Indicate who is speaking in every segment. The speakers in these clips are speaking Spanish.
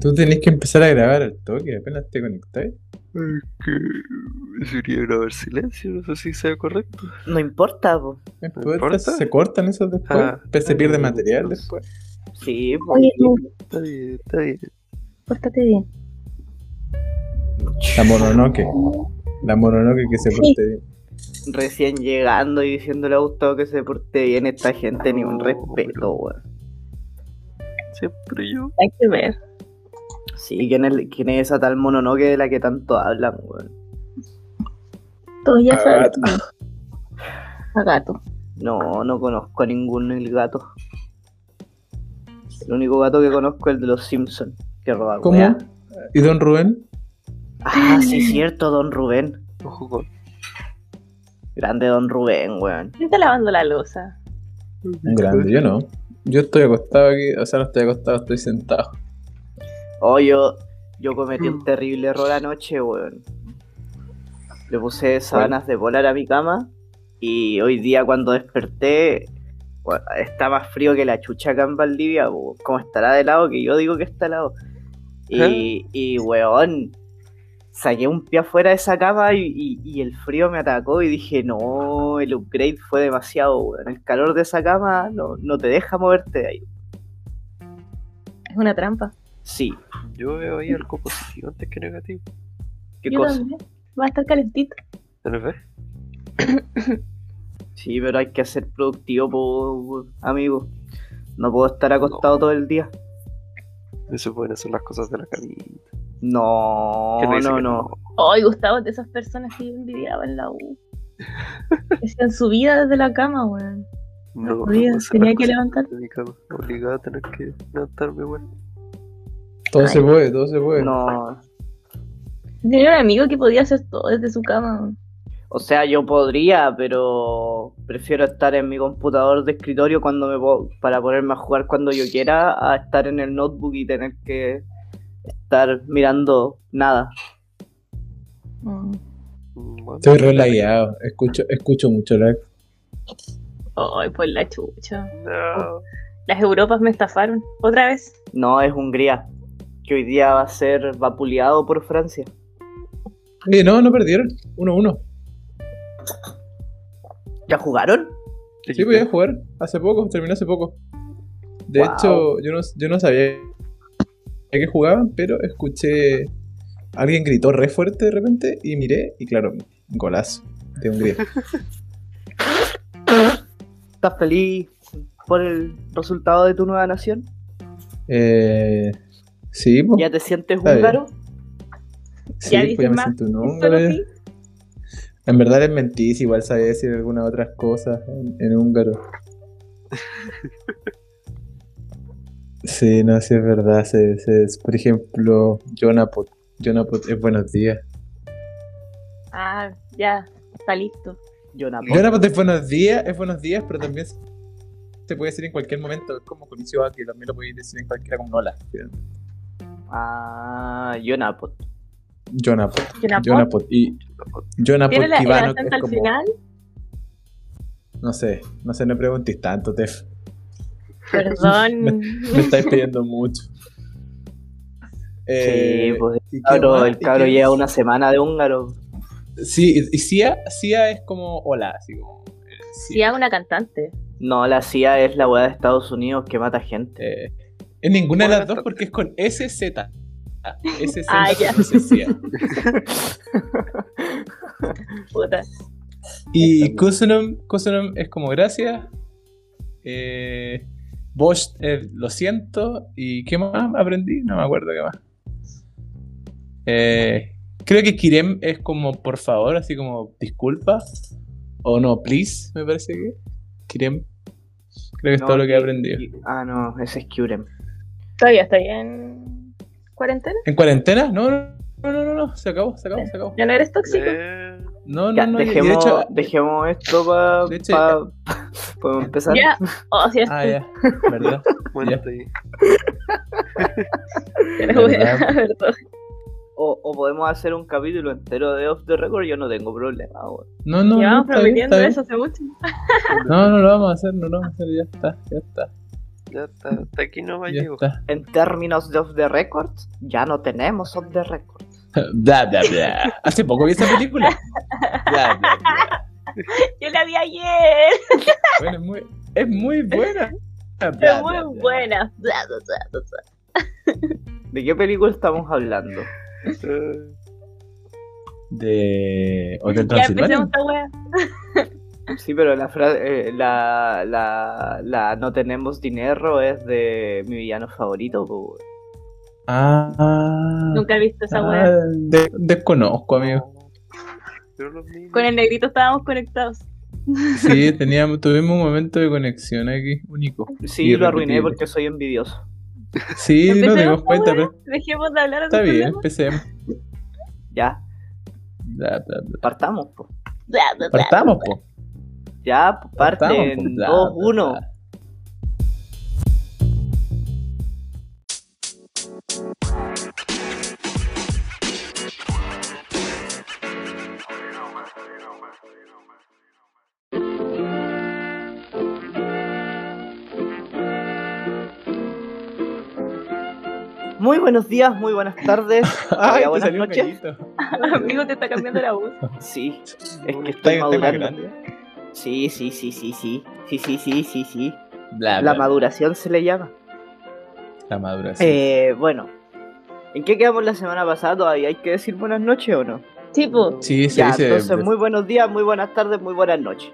Speaker 1: Tú tenés que empezar a grabar al toque, apenas te conectáis.
Speaker 2: Es que sería grabar silencio, no sé si sea correcto.
Speaker 3: No importa, po.
Speaker 1: No
Speaker 2: ¿No
Speaker 1: importa,
Speaker 2: importa?
Speaker 1: Se cortan esos después.
Speaker 2: Ah.
Speaker 1: pues se pierde material después.
Speaker 3: Sí, po.
Speaker 4: Oye, tú,
Speaker 2: Está bien, está bien.
Speaker 4: pórtate bien.
Speaker 1: La mononoke. La mononoke que se
Speaker 4: Sí.
Speaker 1: porte bien.
Speaker 3: Recién llegando y diciéndole a Gustavo que se porte bien esta gente, ni un
Speaker 2: No,
Speaker 3: respeto, weón.
Speaker 2: Siempre yo.
Speaker 4: Hay que ver.
Speaker 3: Sí, ¿quién es, quién es esa tal mononoke de la que tanto hablan, weón?
Speaker 4: Todos ya
Speaker 1: Ah,
Speaker 4: saben. A gato.
Speaker 3: No, no conozco a ningún el gato. El único gato que conozco es el de los Simpsons, que roba
Speaker 1: ¿Cómo?
Speaker 3: weá.
Speaker 1: ¿Y don Rubén?
Speaker 3: Ah, sí, cierto, don Rubén.
Speaker 2: Ojo con.
Speaker 3: Grande don Rubén, weón.
Speaker 4: ¿Quién está lavando la losa?
Speaker 1: Un grande, yo no. Yo estoy acostado aquí, o sea, no estoy acostado, estoy sentado.
Speaker 3: Oh, yo, yo cometí un
Speaker 2: Mm.
Speaker 3: terrible error anoche, weón. Le puse sábanas de polar a mi cama y hoy día cuando desperté weón, está más frío que la chucha acá en Valdivia, weón. como estará de lado que yo digo que está helado. Y, y weón, saqué un pie afuera de esa cama y, y- y el frío me atacó y dije, no, el upgrade fue demasiado, weón. El calor de esa cama no, no te deja moverte de ahí.
Speaker 4: Es una trampa.
Speaker 3: Sí,
Speaker 2: Yo veo ahí algo positivo antes que negativo.
Speaker 3: qué
Speaker 4: Yo
Speaker 3: cosa.
Speaker 4: también. Va a estar calentito.
Speaker 2: ¿Te lo ves?
Speaker 3: Sí, pero hay que ser productivo, po, amigo. No puedo estar acostado todo el día.
Speaker 2: Eso pueden hacer las cosas de la camita.
Speaker 3: No,
Speaker 2: ¿Quién me dice
Speaker 3: no,
Speaker 2: que
Speaker 3: no.
Speaker 4: Ay, Gustavo, de esas personas que yo envidiaba en la U. Hacían su vida desde la cama, weón.
Speaker 2: No, no
Speaker 4: Podía,
Speaker 2: puedo hacer
Speaker 4: tenía
Speaker 2: las
Speaker 4: que
Speaker 2: cosas
Speaker 4: levantar.
Speaker 2: de mi cama. Obligado a tener que levantarme, bueno.
Speaker 1: Todo
Speaker 4: Ay.
Speaker 1: se puede, todo se puede.
Speaker 3: No.
Speaker 4: Tenía un amigo que podía hacer todo desde su cama. weón.
Speaker 3: O sea, yo podría, pero prefiero estar en mi computador de escritorio cuando me puedo- para ponerme a jugar cuando yo quiera a estar en el notebook y tener que estar mirando nada.
Speaker 4: Mm.
Speaker 2: Bueno,
Speaker 1: Estoy relagueado, escucho, escucho mucho lag.
Speaker 4: Ay, pues la chucha.
Speaker 2: No.
Speaker 4: Las Europas me estafaron. ¿Otra vez?
Speaker 3: No, es Hungría, que hoy día va a ser vapuleado por Francia.
Speaker 1: Oye, no, no perdieron. 1-1.
Speaker 3: ¿Ya jugaron?
Speaker 1: Sí, pues, podía jugar. Hace poco, terminó hace poco. De
Speaker 3: Wow.
Speaker 1: hecho, yo no, yo no sabía que jugaban, pero escuché. Alguien gritó re fuerte de repente y miré, y claro, un golazo de Hungría.
Speaker 3: ¿Estás feliz por el resultado de tu nueva nación?
Speaker 1: Eh, sí, pues.
Speaker 3: ¿Ya te sientes
Speaker 1: Está bien.
Speaker 3: húngaro?
Speaker 1: sí,
Speaker 4: ya
Speaker 1: pues,
Speaker 4: dices
Speaker 1: ya me
Speaker 4: más.
Speaker 1: siento un
Speaker 4: Solo
Speaker 1: húngaro.
Speaker 4: sí.
Speaker 1: En verdad les mentí, si igual sabía decir algunas otras cosas en, en húngaro. Sí, no, sí es verdad. se- se- por ejemplo, Jonapot. Jonapot es buenos días.
Speaker 4: Ah, ya. Está listo.
Speaker 3: Yo napo.
Speaker 1: Jonapot es buenos días, es buenos días, pero también se- se puede decir en cualquier momento. Es como Konnichiwa, que también lo podéis decir en cualquiera como hola.
Speaker 3: Ah, yo napo.
Speaker 1: Jonapot.
Speaker 4: ¿Tiene apoyo?
Speaker 1: Jonapot. Y Jonapot
Speaker 4: ¿Tiene la, el
Speaker 1: Ivano, que
Speaker 4: acento
Speaker 1: es
Speaker 4: al
Speaker 1: como.
Speaker 4: final?
Speaker 1: No sé, no sé, no preguntéis tanto, Tef.
Speaker 4: Perdón.
Speaker 1: Me estáis pidiendo mucho. Eh,
Speaker 3: sí, pues
Speaker 1: ¿y qué
Speaker 3: cabro,
Speaker 1: más?
Speaker 3: el
Speaker 1: ¿Y
Speaker 3: cabro
Speaker 1: qué-
Speaker 3: lleva una semana de húngaro.
Speaker 1: Sí, y- y Sia, Sia es como hola, así como. eh,
Speaker 4: Si hago una cantante.
Speaker 3: No, la CIA es la weá de Estados Unidos que mata gente.
Speaker 1: Eh, en ninguna de las
Speaker 2: Hola,
Speaker 1: dos porque es con SZ. Ah, SZ
Speaker 4: Ah, ya.
Speaker 1: no sé, Sia.
Speaker 4: Puta.
Speaker 1: Y Kusunum, Kusunum es como gracias. Eh, Bosch, eh, lo siento. ¿Y qué más aprendí? No me acuerdo qué más. Eh, creo que Kirem es como por favor, así como disculpa. O no, please, me parece que. Kirem. Creo que es
Speaker 3: No,
Speaker 1: todo lo que he
Speaker 3: y-
Speaker 1: aprendido.
Speaker 3: y- Ah, no, ese es Kyurem.
Speaker 4: Todavía estoy en cuarentena.
Speaker 1: ¿En cuarentena? No, no, no, no, no, no, Se acabó, se acabó, se acabó.
Speaker 4: Ya no eres tóxico.
Speaker 2: Eh,
Speaker 1: No,
Speaker 3: Ya,
Speaker 1: no, no. y
Speaker 3: dejemos,
Speaker 1: de hecho,
Speaker 3: dejemos esto para
Speaker 1: De hecho- eh,
Speaker 3: empezar.
Speaker 4: Ya. Oh, sí,
Speaker 1: ah, ya. ¿Verdad?
Speaker 2: bueno,
Speaker 1: Ya.
Speaker 2: está ahí.
Speaker 4: pero bueno,
Speaker 1: verdad.
Speaker 4: perdón.
Speaker 3: O, o podemos hacer un capítulo entero de Off the Record, yo no tengo problema. weón.
Speaker 1: No, no. no,
Speaker 4: Llevamos
Speaker 1: está bien, está
Speaker 4: prometiendo
Speaker 1: bien.
Speaker 4: eso hace mucho.
Speaker 1: No, no lo vamos a hacer, no lo vamos a hacer, ya está, ya está.
Speaker 2: Ya está, hasta aquí no me
Speaker 1: Ya
Speaker 2: llego.
Speaker 1: está.
Speaker 3: En términos de off the record, ya no tenemos off the record.
Speaker 1: Bla, bla, bla. Hace poco vi esa película. Bla, bla, bla.
Speaker 4: Yo la vi ayer.
Speaker 1: Bueno, es muy, es muy buena. Bla,
Speaker 4: Es
Speaker 1: bla,
Speaker 4: muy
Speaker 1: bla.
Speaker 4: buena. Bla, bla, bla, bla, bla.
Speaker 3: ¿De qué película estamos hablando?
Speaker 2: Eh,
Speaker 1: De Hotel
Speaker 4: Ya
Speaker 1: Transilvania.
Speaker 4: empecemos esta wea.
Speaker 3: Sí, pero la, fra- eh, la, la, la no tenemos dinero es de mi villano favorito. po, weón.
Speaker 1: Ah, ah.
Speaker 4: Nunca he visto esa
Speaker 1: Ah,
Speaker 4: wea.
Speaker 1: de- desconozco, Pues, amigo.
Speaker 2: pero los niños-
Speaker 4: Con el negrito estábamos conectados.
Speaker 1: Sí, teníamos, tuvimos un momento de conexión aquí, único.
Speaker 3: Sí, lo arruiné
Speaker 1: Irrepetible.
Speaker 3: porque soy envidioso.
Speaker 1: Sí, no
Speaker 4: Empecemos
Speaker 1: te das
Speaker 4: esta
Speaker 1: cuenta,
Speaker 4: wea.
Speaker 1: pero
Speaker 4: Dejemos de hablar de
Speaker 1: está
Speaker 4: esos
Speaker 1: bien,
Speaker 4: problemas.
Speaker 1: empecemos.
Speaker 3: Ya,
Speaker 1: Bla, bla, bla.
Speaker 3: partamos. po.
Speaker 4: Bla, bla, bla,
Speaker 1: Partamos, pues.
Speaker 4: bla,
Speaker 1: po.
Speaker 3: Ya, po, parte
Speaker 1: Partamos, po.
Speaker 3: en
Speaker 1: Bla,
Speaker 3: 2,
Speaker 1: bla,
Speaker 3: 1.
Speaker 1: bla.
Speaker 3: Muy buenos días, muy buenas tardes.
Speaker 1: Ay,
Speaker 3: Hola,
Speaker 1: te
Speaker 3: buenas
Speaker 1: salió un
Speaker 3: noches.
Speaker 1: gallito.
Speaker 4: bla. Amigo, te está cambiando la voz.
Speaker 3: Sí, es que
Speaker 1: Está
Speaker 3: estoy
Speaker 1: está más
Speaker 3: madurando.
Speaker 1: grande.
Speaker 3: Sí, sí, sí, sí, sí. Sí, sí, sí, sí, sí.
Speaker 1: Bla,
Speaker 3: La
Speaker 1: bla, bla.
Speaker 3: maduración se le llama.
Speaker 1: La maduración.
Speaker 3: Eh, bueno. ¿En qué quedamos la semana pasada? ¿Todavía hay que decir buenas noches o no?
Speaker 4: Tipo,
Speaker 1: Sí, se
Speaker 3: ya,
Speaker 1: dice.
Speaker 3: entonces muy buenos días, muy buenas tardes, muy buenas noches.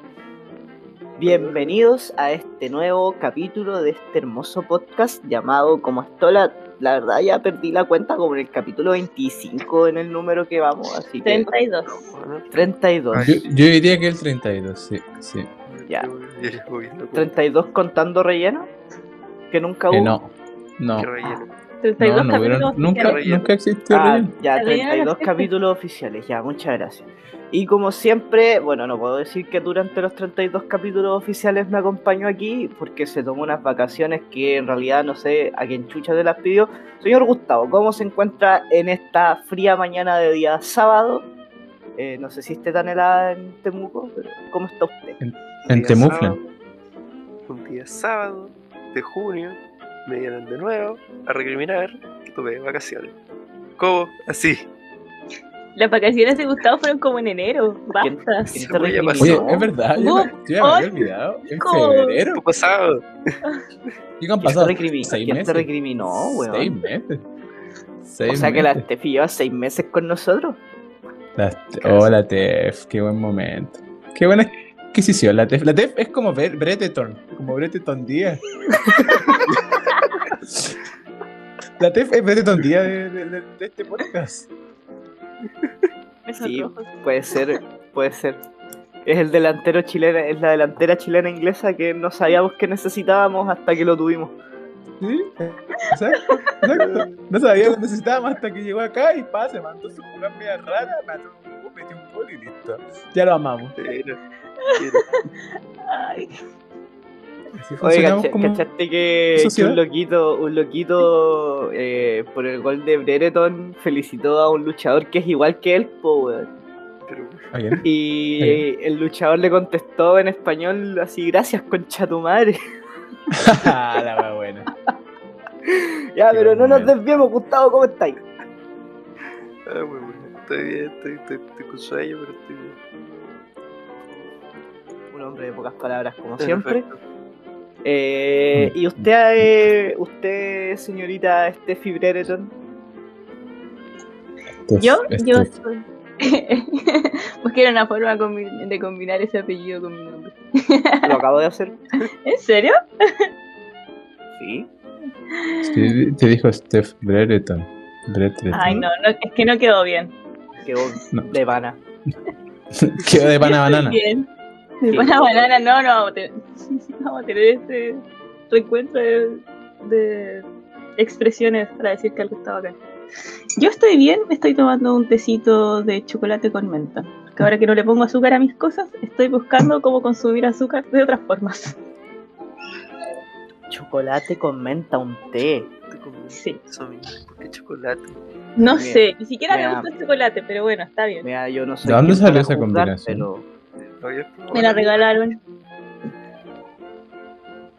Speaker 3: Bienvenidos a este nuevo capítulo de este hermoso podcast llamado Como Estola. La verdad ya perdí la cuenta como en el capítulo 25 en el número que vamos, así que
Speaker 4: 32.
Speaker 2: Bueno,
Speaker 3: 32.
Speaker 1: Yo, yo diría que el 32, sí. sí.
Speaker 3: Ya.
Speaker 2: yo- yo llego viendo cómo-
Speaker 3: 32 contando relleno, que nunca hubo.
Speaker 1: Que Eh, no. No.
Speaker 2: qué relleno.
Speaker 4: 32
Speaker 1: No, no hubieron-
Speaker 4: capítulos.
Speaker 1: nunca,
Speaker 4: oficiales.
Speaker 2: oficiales.
Speaker 1: nunca existió
Speaker 3: Ah,
Speaker 1: relleno.
Speaker 3: ya,
Speaker 4: Pero ya no
Speaker 3: 32
Speaker 4: existe.
Speaker 3: capítulos oficiales, ya, muchas gracias. Y como siempre, bueno, no puedo decir que durante los 32 capítulos oficiales me acompañó aquí, porque se tomó unas vacaciones que en realidad no sé a quién chucha se las pidió. Señor Gustavo, ¿cómo se encuentra en esta fría mañana de día sábado? Eh, no sé si esté tan helada en Temuco, pero ¿cómo está usted?
Speaker 1: En
Speaker 2: Día
Speaker 1: Temufla.
Speaker 2: sábado, Un día sábado de junio me dieron de nuevo a recriminar que tuve vacaciones. ¿Cómo? Así.
Speaker 4: Las vacaciones de Gustavo fueron como en enero. Basta.
Speaker 3: ¿Quién
Speaker 2: voy a
Speaker 3: recriminó?
Speaker 2: pasar.
Speaker 1: Oye, es verdad, yo, me- yo ya me había
Speaker 4: Oh,
Speaker 1: olvidado. En
Speaker 4: chico.
Speaker 1: febrero.
Speaker 2: ¿Qué pasado?
Speaker 1: ¿Qué han
Speaker 3: ¿Quién te
Speaker 1: pasado?
Speaker 3: recriminó?
Speaker 1: Seis
Speaker 3: ¿Quién te
Speaker 1: meses.
Speaker 3: recriminó, weón?
Speaker 1: Seis meses. Seis
Speaker 3: o sea que la
Speaker 1: meses.
Speaker 3: Estefi lleva seis meses con nosotros.
Speaker 1: La te- oh, la TEF, qué buen momento. Qué buena adquisición, la TEF. La TEF es como Bre- Breteton, como Breteton Díaz. la TEF es Breteton Díaz de, de- de- de este podcast.
Speaker 4: Besos
Speaker 3: Sí.
Speaker 4: rojos.
Speaker 3: Puede ser, puede ser. Es el delantero chileno, es la delantera chilena inglesa que no sabíamos que necesitábamos hasta que lo tuvimos.
Speaker 1: ¿Sí? Exacto, exacto. No sabía lo necesitábamos hasta que llegó acá y pase, mandó su jugada media rara, mató un gol, metió un gol y listo. Ya lo amamos.
Speaker 2: Era-
Speaker 4: Ay,
Speaker 1: Así
Speaker 3: Oye,
Speaker 1: funcionamos
Speaker 3: cacha-
Speaker 1: como...
Speaker 3: ¿cachaste que, que
Speaker 1: sociedad.
Speaker 3: un loquito, un loquito eh, por el gol de Brereton felicitó a un luchador que es igual que él, po, weón?
Speaker 2: Pero,
Speaker 1: Oye,
Speaker 3: Y
Speaker 1: Sí.
Speaker 3: el luchador le contestó en español así, gracias concha tu madre.
Speaker 1: Ah, la wea buena.
Speaker 3: ya,
Speaker 1: Qué
Speaker 3: pero no nos
Speaker 1: momento.
Speaker 3: desviemos, Gustavo, ¿cómo estáis?
Speaker 2: ah, muy bueno. Estoy bien, estoy, estoy, estoy con sueño, pero estoy bien.
Speaker 3: Un hombre de pocas palabras, como
Speaker 2: Estoy
Speaker 3: siempre.
Speaker 2: perfecto.
Speaker 3: Eh,
Speaker 1: Mm.
Speaker 3: ¿Y usted, eh, usted, señorita este Steffi Brereton?
Speaker 4: Yo,
Speaker 1: Este-
Speaker 4: yo soy. Busqué una forma combi- de combinar ese apellido con mi nombre.
Speaker 3: ¿Lo acabo de hacer?
Speaker 4: ¿En serio?
Speaker 3: Sí.
Speaker 1: Sí, te dijo Steph Brereton. Brereton.
Speaker 4: Ay, no, no, es que no quedó bien.
Speaker 3: Quedó
Speaker 1: No.
Speaker 3: de pana.
Speaker 1: Quedó de pana a banana.
Speaker 4: Bien.
Speaker 3: Sí.
Speaker 4: De pana banana, no, no vamos a tener, no vamos a tener este reencuentro de, de expresiones para decir que algo estaba acá. Yo estoy bien, me estoy tomando un tecito de chocolate con menta. Que ahora que no le pongo azúcar a mis cosas, estoy buscando cómo consumir azúcar de otras formas.
Speaker 3: Chocolate con menta, un té.
Speaker 2: Estoy con
Speaker 4: Sí.
Speaker 2: eso mismo. ¿Por qué chocolate?
Speaker 4: No
Speaker 3: Bien.
Speaker 4: sé, ni siquiera me
Speaker 3: Ya.
Speaker 4: gusta el chocolate, pero bueno, está bien.
Speaker 3: Mira, yo no sé.
Speaker 1: ¿De dónde salió esa combinación?
Speaker 2: Lo había probado.
Speaker 4: Me la regalaron.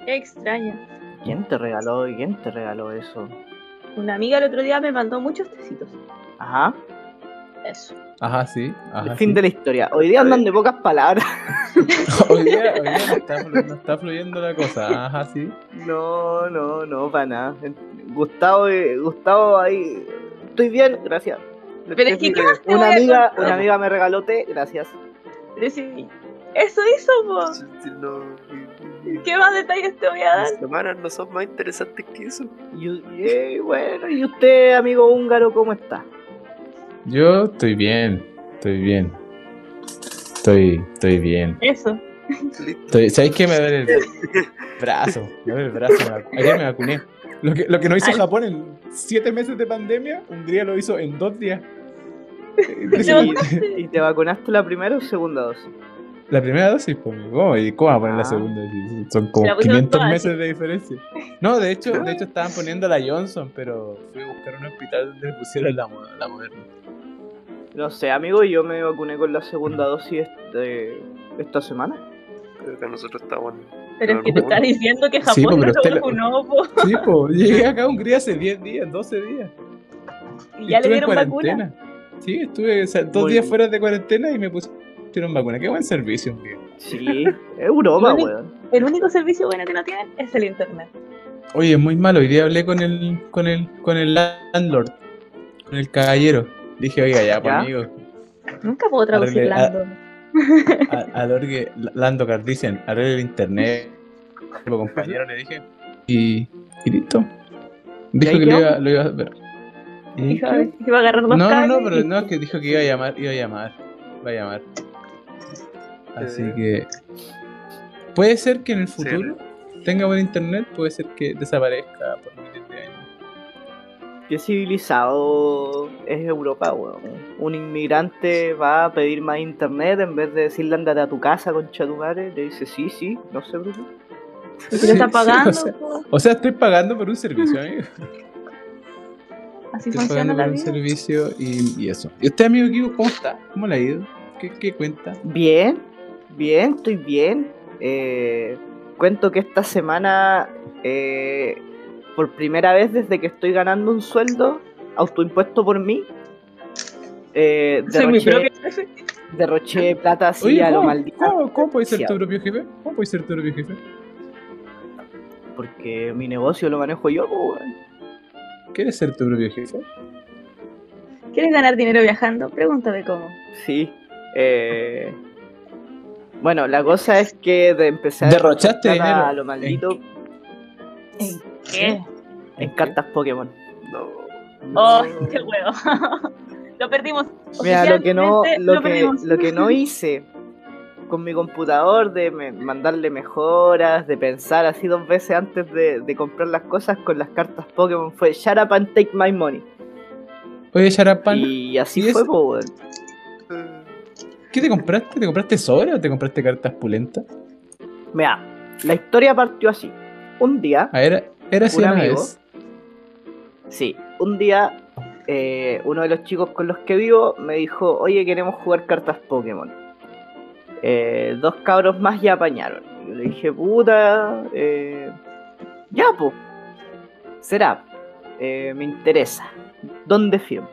Speaker 4: Qué extraño.
Speaker 3: ¿Quién te regaló y quién te regaló eso?
Speaker 4: Una amiga el otro día me mandó muchos tecitos.
Speaker 3: Ajá.
Speaker 4: Eso.
Speaker 1: Ajá, sí. Ajá,
Speaker 3: el fin
Speaker 1: sí.
Speaker 3: de la historia. Hoy día andan de pocas palabras.
Speaker 1: Hoy día, hoy día no, está, flu- no está fluyendo la cosa. Ajá, sí.
Speaker 3: No, no, no, para nada. Gustavo, eh, Gustavo ahí. Estoy bien, gracias.
Speaker 4: Pero es que, ¿qué más te
Speaker 3: Una
Speaker 4: voy a
Speaker 3: amiga,
Speaker 4: contar?
Speaker 3: una amiga me regaló té, gracias.
Speaker 4: Pero sí, Eso hizo, po.
Speaker 2: No,
Speaker 4: ¿Qué más detalles te voy a dar?
Speaker 2: Las semanas no son más interesantes que eso.
Speaker 3: Y, eh, bueno, ¿y usted, amigo húngaro, cómo está?
Speaker 1: Yo estoy bien. Estoy bien. Estoy, estoy bien.
Speaker 4: Eso.
Speaker 2: Listo.
Speaker 1: Estoy, ¿Sabéis qué? Me duele el brazo. Me duele el brazo. me vacu- Ayer me vacuné. Lo que, lo que no hizo
Speaker 4: Ay.
Speaker 1: Japón en siete meses de pandemia, Hungría lo hizo en dos días.
Speaker 3: ¿Y,
Speaker 4: Yo-
Speaker 3: y te vacunaste la primera o segunda dosis?
Speaker 1: La primera dosis, pues, ¿cómo? ¿Y cómo va a poner
Speaker 3: Ah.
Speaker 1: la segunda? Si Son
Speaker 4: Se la
Speaker 1: como
Speaker 4: pusieron
Speaker 1: 500
Speaker 4: todas,
Speaker 1: meses de diferencia. No, de hecho, de hecho estaban poniendo la Johnson, pero fui a buscar un hospital donde me pusieron la, mo- la moderna.
Speaker 3: No sé, amigo, yo me vacuné con la segunda dosis este- esta semana.
Speaker 2: Creo que nosotros estamos.
Speaker 4: Pero es que te
Speaker 2: Claro.
Speaker 4: estás diciendo que
Speaker 1: Sí, po,
Speaker 4: Japón
Speaker 1: pero
Speaker 4: no
Speaker 1: usted
Speaker 4: lo
Speaker 1: la-
Speaker 4: vacunó, po.
Speaker 1: Sí, pues, llegué acá a Hungría hace 10 días, 12 días.
Speaker 4: Y ya le
Speaker 1: estuve en
Speaker 4: dieron vacuna.
Speaker 1: cuarentena. Sí, estuve o sea, dos
Speaker 3: Muy
Speaker 1: días
Speaker 3: bien.
Speaker 1: fuera de cuarentena y me pusieron vacuna. Qué buen servicio, Hungría.
Speaker 3: Sí, Europa,
Speaker 4: Bueno,
Speaker 3: weón.
Speaker 4: El único servicio bueno que no tienen es el internet.
Speaker 1: Oye, es muy malo. Hoy día hablé con el, con el, con el landlord, con el caballero. Dije, oiga, ya, pues,
Speaker 3: ¿Ya?
Speaker 1: amigo,
Speaker 4: Nunca puedo traducir
Speaker 1: Arregle- a- ¿Eh?
Speaker 4: blando.
Speaker 1: a- Alorgue, Landocard dicen, arregle el internet. Tipo, compañero le dije. Y, y listo. Dijo
Speaker 3: ahí
Speaker 1: que lo
Speaker 3: quedó?
Speaker 1: iba, lo iba a ver. ¿Y
Speaker 4: Dijo,
Speaker 1: qué?
Speaker 4: "Ay, iba a agarrar dos
Speaker 1: No, no, no,
Speaker 4: cables
Speaker 1: pero
Speaker 4: y-
Speaker 1: no, es que dijo que iba a llamar, iba a llamar. Va a llamar. Así
Speaker 2: Eh.
Speaker 1: que. Puede ser que en el futuro tenga buen internet, puede ser que desaparezca por miles de años.
Speaker 3: Qué civilizado es Europa, weón. Un inmigrante va a pedir más internet en vez de decirle andate a tu casa, concha tu madre. Le dice sí, sí, no se preocupe.
Speaker 4: y que lo está
Speaker 1: Sí, sí,
Speaker 4: pagando.
Speaker 1: o, sea,
Speaker 4: po.
Speaker 1: o sea, estoy pagando por un servicio, amigo.
Speaker 4: Así
Speaker 1: Estoy
Speaker 4: funciona
Speaker 1: pagando
Speaker 4: la
Speaker 1: por un
Speaker 4: vida.
Speaker 1: servicio y, y eso. ¿Y usted, amigo Kibo, cómo está? ¿Cómo le ha ido? ¿Qué, qué cuenta?
Speaker 3: Bien, bien, estoy bien. Eh, cuento que esta semana, eh, por primera vez desde que estoy ganando un sueldo autoimpuesto por mí, eh,
Speaker 4: Soy mi
Speaker 3: derroché,
Speaker 4: propio jefe.
Speaker 3: derroché plata así
Speaker 1: Oye,
Speaker 3: a lo
Speaker 1: ¿cómo,
Speaker 3: maldito.
Speaker 1: ¿cómo, cómo puedes ser tu
Speaker 3: Demasiado.
Speaker 1: propio jefe? ¿Cómo puedes ser tu propio jefe?
Speaker 3: Porque mi negocio lo manejo yo, po, weón.
Speaker 1: ¿Quieres ser tu propio jefe?
Speaker 4: ¿Quieres ganar dinero viajando? Pregúntame cómo.
Speaker 3: Sí. eh, bueno, la cosa es que de- empecé a
Speaker 1: Derrochaste
Speaker 3: derrochar plata
Speaker 1: dinero.
Speaker 3: a lo maldito
Speaker 4: ¿Qué?
Speaker 3: en cartas Pokémon.
Speaker 2: No.
Speaker 4: Oh, qué huevo. lo perdimos.
Speaker 3: Mira, lo que no,
Speaker 4: Oficialmente
Speaker 3: lo
Speaker 4: lo
Speaker 3: que,
Speaker 4: perdimos.
Speaker 3: lo que no hice con mi computador de me- mandarle mejoras, de pensar así dos veces antes de, de comprar las cosas con las cartas Pokémon fue shut up and take my money.
Speaker 1: Oye, Sharapan,
Speaker 3: Y así
Speaker 1: ¿Y
Speaker 3: fue,
Speaker 1: eso?
Speaker 3: po, weón.
Speaker 1: ¿qué te compraste? ¿Te compraste sobre o te compraste cartas pulentas?
Speaker 3: Mira, la historia partió así. Un día,
Speaker 1: Ah, era, era así
Speaker 3: Un
Speaker 1: una
Speaker 3: amigo.
Speaker 1: vez.
Speaker 3: sí, un día eh, uno de los chicos con los que vivo me dijo, oye, queremos jugar cartas Pokémon. Eh, dos cabros más ya apañaron. Yo le dije, puta, eh, ya, po. Será. Eh, me interesa. ¿Dónde firmo?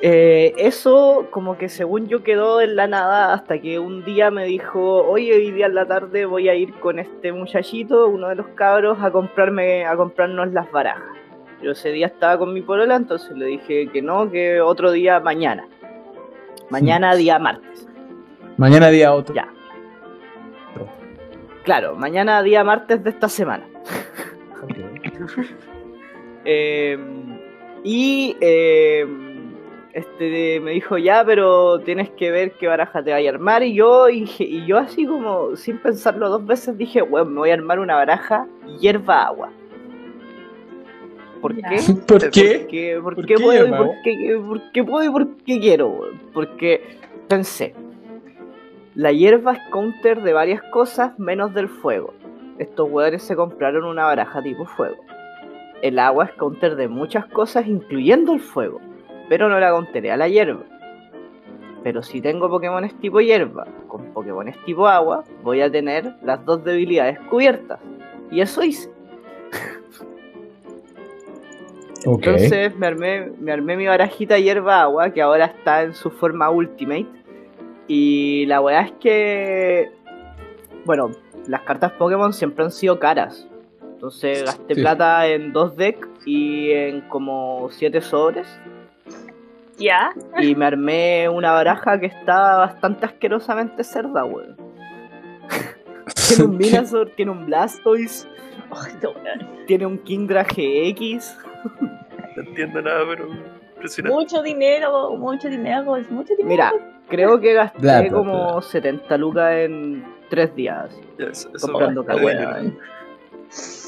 Speaker 3: Eh, eso como que según yo quedó en la nada hasta que un día me dijo, oye, hoy día en la tarde voy a ir con este muchachito, uno de los cabros, a comprarme, a comprarnos las barajas. Yo ese día estaba con mi polola, entonces le dije que no, que otro día mañana. Mañana día martes.
Speaker 1: Mañana día otro.
Speaker 3: Ya. Claro, mañana día martes de esta semana.
Speaker 1: Ok.
Speaker 3: Eh, y eh, este me dijo, ya, pero tienes que ver qué baraja te vaya a armar. Y yo, dije- y yo así como, sin pensarlo dos veces, dije, weón, me voy a armar una baraja hierba agua. ¿Por
Speaker 4: Ya.
Speaker 3: qué?
Speaker 1: ¿Por qué?
Speaker 3: Porque, porque
Speaker 1: ¿Por qué
Speaker 3: puedo y
Speaker 1: hierba
Speaker 3: por
Speaker 1: agua?
Speaker 3: qué, por qué puedo y por qué quiero, weón. Porque pensé, la hierba es counter de varias cosas menos del fuego. Estos weones se compraron una baraja tipo fuego. El agua es counter de muchas cosas, incluyendo el fuego. Pero no la counteré a la hierba. Pero si tengo Pokémones tipo hierba con Pokémones tipo agua, voy a tener las dos debilidades cubiertas. Y eso hice.
Speaker 1: Ok.
Speaker 3: Entonces me armé, me armé mi barajita hierba agua, que ahora está en su forma ultimate. Y la weá es que. Bueno, las cartas Pokémon siempre han sido caras. Entonces gasté
Speaker 1: Sí.
Speaker 3: plata en dos decks y en como siete sobres.
Speaker 4: ¿Ya?
Speaker 3: Y me armé una baraja que está bastante asquerosamente cerda, weón. Tiene un Minazor, tiene un Blastoise,
Speaker 4: Oh, esto, weón.
Speaker 3: tiene un Kingdra GX.
Speaker 2: No entiendo nada, pero impresionante.
Speaker 4: mucho dinero, mucho dinero, es mucho dinero.
Speaker 3: Mira, creo que gasté
Speaker 1: Bla, bla,
Speaker 3: como 70 lucas en tres días.
Speaker 2: Ya, eso, eso
Speaker 3: comprando
Speaker 2: vale
Speaker 3: cagüenas,
Speaker 2: dinero.
Speaker 3: eh.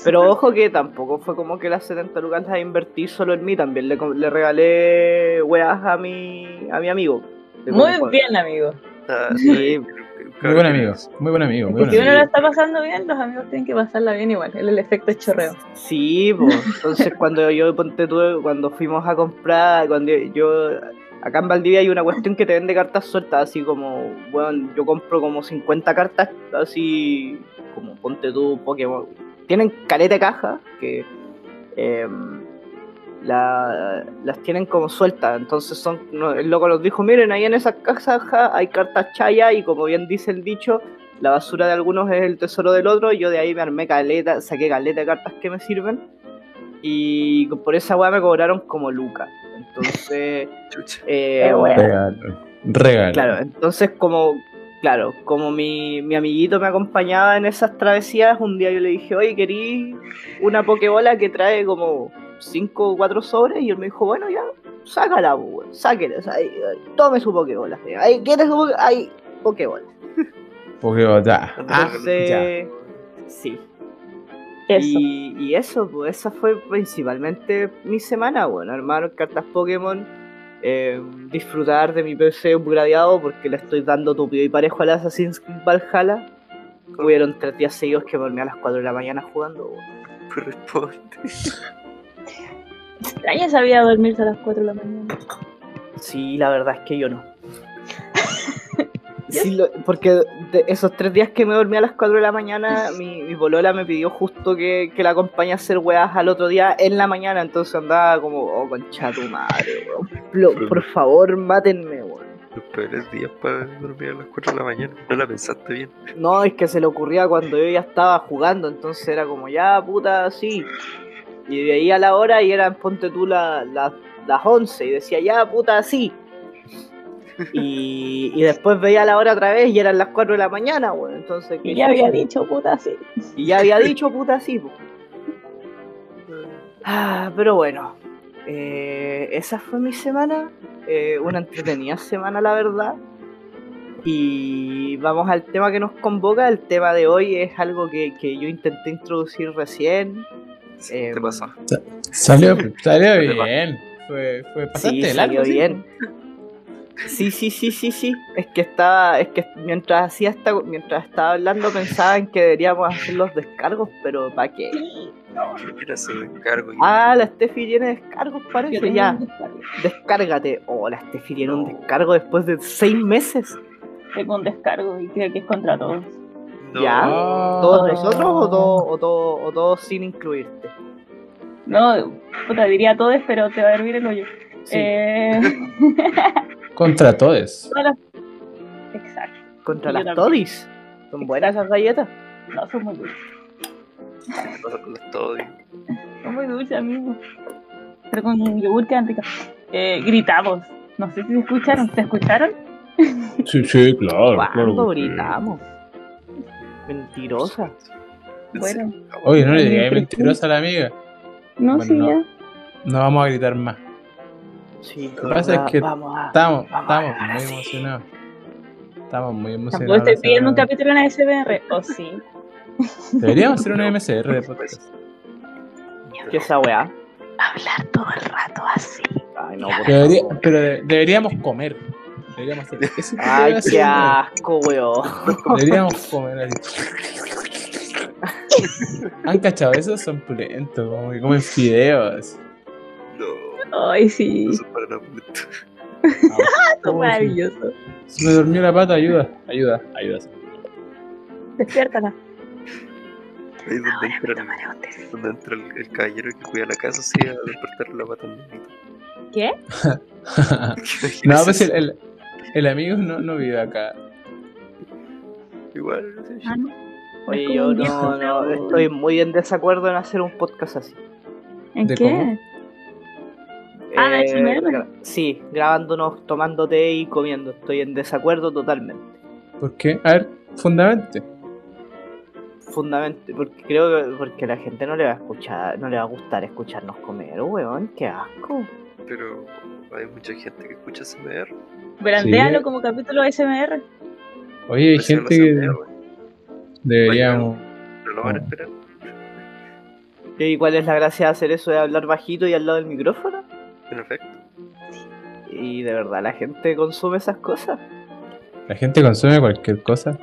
Speaker 3: Pero ojo que tampoco fue como que las 70 lucas las invertí solo en mí, también le, com- le regalé weas a mi, a mi amigo. Le
Speaker 4: Muy
Speaker 3: compré-
Speaker 4: bien, amigo.
Speaker 2: Ah,
Speaker 3: Sí.
Speaker 2: sí,
Speaker 1: Muy buen amigo, muy buen amigo, muy
Speaker 4: Es
Speaker 1: buen
Speaker 4: que si uno
Speaker 1: amigo.
Speaker 4: la está pasando bien, los amigos tienen que pasarla bien igual. Es el efecto chorreo.
Speaker 3: Sí, po. entonces cuando yo ponte tú, cuando fuimos a comprar, cuando yo acá en Valdivia hay una cuestión que te vende cartas sueltas, así como, bueno, yo compro como 50 cartas, así como ponte tú Pokémon. Tienen caleta de caja que em, la- las tienen como sueltas, entonces son, no, el loco nos dijo, miren, ahí en esa caja hay cartas chaya y como bien dice el dicho, la basura de algunos es el tesoro del otro. y Yo de ahí me armé caleta, saqué caleta de cartas que me sirven. Y por esa weá me cobraron como lucas. Entonces,
Speaker 2: Chucha.
Speaker 3: eh,
Speaker 4: Qué wea.
Speaker 1: Regalo. Regalo.
Speaker 3: claro, entonces como, claro, como mi, mi amiguito me acompañaba en esas travesías, un día yo le dije, oye, querí una pokebola que trae como 5 o 4 sobres. Y él me dijo, bueno, ya, sácala, po, weón, sáquela, o sea, ahí, ahí, tome su pokebola. Ahí, ¿quieres su poke- ahí, pokebola?
Speaker 1: Porque ya. Ah, ya.
Speaker 3: Entonces, sí.
Speaker 4: Eso.
Speaker 3: Y, y eso, pues esa fue principalmente mi semana, bueno, armar cartas Pokémon, eh, disfrutar de mi PC upgradeado porque le estoy dando tupido y parejo al Assassin's Creed Valhalla. Hubieron tres días seguidos que me dormí a las 4 de la mañana jugando. weón.
Speaker 2: Corresponde.
Speaker 4: Extraña sabía dormirse a las 4 de la mañana.
Speaker 3: Sí, la verdad es que yo no. Sí, lo- porque de esos tres días que me dormí a las 4 de la mañana, mi, mi polola me pidió justo que, que la acompañe a hacer weas al otro día en la mañana, entonces andaba como, oh, concha tu madre, weón. Plo- Por favor, mátenme, weón.
Speaker 2: Los peores días para dormir a las 4 de la mañana. No la pensaste bien.
Speaker 3: No, es que se le ocurría cuando yo ya estaba jugando, entonces era como, ya, puta, sí. Y de ahí a la hora y eran, ponte tú, la- la- las 11, y decía, ya, puta, sí. Y, y después veía la hora otra vez y eran las 4 de la mañana, weón. Entonces,
Speaker 4: Y ya había dicho, puta, sí.
Speaker 3: Y ya había dicho puta sí. po. Ah, pero bueno, eh, esa fue mi semana. eh, una entretenida semana, la verdad. Y vamos al tema que nos convoca. El tema de hoy es algo que, que yo intenté introducir recién.
Speaker 2: Sí,
Speaker 3: Eh,
Speaker 2: te pasó.
Speaker 1: Salió, salió
Speaker 2: Te va.
Speaker 1: bien. Fue, fue pasaste
Speaker 3: Sí,
Speaker 1: de
Speaker 3: salió
Speaker 1: largo, sí.
Speaker 3: bien. Sí, sí, sí, sí, sí. Es que estaba, es que mientras hacía esta, mientras estaba hablando pensaba en que deberíamos hacer los descargos, pero ¿para qué?
Speaker 2: Yo quiero hacer descargo. y-
Speaker 3: Ah, la Steffi tiene descargos,
Speaker 4: Yo
Speaker 3: parece
Speaker 4: tengo
Speaker 3: ya.
Speaker 4: un descargo.
Speaker 3: Descárgate. Oh, la Steffi tiene un
Speaker 2: No.
Speaker 3: descargo después de seis meses.
Speaker 4: Tengo un descargo y creo que es contra todos.
Speaker 2: No.
Speaker 3: ya. Ah, ¿Todos
Speaker 1: Oh.
Speaker 3: nosotros o todos o todo, o todo sin incluirte?
Speaker 4: No, puta, diría todos, pero te va a hervir el hoyo.
Speaker 3: Sí,
Speaker 4: Eh,
Speaker 1: Contra todos.
Speaker 4: exacto.
Speaker 3: contra
Speaker 4: yo
Speaker 3: las
Speaker 4: también.
Speaker 3: Todis. Son buenas esas galletas.
Speaker 4: No, son muy dulces.
Speaker 2: Te pasa con los todos.
Speaker 4: Son muy dulces, amigo. Pero con yogur quedan ricas. Eh, gritamos. No sé si se escucharon. ¿Se escucharon?
Speaker 1: Sí, sí, claro. claro
Speaker 3: ¿Cuándo
Speaker 1: que sí.
Speaker 3: gritamos? Mentirosa.
Speaker 4: Bueno.
Speaker 1: Oye, no le digas
Speaker 4: Entre
Speaker 1: mentirosa a la amiga.
Speaker 4: No,
Speaker 1: Bueno,
Speaker 4: sí,
Speaker 1: no.
Speaker 4: ya.
Speaker 1: No vamos a gritar más.
Speaker 3: Sí,
Speaker 1: Lo que pasa es que
Speaker 3: vamos a...
Speaker 1: Estamos,
Speaker 3: Vamos a
Speaker 1: estamos
Speaker 3: hablar
Speaker 1: muy
Speaker 3: así.
Speaker 1: emocionados. Estamos muy
Speaker 4: Tampoco
Speaker 1: emocionados.
Speaker 4: estoy pidiendo un
Speaker 1: la
Speaker 4: capítulo en la SBR. O sí.
Speaker 1: verdad. Deberíamos hacer una MCR de
Speaker 3: Pues
Speaker 1: podcast.
Speaker 3: ¿Qué esa weá?
Speaker 4: Hablar todo el rato así.
Speaker 3: Ay, no, por
Speaker 1: Debería-
Speaker 3: favor.
Speaker 1: pero de- deberíamos comer. Deberíamos hacer. Eso
Speaker 3: Ay,
Speaker 1: debería
Speaker 3: qué
Speaker 1: ser, weón.
Speaker 3: asco, weón.
Speaker 1: Deberíamos comer así. ¿Han cachado eso? Son pulentos, como que comen fideos.
Speaker 2: No.
Speaker 4: Ay, sí.
Speaker 2: Eso es para la puta.
Speaker 4: Eso es maravilloso.
Speaker 1: Se me durmió la pata, ayuda, ayuda, ayuda.
Speaker 4: Despiértala.
Speaker 2: Ahí es donde
Speaker 4: Ahora me
Speaker 2: entra,
Speaker 4: tomaré un tecito.
Speaker 2: donde entra el, el caballero que cuida la casa, sí, a despertar la pata al negrito.
Speaker 4: ¿Qué?
Speaker 1: no, pues el, el, el amigo no, no vive acá.
Speaker 2: Igual, no sé,
Speaker 4: Ah, no. Es
Speaker 3: Oye,
Speaker 4: como
Speaker 3: yo
Speaker 4: un
Speaker 3: no,
Speaker 4: viejo,
Speaker 3: no, estoy muy en desacuerdo en hacer un podcast así.
Speaker 4: ¿En
Speaker 1: ¿De
Speaker 4: qué?
Speaker 1: cómo?
Speaker 4: Ah, de hecho, me-
Speaker 3: Eh, gra- Sí, grabándonos, tomando té y comiendo. Estoy en desacuerdo totalmente.
Speaker 1: ¿Por qué? A ver, fundamente.
Speaker 3: Fundamente, porque creo que porque a la gente no le va a escuchar, no le va a gustar escucharnos comer, weón, qué asco.
Speaker 2: pero hay mucha gente que escucha CMR.
Speaker 4: Brandealo
Speaker 1: Sí.
Speaker 4: como capítulo SMR.
Speaker 1: Oye,
Speaker 3: Pues
Speaker 1: hay
Speaker 2: recién
Speaker 1: gente
Speaker 2: lo
Speaker 1: que Ah.
Speaker 2: CMR, güey,
Speaker 1: deberíamos.
Speaker 2: Pero lo van a esperar.
Speaker 3: ¿Y cuál es la gracia de hacer eso de hablar bajito y al lado del micrófono?
Speaker 2: En efecto,
Speaker 3: Y de verdad, la gente consume esas cosas.
Speaker 1: La gente consume cualquier cosa.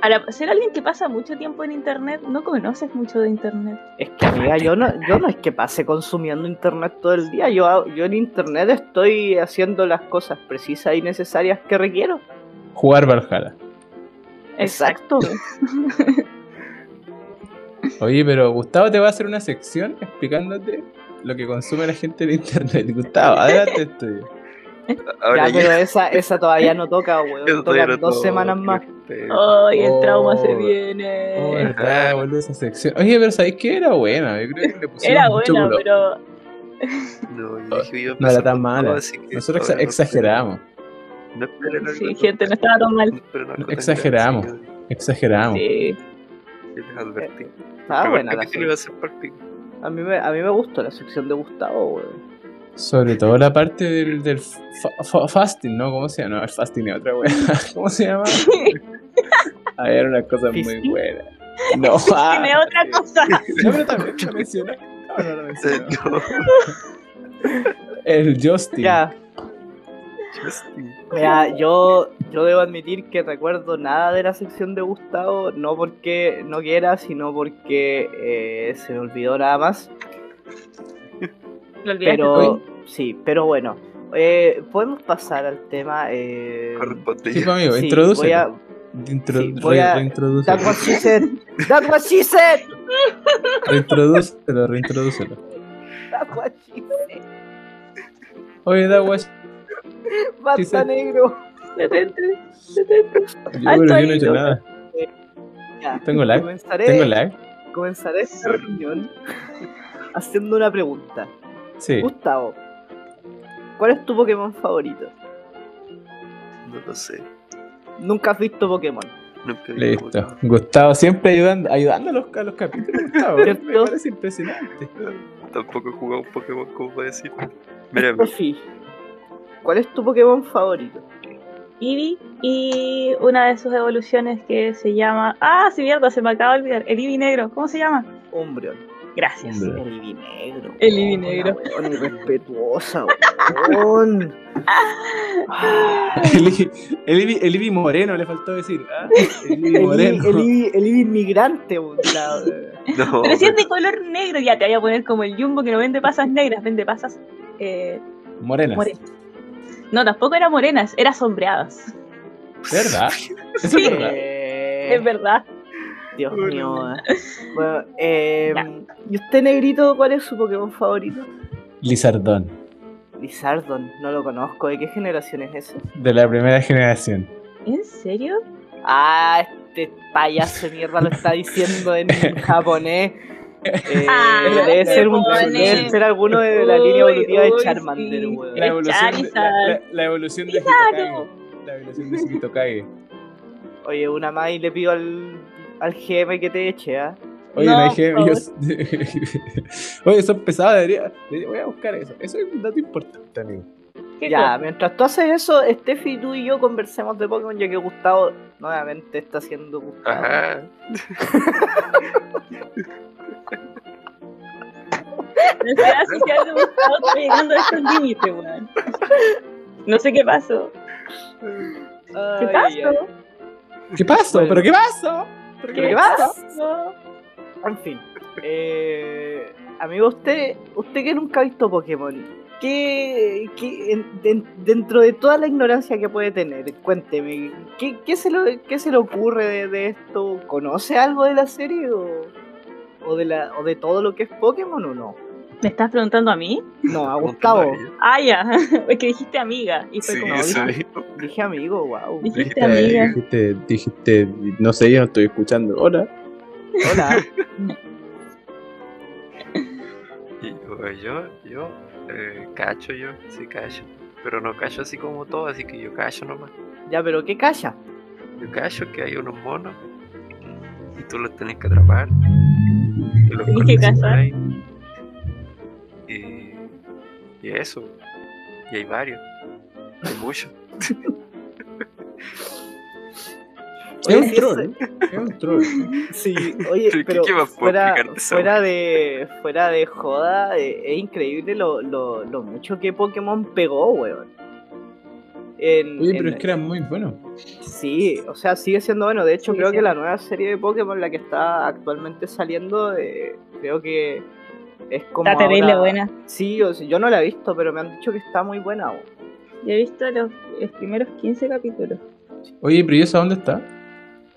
Speaker 4: Al ap- ser alguien que pasa mucho tiempo en internet, no conoces mucho de internet.
Speaker 3: Es que, amiga, yo no, yo no es que pase consumiendo internet todo el día. Yo, hago- yo en internet estoy haciendo las cosas precisas y necesarias que requiero.
Speaker 1: Jugar Valhalla.
Speaker 3: Exacto.
Speaker 1: Oye, pero Gustavo te va a hacer una sección explicándote lo que consume la gente en internet. Gustavo, adelante estudio.
Speaker 2: A- ahora
Speaker 3: ya, pero esa, esa todavía no toca, weón.
Speaker 2: todavía
Speaker 3: Toca
Speaker 2: no
Speaker 3: dos
Speaker 2: todo,
Speaker 3: semanas
Speaker 2: qué
Speaker 3: más.
Speaker 2: respeto.
Speaker 4: Ay, el
Speaker 1: Oh.
Speaker 4: trauma se
Speaker 1: Oh,
Speaker 4: viene.
Speaker 1: verdad, boludo, esa sección. Oye, pero ¿sabéis que era buena? Yo creo que le pusimos
Speaker 4: Era
Speaker 1: mucho
Speaker 4: buena,
Speaker 1: culo.
Speaker 4: pero
Speaker 2: No, yo dije, yo
Speaker 1: No era tan
Speaker 2: empezando
Speaker 1: mala.
Speaker 2: todo, así que
Speaker 1: Nosotros exa-
Speaker 2: todavía no-
Speaker 1: exageramos,
Speaker 2: No esperen algo
Speaker 4: sí,
Speaker 2: tan-
Speaker 4: gente, no estaba tan mal.
Speaker 2: no esperen algo tan
Speaker 1: Exageramos.
Speaker 2: grande, así
Speaker 1: exageramos.
Speaker 4: Sí.
Speaker 2: que yo les advertí. Pero
Speaker 3: Estaba Eh, ah, buena
Speaker 2: el
Speaker 3: la
Speaker 2: capítulo
Speaker 3: sección.
Speaker 2: iba a ser práctico.
Speaker 3: A mí, me, a mí me gustó la sección de Gustavo, weón.
Speaker 1: Sobre todo la parte del, del fa- fa- fasting, ¿no? ¿Cómo se llama? No, el fasting es otra wea. ¿Cómo se llama? Había una cosa muy
Speaker 3: ¿Fisting?
Speaker 1: buena. No, ah,
Speaker 4: Tiene otra cosa.
Speaker 1: No, pero también lo mencioné. No, no lo mencioné.
Speaker 2: No,
Speaker 1: El Justin.
Speaker 3: Ya,
Speaker 2: Justin.
Speaker 3: mira, yo, yo debo admitir que recuerdo nada de la sección de Gustavo, no porque no quiera, sino porque eh, se me olvidó nada más.
Speaker 4: Lo olvidaste
Speaker 3: Pero
Speaker 4: tú.
Speaker 3: sí, pero bueno. Eh, Podemos pasar al tema. Eh,
Speaker 2: Corresponde
Speaker 1: Sí,
Speaker 2: ya.
Speaker 1: pues, amigo,
Speaker 3: sí,
Speaker 1: introduce.
Speaker 3: voy a-
Speaker 1: Intro,
Speaker 3: sí, voy a-
Speaker 1: reintrodúcelo.
Speaker 3: That's what she said. That's what she said.
Speaker 1: Reintrodúcelo, reintrodúcelo.
Speaker 3: That's what she said.
Speaker 1: Oye, da guas. She
Speaker 3: Basta
Speaker 1: said.
Speaker 3: negro.
Speaker 4: Detente, detente.
Speaker 1: Yo,
Speaker 4: Alto
Speaker 1: pero yo no he hecho
Speaker 4: ahí,
Speaker 1: nada.
Speaker 3: Ya,
Speaker 1: Tengo lag,
Speaker 3: Comenzaré,
Speaker 1: ¿Tengo lag?
Speaker 3: comenzaré esta reunión haciendo una pregunta.
Speaker 1: Sí.
Speaker 3: Gustavo, ¿cuál es tu Pokémon favorito?
Speaker 2: No lo sé.
Speaker 3: Nunca has visto Pokémon.
Speaker 2: Nunca vi
Speaker 1: Listo. Gustavo siempre ayudando, ayudando a, los, a los capítulos. Gustavo,
Speaker 3: ¿Cierto?
Speaker 1: me parece impresionante.
Speaker 2: Pokémon. Tampoco he jugado un Pokémon como para decir. Mira, mi-
Speaker 3: Sofi, ¿cuál es tu Pokémon favorito?
Speaker 4: Eevee y una de sus evoluciones que se llama. Ah, sí, mierda, se me acaba de olvidar. El Eevee negro, ¿cómo se llama?
Speaker 3: Umbreon.
Speaker 4: Gracias.
Speaker 1: Hombre.
Speaker 3: El Ibinegro.
Speaker 4: El Ibinegro.
Speaker 3: Una irrespetuosa, weón.
Speaker 1: El Ibi- el Ibi- el Ibi Moreno le faltó decir. ¿ah? El Ibi
Speaker 3: El, Ibi- el,
Speaker 1: Moreno.
Speaker 3: Ibi- el Ibi inmigrante, weón. La-
Speaker 2: no,
Speaker 4: Pero si es de color negro, ya te voy a poner como el Jumbo que no vende pasas negras, vende pasas eh,
Speaker 1: Morenas.
Speaker 4: morenas. No, tampoco era morenas, era sombreadas.
Speaker 1: ¿Verdad? Eso es
Speaker 4: Sí.
Speaker 1: verdad.
Speaker 3: Eh,
Speaker 4: Es verdad.
Speaker 3: Dios
Speaker 2: Bueno.
Speaker 3: mío. eh. Bueno, eh, ¿Y usted, negrito, cuál es su Pokémon favorito?
Speaker 1: Lizardón.
Speaker 3: Lizardon, no lo conozco. ¿De qué generación es ese?
Speaker 1: De la primera generación.
Speaker 4: ¿En serio?
Speaker 3: Ah, este payaso de mierda lo está diciendo en japonés. Eh,
Speaker 4: Ah,
Speaker 3: debe, ser un,
Speaker 4: japonés.
Speaker 3: debe ser alguno de la línea
Speaker 4: Uy,
Speaker 3: evolutiva de
Speaker 4: uy,
Speaker 3: Charmander,
Speaker 4: sí.
Speaker 3: weón.
Speaker 1: La
Speaker 4: Es
Speaker 1: evolución, de, la,
Speaker 4: Charizard.
Speaker 1: la- la evolución de Hitokage. La evolución de Hitokage.
Speaker 3: Oye, una más y le pido al, al GM que te eche, ¿ah?
Speaker 1: Oye,
Speaker 4: No,
Speaker 1: la
Speaker 4: por
Speaker 1: IGM, yo- Oye, eso es pesado, debería, debería- Voy a buscar eso. Eso es un dato importante, amigo.
Speaker 4: ¿Qué
Speaker 3: Ya,
Speaker 4: cosa?
Speaker 3: mientras tú haces eso, Steffi, tú y yo conversemos de Pokémon, ya que Gustavo nuevamente está haciendo Gustavo.
Speaker 2: Ajá.
Speaker 4: La ansiedad social de Gustavo está llegando hasta un este límite, weón. No sé qué pasó. ¿Qué
Speaker 3: Ay, ay,
Speaker 4: pasó?
Speaker 3: ay.
Speaker 1: ¿Qué pasó?
Speaker 3: Bueno.
Speaker 1: ¿Pero qué pasó? ¿Pero
Speaker 3: ¿Pero qué
Speaker 4: pasó?
Speaker 3: más? En fin. Eh, amigo, usted, usted que nunca ha visto Pokémon, ¿qué, qué- en- den- dentro de toda la ignorancia que puede tener, cuénteme, ¿qué, qué se, lo, qué se le ocurre de, de esto? ¿Conoce algo de la serie o o de, la, o de todo lo que es Pokémon o no?
Speaker 4: ¿Me estás preguntando a mí?
Speaker 3: No, a Gustavo.
Speaker 4: Ah, ya. Es que dijiste amiga. Y fue
Speaker 2: Sí,
Speaker 4: como.
Speaker 2: eso
Speaker 4: Dije,
Speaker 2: dijo.
Speaker 3: Dije amigo, wow.
Speaker 4: dijiste
Speaker 2: Dijiste
Speaker 4: amiga.
Speaker 1: Dijiste, dijiste, no sé, yo no estoy escuchando. Hola.
Speaker 3: Hola.
Speaker 2: Y yo, yo, yo, eh, cacho yo, sí cacho. Pero no cacho así como todo, así que yo cacho nomás.
Speaker 3: Ya, pero ¿qué calla?
Speaker 2: Yo cacho que hay unos monos y tú los tenés que atrapar. Tú los
Speaker 4: Tenés
Speaker 2: conoces
Speaker 4: que
Speaker 2: por
Speaker 4: cazar.
Speaker 2: ahí. Y, y eso. Y hay varios. Hay muchos.
Speaker 1: Es
Speaker 3: Oye,
Speaker 1: un
Speaker 3: sí, es-
Speaker 1: troll. Es un troll.
Speaker 3: Sí, oye,
Speaker 2: ¿Qué-
Speaker 3: pero
Speaker 2: qué más puedo
Speaker 3: fuera,
Speaker 2: explicar de esa
Speaker 3: fuera, de, fuera de joda, eh, es increíble lo, lo, lo mucho que Pokémon pegó, weón. En-
Speaker 1: Oye, pero
Speaker 3: en-
Speaker 1: es que era muy bueno.
Speaker 3: Sí, o sea, sigue siendo bueno. De hecho,
Speaker 4: Sigue
Speaker 3: creo que
Speaker 4: siendo.
Speaker 3: la nueva serie de Pokémon, la que está actualmente saliendo, eh, creo que es como.
Speaker 4: Está terrible
Speaker 3: ahora-
Speaker 4: buena.
Speaker 3: Sí, o sea, yo no la he visto, pero me han dicho que está muy buena. weón.
Speaker 4: Yo he visto los, los primeros 15 capítulos.
Speaker 1: Oye, pero ¿y eso dónde está?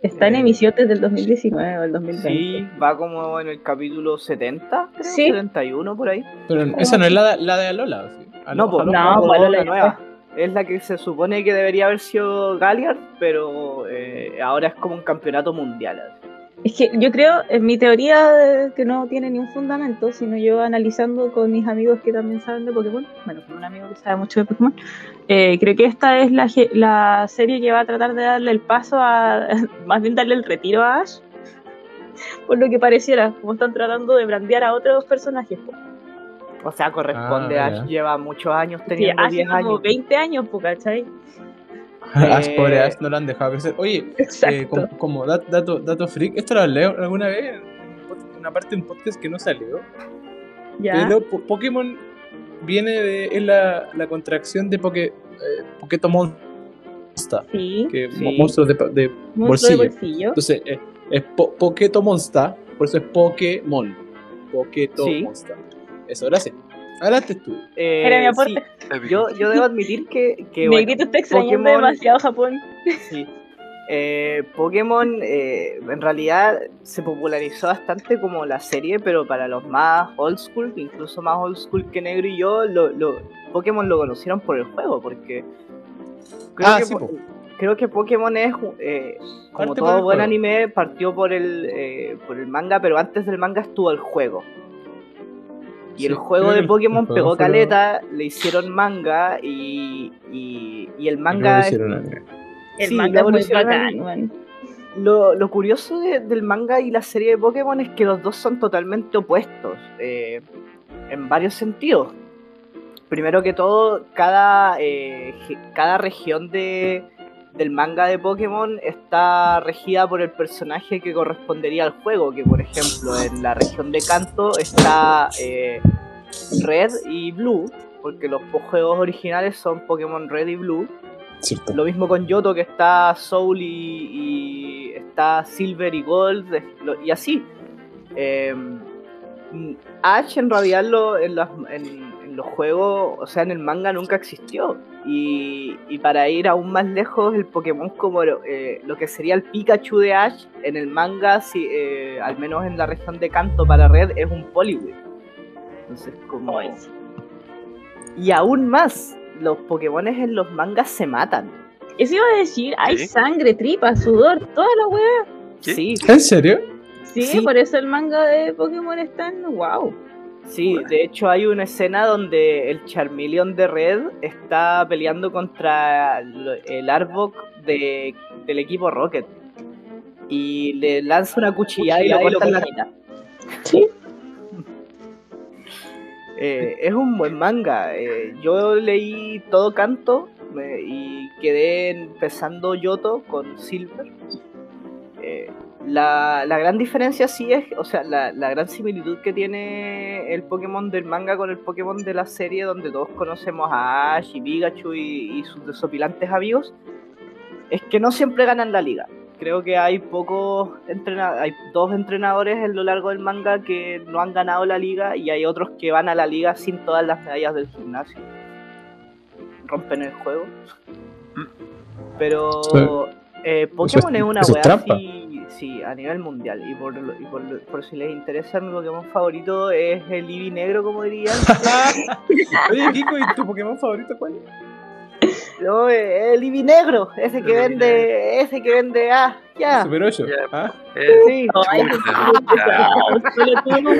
Speaker 4: Está en
Speaker 3: Eh.
Speaker 4: emisión desde el 2019 o el 2020.
Speaker 3: Sí, va como en el capítulo 70, creo,
Speaker 4: Sí.
Speaker 3: 71 por ahí.
Speaker 1: Pero
Speaker 4: ¿Cómo
Speaker 1: esa no es la, de- la de Alola. ¿sí? Alola,
Speaker 3: No, pues,
Speaker 1: Alola.
Speaker 4: No,
Speaker 3: no,
Speaker 4: pues,
Speaker 3: no,
Speaker 4: Lola
Speaker 3: la
Speaker 4: ya
Speaker 3: nueva. Es la que se supone que debería haber sido Galliard, pero eh, ahora es como un campeonato mundial. así.
Speaker 4: Es que yo creo, en mi teoría de- que no tiene ni un fundamento, sino yo analizando con mis amigos que también saben de Pokémon, bueno, con un amigo que sabe mucho de Pokémon, eh, creo que esta es la, ge- la serie que va a tratar de darle el paso a, más bien darle el retiro a Ash, por lo que pareciera, como están tratando de brandear a otros personajes. po.
Speaker 3: O sea, corresponde
Speaker 1: Ah,
Speaker 3: a
Speaker 1: ya.
Speaker 3: lleva muchos años
Speaker 4: Que
Speaker 3: teniendo
Speaker 4: Ash
Speaker 3: 10
Speaker 4: tiene como
Speaker 3: años.
Speaker 4: 20 años, po, ¿cachai?
Speaker 1: Ash,
Speaker 3: Eh,
Speaker 1: pobre Ash, no lo han dejado crecer. Oye,
Speaker 4: Exacto.
Speaker 1: eh, como, como dat- dato, dato freak, esto lo hablé alguna vez en un pod- en una parte de un podcast que no salió.
Speaker 4: ya.
Speaker 1: Pero Eh, Po- Pokémon viene de. es la, la contracción de Poké, eh, Pokémon Monsta,
Speaker 4: sí.
Speaker 1: que mo-
Speaker 3: Sí.
Speaker 1: monstruos de, pa- de-
Speaker 4: Monstruo
Speaker 1: bolsillo.
Speaker 4: de bolsillo.
Speaker 1: Entonces, eh, es po Pokémon Monsta, por eso es Pokémon. Pokémon
Speaker 3: Sí.
Speaker 1: Monsta. Eso, gracias. Hablaste tú.
Speaker 3: eh,
Speaker 4: Era mi aporte.
Speaker 3: sí, yo, yo debo admitir que, que bueno,
Speaker 4: Negrito está extrañando
Speaker 3: Pokémon-
Speaker 4: demasiado Japón.
Speaker 3: Sí. Eh, Pokémon eh, en realidad se popularizó bastante como la serie, pero para los más old school, incluso más old school que Negro y yo, lo, lo- Pokémon lo conocieron por el juego, porque creo,
Speaker 1: Ah,
Speaker 3: que,
Speaker 1: sí,
Speaker 3: po-
Speaker 1: po.
Speaker 3: creo que Pokémon es, eh, como
Speaker 1: Parte por
Speaker 3: todo
Speaker 1: el
Speaker 3: buen
Speaker 1: juego.
Speaker 3: anime, partió por el, eh, por el manga, pero antes del manga estuvo el juego. Y el
Speaker 1: Sí,
Speaker 3: juego
Speaker 1: creo
Speaker 3: de
Speaker 1: que
Speaker 3: Pokémon
Speaker 1: el juego
Speaker 3: pegó
Speaker 1: fue lo-
Speaker 3: caleta, le hicieron manga y, y- y el
Speaker 1: y luego
Speaker 3: manga es
Speaker 1: hicieron anime.
Speaker 4: El
Speaker 3: Sí,
Speaker 4: manga es muy
Speaker 3: evolucionaron
Speaker 4: bacán,
Speaker 3: y-
Speaker 4: man.
Speaker 3: Lo, lo curioso de- del manga y la serie de Pokémon es que los dos son totalmente opuestos eh, en varios sentidos. Primero que todo, cada, eh, ge- cada región de, del manga de Pokémon está regida por el personaje que correspondería al juego, que por ejemplo en la región de Kanto está eh, Red y Blue, porque los po- juegos originales son Pokémon Red y Blue.
Speaker 1: Cierto.
Speaker 3: Lo mismo con Yoto, que está Soul y, y está Silver y Gold, es- lo- y así. Eh, mm, Ash en realidad lo- en, las- en- en los juegos, o sea, en el manga nunca existió. Y, y para ir aún más lejos, el Pokémon como lo, eh, lo que sería el Pikachu de Ash, en el manga, si, eh, al menos en la región de Canto para Red, es un Poliwhip. Entonces, como...
Speaker 4: Ay, sí.
Speaker 3: Y aún más, los Pokémones en los mangas se matan.
Speaker 4: Eso iba a decir, hay
Speaker 2: Sí.
Speaker 4: sangre, tripa, sudor, toda la wea.
Speaker 2: ¿Qué?
Speaker 3: Sí,
Speaker 1: ¿En serio?
Speaker 4: Sí,
Speaker 3: Sí.
Speaker 4: por eso el manga de Pokémon es tan wow.
Speaker 3: Sí, de hecho hay una escena donde el Charmeleon de Red está peleando contra lo- el Arbok de- del equipo Rocket. Y le lanza una cuchillada y lo corta en la mitad.
Speaker 4: Sí.
Speaker 3: Eh, es un buen manga. eh, yo leí todo canto me- y quedé empezando Yoto con Silver. Eh, la, la gran diferencia sí es, o sea, la, la gran similitud que tiene el Pokémon del manga con el Pokémon de la serie, donde todos conocemos a Ash y Pikachu y, y sus desopilantes amigos, es que no siempre ganan la liga. Creo que hay pocos entrena- hay dos entrenadores a lo largo del manga que no han ganado la liga y hay otros que van a la liga sin todas las medallas del gimnasio. Rompen el juego. Pero eh, Pokémon es, una
Speaker 1: eso es
Speaker 3: weá
Speaker 1: trampa.
Speaker 3: así- sí, a nivel mundial. Y por, lo- y por, lo- por si les interesa, mi Pokémon favorito es el Eevee negro, como dirían.
Speaker 1: Oye, Kiko, ¿y tu Pokémon favorito cuál es?
Speaker 3: no, eh, el Eevee negro, ese que
Speaker 2: El Eevee
Speaker 3: vende, ese que vende, ah, ya.
Speaker 1: Super 8.
Speaker 2: Ya.
Speaker 1: ¿Ah?
Speaker 2: Eh,
Speaker 3: Sí.
Speaker 4: Ay, qué Pero tuve un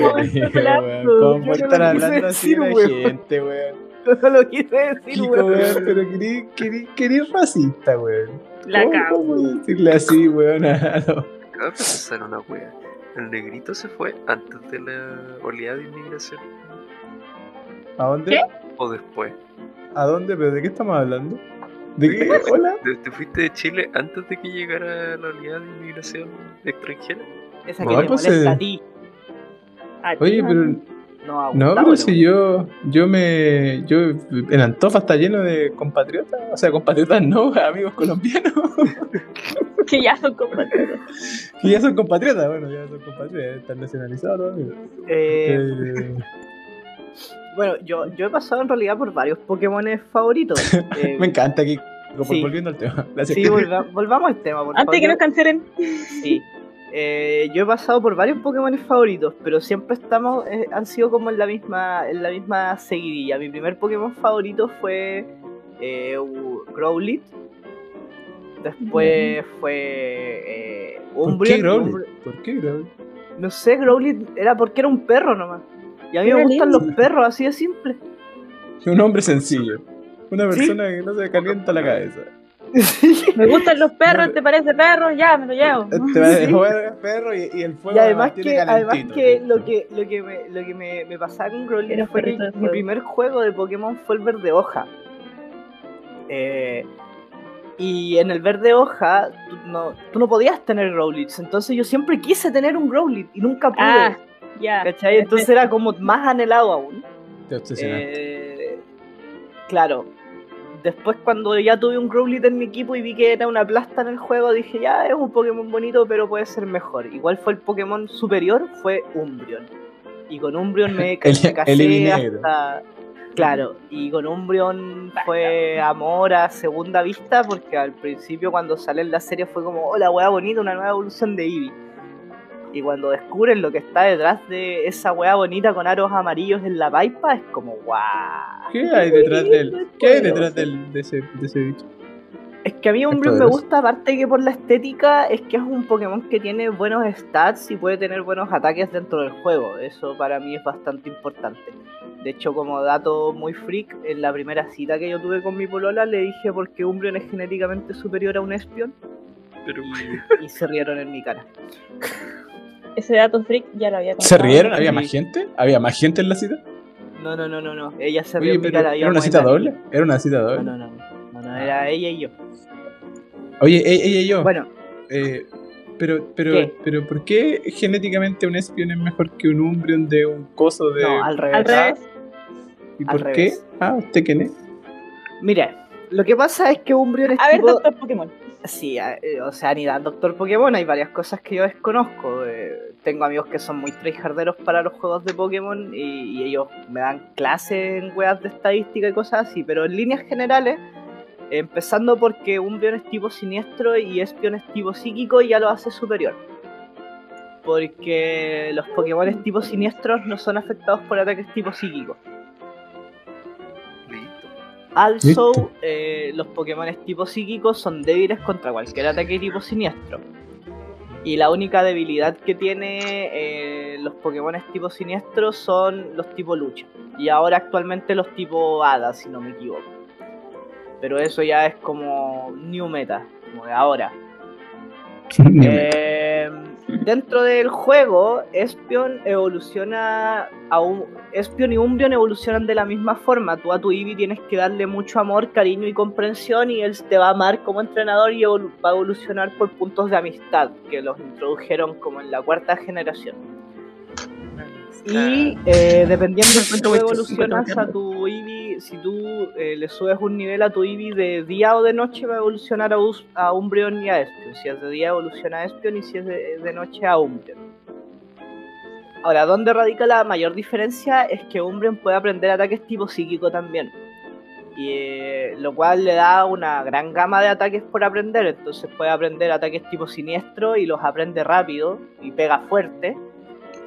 Speaker 4: momento de lapso.
Speaker 1: ¿Cómo
Speaker 3: Yo no lo
Speaker 1: están
Speaker 3: quise
Speaker 1: hablando así
Speaker 3: decir,
Speaker 1: la
Speaker 3: weón.
Speaker 1: gente, weón?
Speaker 3: No lo quise decir,
Speaker 1: Kiko,
Speaker 3: weón.
Speaker 1: weón, pero querí, querí, querí racista, weón.
Speaker 4: La
Speaker 1: ¿Cómo-
Speaker 4: cago.
Speaker 1: cómo decirle así, weón? a los-
Speaker 2: acabo de pensar una wea. El negrito se fue antes de la oleada de inmigración
Speaker 1: ¿A dónde?
Speaker 4: ¿Qué?
Speaker 2: o después.
Speaker 1: ¿A dónde? ¿Pero de qué estamos hablando? ¿De qué? ¿Hola?
Speaker 2: ¿Te, te fuiste de Chile antes de que llegara la oleada de inmigración extranjera?
Speaker 3: Esa que
Speaker 1: No,
Speaker 3: te
Speaker 1: pues,
Speaker 3: molesta
Speaker 1: eh.
Speaker 3: a ti,
Speaker 4: A ti,
Speaker 1: Oye,
Speaker 4: ¿no?
Speaker 1: pero
Speaker 3: no
Speaker 1: No,
Speaker 3: a Gustavo,
Speaker 1: pero
Speaker 3: weón.
Speaker 1: si yo, yo me, yo, en Antofa está lleno de compatriotas, o sea, compatriotas no, amigos colombianos,
Speaker 4: Que ya son compatriotas.
Speaker 1: que ya son compatriotas, bueno, ya son compatriotas, están nacionalizados. ¿no?
Speaker 3: Eh,
Speaker 1: Eh,
Speaker 3: Bueno, yo, yo he pasado en realidad por varios Pokémon favoritos. Eh,
Speaker 1: me encanta aquí, como por-
Speaker 3: sí.
Speaker 1: volviendo al tema. Gracias.
Speaker 3: Sí, volva- volvamos al tema, por
Speaker 4: Antes que nos
Speaker 3: favor.
Speaker 4: cancelen.
Speaker 3: Sí. Eh, yo he pasado por varios Pokémon favoritos, pero siempre estamos, eh, han sido como en la misma, en la misma seguidilla. Mi primer Pokémon favorito fue eh, u- Growlit. Después fue eh,
Speaker 1: ¿Por qué
Speaker 3: Umbreon.
Speaker 1: Growlithe?
Speaker 3: Umbreon-
Speaker 1: ¿Por qué Growlithe?
Speaker 3: No sé, Growlit era porque era un perro nomás. Y a mí
Speaker 4: Era
Speaker 3: me gustan
Speaker 4: lindo.
Speaker 3: los perros, así de simple.
Speaker 1: Un hombre sencillo, una
Speaker 3: Sí.
Speaker 1: persona que no se calienta la cabeza.
Speaker 4: Me gustan los perros,
Speaker 1: No. Eh,
Speaker 4: ¿te parece perros? Ya, me lo llevo.
Speaker 1: Te va a
Speaker 3: Sí.
Speaker 1: jugar perro y, y el fuego
Speaker 3: Y además
Speaker 1: tiene
Speaker 3: que, además
Speaker 1: calentito.
Speaker 3: que lo que lo que me, lo que me, me pasaba con Growlithe
Speaker 4: Era
Speaker 3: fue que
Speaker 4: perrito de
Speaker 3: mi
Speaker 4: fuego.
Speaker 3: primer juego de Pokémon fue el verde hoja. Eh, y en el verde hoja tú no, tú no podías tener Growlithe, entonces yo siempre quise tener un Growlithe y nunca pude.
Speaker 4: Ah, ya.
Speaker 3: ¿Cachai? Entonces era como más anhelado aún.
Speaker 1: Te obsesionaste.
Speaker 3: Eh, claro. Después cuando ya tuve un Growlithe en mi equipo y vi que era una plasta en el juego, dije, ya es un Pokémon bonito, pero puede ser mejor. Igual fue el Pokémon superior, fue Umbreon. Y con Umbreon me ca-
Speaker 1: El-
Speaker 3: me casé
Speaker 1: el Evinegro.
Speaker 3: hasta... Claro, y con Umbreon fue amor a segunda vista, porque al principio cuando sale en la serie fue como, hola, weá bonita, una nueva evolución de Eevee. Y cuando descubren lo que está detrás de esa weá bonita con aros amarillos en la paipa, es como guau.
Speaker 1: ¿Qué hay detrás del, qué hay detrás del, de, ese, de ese bicho?
Speaker 3: Es que a mí Umbreon me
Speaker 1: poderoso.
Speaker 3: gusta, aparte que por la estética, es que es un Pokémon que tiene buenos stats y puede tener buenos ataques dentro del juego. Eso para mí es bastante importante. De hecho, como dato muy freak, en la primera cita que yo tuve con mi polola le dije por qué Umbreon es genéticamente superior a un espion
Speaker 2: Pero
Speaker 3: y se rieron en mi cara.
Speaker 4: Ese dato freak ya lo había
Speaker 1: ¿Se
Speaker 4: contado.
Speaker 1: rieron? ¿Había
Speaker 3: Sí.
Speaker 1: más gente? ¿Había más gente en la cita?
Speaker 3: No, no, no, no, no. Ella se rió
Speaker 1: Oye,
Speaker 3: en mi
Speaker 1: pero
Speaker 3: cara.
Speaker 1: ¿era una
Speaker 3: íbamos
Speaker 1: cita
Speaker 3: en la-
Speaker 1: doble? Ah. ¿Era una cita
Speaker 3: No,
Speaker 1: doble?
Speaker 3: no, no. no, no, era ella y yo.
Speaker 1: Oye, e- ella y yo.
Speaker 3: Bueno,
Speaker 1: eh, pero, pero,
Speaker 3: ¿Qué?
Speaker 1: pero, ¿por qué genéticamente un espion es mejor que un Umbreon de un coso de.
Speaker 3: no, al revés.
Speaker 4: Al revés.
Speaker 1: ¿Y
Speaker 3: al
Speaker 1: por
Speaker 3: revés.
Speaker 1: qué? Ah, ¿usted quién es?
Speaker 3: Mira, lo que pasa es que Umbreon es
Speaker 4: A ver,
Speaker 3: tipo-
Speaker 4: doctor Pokémon.
Speaker 3: Sí, a- eh, o sea, ni al Doctor Pokémon hay varias cosas que yo desconozco. eh, tengo amigos que son muy tryharderos para los juegos de Pokémon y, y ellos me dan clases en weas de estadística y cosas así, pero en líneas generales, empezando porque Umbreon es tipo siniestro y Espion es tipo psíquico y ya lo hace superior. Porque los Pokémon tipo siniestros no son afectados por ataques tipo psíquico.
Speaker 2: listo.
Speaker 3: Also,
Speaker 1: Listo.
Speaker 3: eh, los Pokémon tipo psíquicos son débiles contra cualquier ataque tipo siniestro. Y la única debilidad que tiene eh, los Pokémon tipo siniestro son los tipo lucha. Y ahora actualmente los tipo hada, si no me equivoco. Pero eso ya es como new meta, como de ahora. Eh, dentro del juego, Espion evoluciona a un, Espion y Umbreon evolucionan de la misma forma. Tú a tu Eevee tienes que darle mucho amor, cariño y comprensión y él te va a amar como entrenador y evolu- va a evolucionar por puntos de amistad que los introdujeron como en la cuarta generación. Y eh, dependiendo de
Speaker 2: Cuento
Speaker 3: cómo
Speaker 2: mucho,
Speaker 3: evolucionas
Speaker 2: cuento
Speaker 3: a tu Eevee, si tú eh, le subes un nivel a tu Eevee de día o de noche, va a evolucionar a, Us- a Umbreon y a Espion. Si es de día, evoluciona a Espion y si es de, de noche, a Umbreon. Ahora, ¿dónde radica la mayor diferencia? Es que Umbreon puede aprender ataques tipo psíquico también. Y, eh, lo cual le da una gran gama de ataques por aprender. Entonces puede aprender ataques tipo siniestro y los aprende rápido y pega fuerte.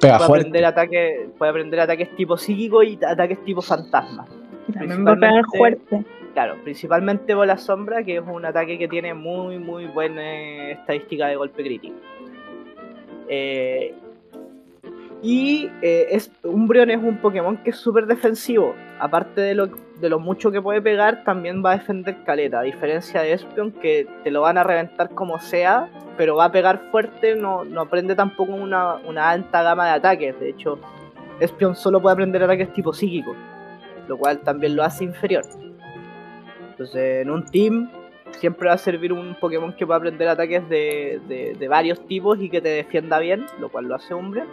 Speaker 1: Pega
Speaker 3: puede,
Speaker 1: fuerte.
Speaker 3: Aprender ataques, puede aprender ataques tipo psíquico y ataques tipo fantasma.
Speaker 4: Y También va a pegar
Speaker 3: Principalmente-
Speaker 4: fuerte.
Speaker 3: Claro, principalmente bola sombra, que es un ataque que tiene muy, muy buena eh, estadística de golpe crítico. Eh, y eh, es, Umbreon es un Pokémon que es súper defensivo. Aparte de lo, de lo mucho que puede pegar, también va a defender caleta. A diferencia de Espeon, que te lo van a reventar como sea, pero va a pegar fuerte, no, no aprende tampoco una, una alta gama de ataques. De hecho, Espeon solo puede aprender ataques tipo psíquico, lo cual también lo hace inferior. Entonces, en un team siempre va a servir un Pokémon que pueda aprender ataques de, de- de varios tipos y que te defienda bien, lo cual lo hace hombre.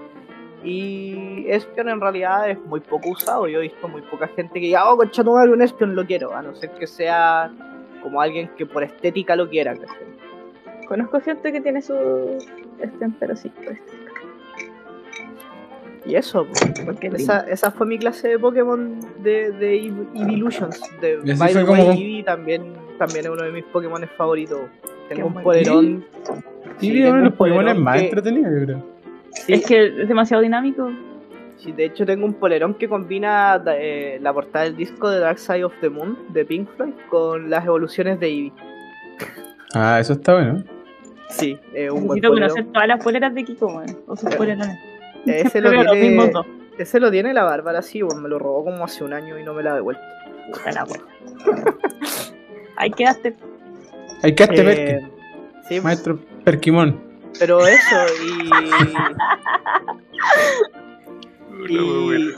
Speaker 3: Y Espion en realidad es muy poco usado. Yo he visto muy poca gente que diga, oh, concha, no un Espion, lo quiero. A no ser que sea como alguien que por estética lo quiera. ¿cachai?
Speaker 4: Conozco gente que tiene su. Este, pero sí, pues.
Speaker 3: Y eso, pues,
Speaker 4: Porque
Speaker 3: esa, esa fue mi clase de Pokémon de, de Ev- Evilutions. De,
Speaker 1: Y así
Speaker 3: by
Speaker 1: fue
Speaker 3: the
Speaker 1: como-
Speaker 3: way, Eevee también, también es uno de mis Pokémon favoritos. Tengo un
Speaker 4: bueno.
Speaker 3: poderón.
Speaker 1: Y
Speaker 3: sí,
Speaker 1: es uno
Speaker 3: tengo
Speaker 1: de
Speaker 3: un
Speaker 1: los Pokémon
Speaker 3: polerón
Speaker 1: más
Speaker 3: que-
Speaker 1: entretenidos, yo creo.
Speaker 3: sí,
Speaker 4: Es que es demasiado dinámico.
Speaker 3: Sí, de hecho tengo un polerón que combina da- eh, la portada del disco de Dark Side of the Moon de Pink Floyd con las evoluciones de Eevee.
Speaker 1: Ah, eso está bueno.
Speaker 3: Sí, eh, un buen
Speaker 4: Necesito conocer
Speaker 3: polerón.
Speaker 4: todas las poleras de Kiko, weón. O sus
Speaker 3: Eh,
Speaker 4: polerones.
Speaker 3: Ese lo,
Speaker 4: Pero los
Speaker 3: tiene,
Speaker 4: mismos dos.
Speaker 3: ese lo tiene la Bárbara, sí, bueno, me lo robó como hace un año y no me la ha devuelto.
Speaker 4: Puta la wea. Ahí quedaste.
Speaker 1: Hay que este
Speaker 3: Eh,
Speaker 1: Perkin,
Speaker 3: sí,
Speaker 1: maestro Perkimón.
Speaker 3: pero eso, y...
Speaker 2: Una muy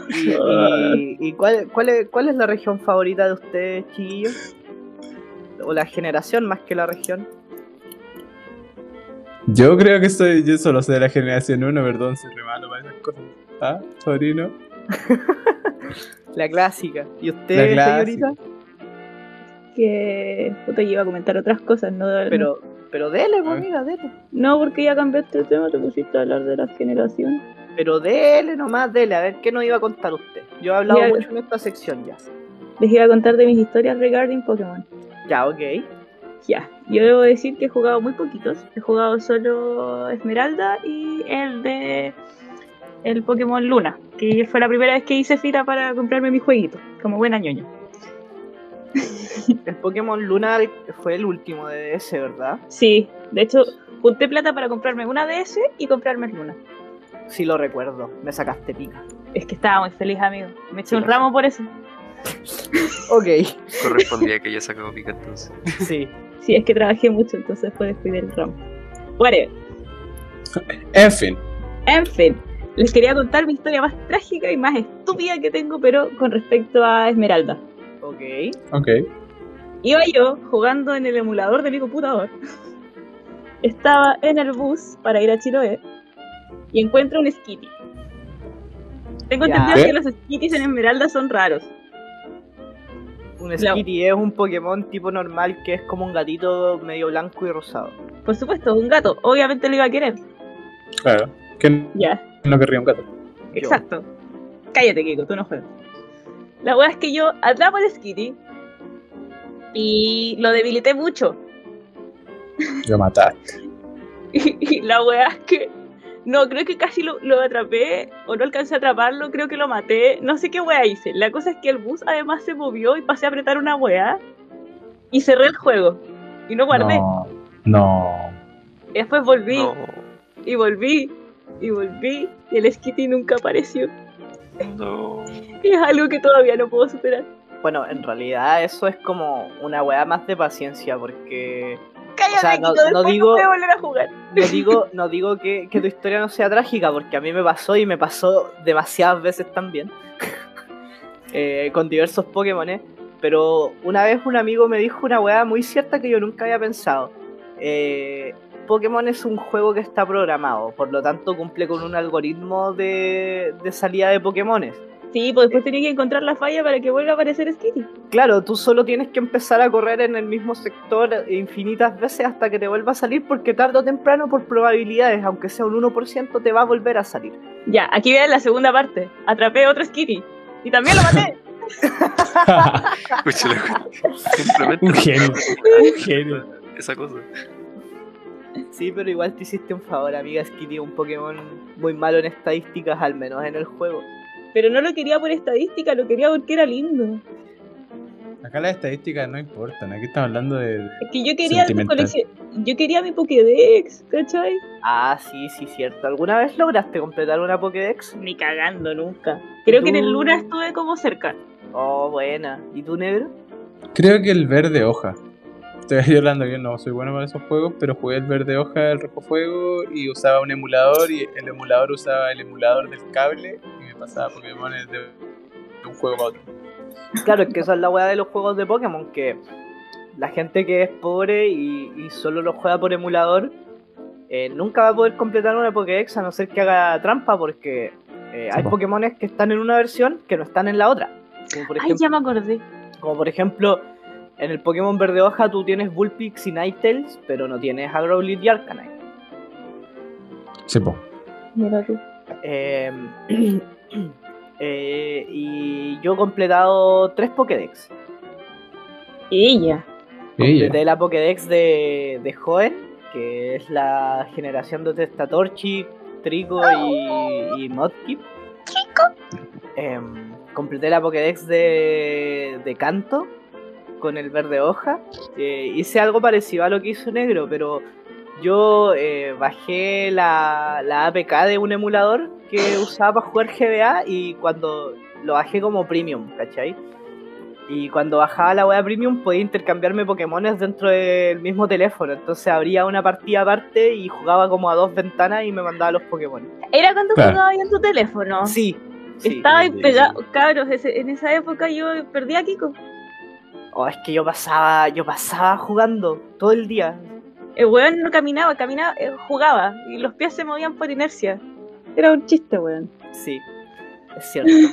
Speaker 3: ¿Y,
Speaker 2: buena.
Speaker 3: y- y- y cuál, cuál es, cuál es la región favorita de ustedes, chiquillos? O la generación más que la región.
Speaker 1: Yo creo que soy, yo solo soy de la generación 1, perdón, soy re malo para esas cosas. Ah, sobrino.
Speaker 3: La clásica. ¿Y
Speaker 1: La
Speaker 3: usted,
Speaker 1: clásica.
Speaker 3: señorita?
Speaker 4: Que. Puta, yo iba a comentar otras cosas, ¿no?
Speaker 3: Pero, pero dele,
Speaker 1: A
Speaker 3: pues,
Speaker 1: ver.
Speaker 3: amiga, dele.
Speaker 4: No, porque ya cambiaste el tema, te pusiste a hablar de la generación.
Speaker 3: Pero dele nomás, dele. A ver, ¿qué nos iba a contar usted? Yo he hablado
Speaker 4: Ya.
Speaker 3: mucho en esta sección ya.
Speaker 4: Les iba a contar de mis historias regarding Pokémon.
Speaker 3: Ya, ok.
Speaker 4: Ya, yo debo decir que he jugado muy poquitos. He jugado solo Esmeralda y el de el Pokémon Luna, que fue la primera vez que hice fila para comprarme mi jueguito, como buena ñoña.
Speaker 3: El Pokémon Luna fue el último de ese, ¿verdad?
Speaker 4: Sí, de hecho, junté plata para comprarme una DS y comprarme el Luna.
Speaker 3: Sí, lo recuerdo. Me sacaste pica.
Speaker 4: Es que estaba muy feliz, amigo. Me eché
Speaker 3: Sí,
Speaker 4: un
Speaker 3: lo
Speaker 4: ramo por eso.
Speaker 3: Ok.
Speaker 2: Correspondía que ya sacaba pica entonces.
Speaker 3: Sí.
Speaker 4: Sí, es que trabajé mucho, entonces fue descuidar el ramo. Whatever.
Speaker 1: En fin,
Speaker 4: En fin, les quería contar mi historia más trágica y más estúpida que tengo, pero con respecto a Esmeralda.
Speaker 3: Ok.
Speaker 1: ok.
Speaker 4: Iba yo jugando en el emulador de mi computador. Estaba en el bus para ir a Chiloé y encuentro un Skitty. Tengo
Speaker 3: Ya. ¿Eh?
Speaker 4: entendido
Speaker 1: ¿Qué?
Speaker 4: que los Skitties en Esmeralda son raros.
Speaker 3: Un Skitty es un Pokémon tipo normal que es como un gatito medio blanco y rosado.
Speaker 4: Por supuesto, un gato. Obviamente lo iba a querer.
Speaker 1: Claro. Que no,
Speaker 4: Ya,
Speaker 1: no querría un gato.
Speaker 3: Yo.
Speaker 4: exacto. Cállate, Kiko, tú no juegas. La weá es que yo atrapo al Skitty y lo debilité mucho.
Speaker 1: Yo matar.
Speaker 4: Y, y la weá es que. No, creo que casi lo, lo atrapé o no alcancé a atraparlo, creo que lo maté. No sé qué weá hice. La cosa es que el bus además se movió y pasé a apretar una weá y cerré el juego. Y no guardé.
Speaker 1: No. No.
Speaker 4: Y después volví
Speaker 2: No,
Speaker 4: y volví y volví y el Skitty nunca apareció.
Speaker 2: no.
Speaker 4: Y es algo que todavía no puedo superar.
Speaker 3: Bueno, en realidad eso es como una weá más de paciencia, porque
Speaker 4: Cállate,
Speaker 3: no-
Speaker 4: Kiko,
Speaker 3: no
Speaker 4: después
Speaker 3: digo-
Speaker 4: voy a volver a jugar.
Speaker 3: no digo, no digo que, que tu historia no sea trágica, porque a mí me pasó y me pasó demasiadas veces también, eh, con diversos Pokémon, pero una vez un amigo me dijo una weá muy cierta que yo nunca había pensado. Eh, Pokémon es un juego que está programado, por lo tanto cumple con un algoritmo de, de salida de Pokémones.
Speaker 4: Sí, pues después tenía que encontrar la falla para que vuelva a aparecer Skitty.
Speaker 3: Claro, tú solo tienes que empezar a correr en el mismo sector infinitas veces hasta que te vuelva a salir, porque tarde o temprano, por probabilidades, aunque sea un 1%, te va a volver a salir.
Speaker 4: Ya, aquí vean la segunda parte. Atrapé otro Skitty y también lo maté.
Speaker 2: Escúchalo. Simplemente
Speaker 5: Un genio. Un genio.
Speaker 2: esa cosa.
Speaker 3: Sí, pero igual te hiciste un favor, amiga Skitty, un Pokémon muy malo en estadísticas, al menos en el juego.
Speaker 4: Pero no lo quería por estadística, lo quería porque era lindo.
Speaker 1: Acá las estadísticas no importan, aquí estamos hablando de...
Speaker 4: Es que yo quería, mi
Speaker 1: Sentimental.
Speaker 4: colección- yo quería mi Pokédex, ¿cachai?
Speaker 3: Ah, sí, sí, cierto. ¿Alguna vez lograste completar una Pokédex?
Speaker 4: Ni cagando nunca. Creo que en el Luna estuve como cerca.
Speaker 3: Oh, buena. ¿Y tú, negro?
Speaker 1: Creo que el verde hoja. Estoy hablando que no soy bueno para esos juegos, pero jugué el verde hoja, el rojo fuego y usaba un emulador y el emulador usaba el emulador del cable y me pasaba Pokémon de de un juego a otro.
Speaker 3: Claro, es que esa es la weá de los juegos de Pokémon, que la gente que es pobre y, y solo lo juega por emulador, eh, nunca va a poder completar una Pokédex a no ser que haga trampa, porque eh, hay
Speaker 1: po.
Speaker 3: Pokémones que están en una versión que no están en la otra. Como por
Speaker 4: Ay,
Speaker 3: ejemplo,
Speaker 4: ya me acordé.
Speaker 3: como por ejemplo en el Pokémon Verde Hoja tú tienes Vulpix y Ninetales, pero no tienes a Growlithe y Arcanine.
Speaker 1: Sí, po.
Speaker 4: Mira tú.
Speaker 3: Eh, eh, y yo he completado tres Pokédex.
Speaker 4: Ella.
Speaker 3: Completé la Pokédex de, de Joven, que es la generación de Testatorchi, Trico y, y Mudkip. Em, completé la Pokédex de, de Canto con el verde hoja. Eh, hice algo parecido a lo que hizo Negro, pero yo eh, bajé la, la APK de un emulador que usaba para jugar GBA y cuando lo bajé como premium, ¿cachai? Y cuando bajaba la web premium podía intercambiarme Pokémones dentro del mismo teléfono. Entonces abría una partida aparte y jugaba como a dos ventanas y me mandaba los Pokémon.
Speaker 4: Era cuando
Speaker 1: Claro.
Speaker 4: jugaba yo en tu teléfono.
Speaker 3: Sí. sí.
Speaker 4: Estaba ahí
Speaker 5: sí, sí.
Speaker 4: pegado. Cabros, ese- en esa época yo perdí a Kiko.
Speaker 3: Oh, es que yo pasaba, yo pasaba jugando todo el día.
Speaker 4: El weón no caminaba, caminaba, eh, jugaba. Y los pies se movían por inercia. Era un chiste, weón.
Speaker 3: Sí, es cierto. Eh,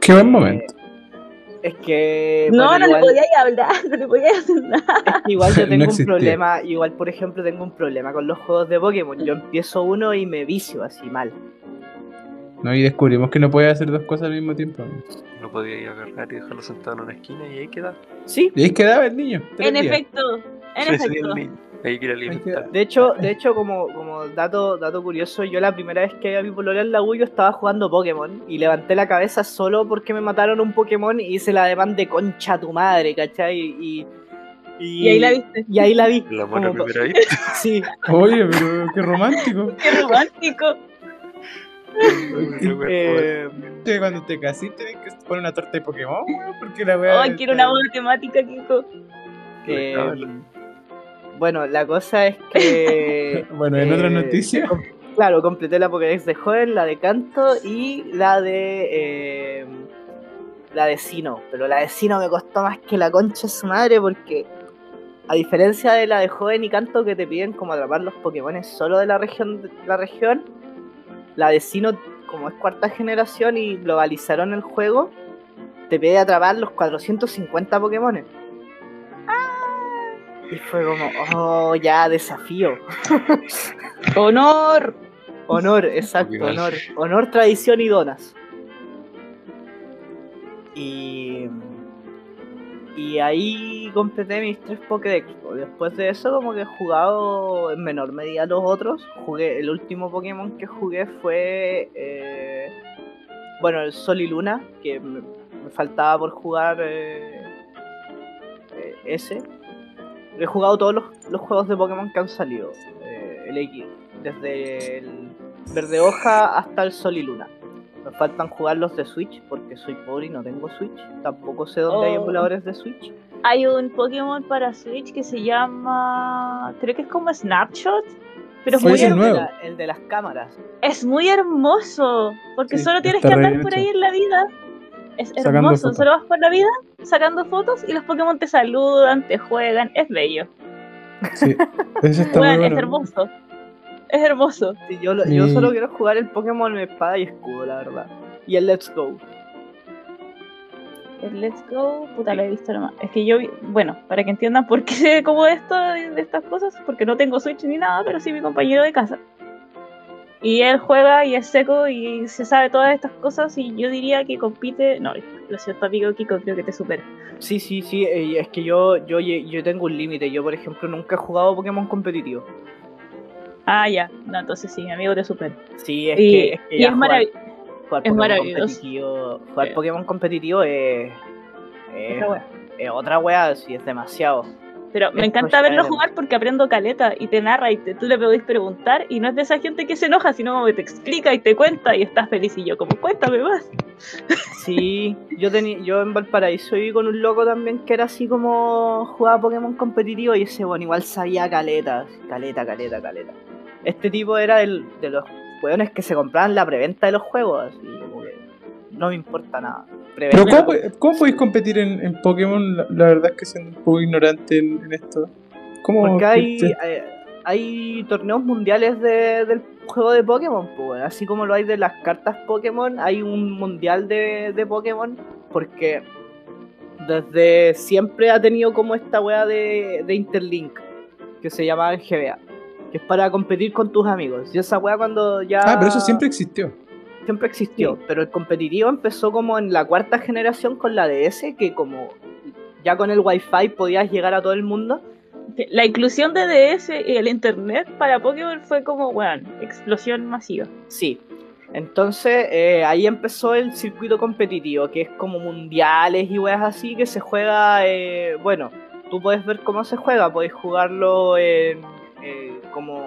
Speaker 1: Qué buen momento.
Speaker 3: Es
Speaker 1: Eh,
Speaker 3: que
Speaker 4: no,
Speaker 3: bueno,
Speaker 4: no
Speaker 3: igual,
Speaker 4: le podía ir a hablar, no le podía hacer nada.
Speaker 3: igual
Speaker 1: No
Speaker 3: yo tengo un
Speaker 1: existía.
Speaker 3: problema, igual por ejemplo tengo un problema con los juegos de Pokémon. Yo empiezo uno y me vicio así mal.
Speaker 1: No, y descubrimos que no puedes hacer dos cosas al mismo tiempo.
Speaker 2: No podía ir a agarrar y dejarlo sentado en una esquina y ahí queda.
Speaker 3: Sí,
Speaker 1: Y ahí quedaba el niño. tres
Speaker 4: En
Speaker 1: días.
Speaker 4: efecto, en
Speaker 2: Ese día
Speaker 4: efecto.
Speaker 2: el niño. Ahí que ir a alimentar.
Speaker 3: de hecho, de hecho como, como dato, dato curioso, yo la primera vez que vi pololear en la U yo estaba jugando Pokémon y levanté la cabeza solo porque me mataron un Pokémon y hice la demanda de concha a tu madre, ¿cachai? Y, y-
Speaker 4: Y ahí la viste.
Speaker 3: y ahí la vi.
Speaker 2: La mona
Speaker 3: como-
Speaker 2: primera vez.
Speaker 3: sí,
Speaker 1: Oye, pero qué romántico.
Speaker 4: Qué romántico.
Speaker 3: eh,
Speaker 1: Te- Cuando te casiste, tenés que poner una torta de Pokémon, weón, porque la wea.
Speaker 4: Ay, quiero una boda temática, Kiko.
Speaker 3: eh,
Speaker 2: Recábalo.
Speaker 3: bueno, la cosa es que
Speaker 1: Bueno, en otras
Speaker 3: Eh,
Speaker 1: noticias.
Speaker 3: com- Claro, completé la Pokédex de Joven, la de Canto y la de. eh, la de Sino. Pero la de Sino me costó más que la concha de su madre porque. A diferencia de la de Joven y Canto que te piden como atrapar los Pokémon solo de la región, la región, la de Sino, como es cuarta generación y globalizaron el juego, te pide atrapar los 450 Pokémon. Y fue como, oh, ya, desafío.
Speaker 4: Honor.
Speaker 3: Honor, exacto,
Speaker 2: Original.
Speaker 3: honor. Honor, tradición y donas. Y. Y ahí completé mis tres Pokédex. Después de eso, como que he jugado en menor medida los otros. Jugué, el último Pokémon que jugué fue. eh, bueno, el Sol y Luna, que me, me faltaba por jugar eh, eh, ese. He jugado todos los, los juegos de Pokémon que han salido. eh, el X, desde el Verde Hoja hasta el Sol y Luna. Me faltan jugar los de Switch porque soy pobre y no tengo Switch. Tampoco sé dónde hay
Speaker 4: Oh.
Speaker 3: emuladores de Switch.
Speaker 4: Hay un Pokémon para Switch que se llama. Creo que es como Snapshot. Pero es
Speaker 1: Fue
Speaker 4: muy,
Speaker 1: ese
Speaker 4: her-
Speaker 3: el, de
Speaker 1: nuevo.
Speaker 3: la- el de las cámaras.
Speaker 4: es muy hermoso. Porque
Speaker 1: Sí,
Speaker 4: solo tienes
Speaker 1: está
Speaker 4: que
Speaker 1: re
Speaker 4: andar
Speaker 1: bien
Speaker 4: por
Speaker 1: hecho.
Speaker 4: ahí en la vida. Es
Speaker 1: Sacando
Speaker 4: hermoso.
Speaker 1: fotos.
Speaker 4: Solo vas por la vida sacando fotos y los Pokémon te saludan, te juegan. Es bello.
Speaker 1: Sí, eso está muy
Speaker 4: Weón,
Speaker 1: bueno.
Speaker 4: Es hermoso. Es hermoso.
Speaker 3: Sí, yo, lo- yo
Speaker 1: Y-
Speaker 3: solo quiero jugar el Pokémon Espada y Escudo, la verdad. Y el Let's Go.
Speaker 4: El Eh, Let's Go, puta, lo he visto nomás. Es que yo, vi- bueno, para que entiendan por qué sé como esto, de estas cosas, porque no tengo Switch ni nada, pero sí mi compañero de casa. Y él juega y es seco y se sabe todas estas cosas y yo diría que compite... No, lo siento amigo Kiko, creo que te supera.
Speaker 3: Sí, sí, sí, eh, es que yo, yo, yo tengo un límite. Yo, por ejemplo, nunca he jugado Pokémon competitivo.
Speaker 4: Ah, ya. No, entonces sí, mi amigo te supera.
Speaker 3: Sí, es
Speaker 4: Y,
Speaker 3: que es, que
Speaker 4: y
Speaker 3: ya
Speaker 4: es
Speaker 3: jugar-
Speaker 4: maravilloso.
Speaker 3: jugar
Speaker 4: Es
Speaker 3: Pokémon
Speaker 4: maravilloso.
Speaker 3: competitivo, jugar
Speaker 4: Sí.
Speaker 3: Pokémon competitivo es, es-
Speaker 4: Otra wea.
Speaker 3: es otra wea, sí, es demasiado.
Speaker 4: Pero me
Speaker 3: Es
Speaker 4: encanta
Speaker 3: push
Speaker 4: verlo
Speaker 3: item.
Speaker 4: jugar porque aprendo caleta y te narra y te- tú le podés preguntar y no es de esa gente que se enoja, sino como que te explica y te cuenta y estás feliz y yo como cuéntame más.
Speaker 3: Sí, yo tenía, yo en Valparaíso viví con un loco también que era así como jugaba Pokémon competitivo y ese bueno igual sabía caleta, caleta, caleta, caleta. Este tipo era el, de los weones que se compraban la preventa de los juegos, así como que no me importa nada.
Speaker 1: Pero
Speaker 3: Preventa.
Speaker 1: ¿cómo, po- cómo podéis competir en, en Pokémon? La, la verdad es que soy un poco ignorante en, en esto. ¿Cómo?
Speaker 3: Porque hay,
Speaker 1: te-
Speaker 3: hay, hay torneos mundiales de- del juego de Pokémon, pues, weón. así como lo hay de las cartas Pokémon, hay un mundial de, de Pokémon, porque desde siempre ha tenido como esta wea de, de Interlink, que se llama GBA, que es para competir con tus amigos. Y esa wea cuando ya...
Speaker 1: Ah, pero eso siempre existió.
Speaker 3: Siempre existió, pero el competitivo empezó como en la cuarta generación con la DS, que como ya con el Wi-Fi podías llegar a todo el mundo.
Speaker 4: La inclusión de DS y el internet para Pokémon fue como, weón, explosión masiva.
Speaker 3: Sí. Entonces eh, ahí empezó el circuito competitivo, que es como mundiales y weas así, que se juega, eh, bueno, tú puedes ver cómo se juega, podés jugarlo en, eh, como,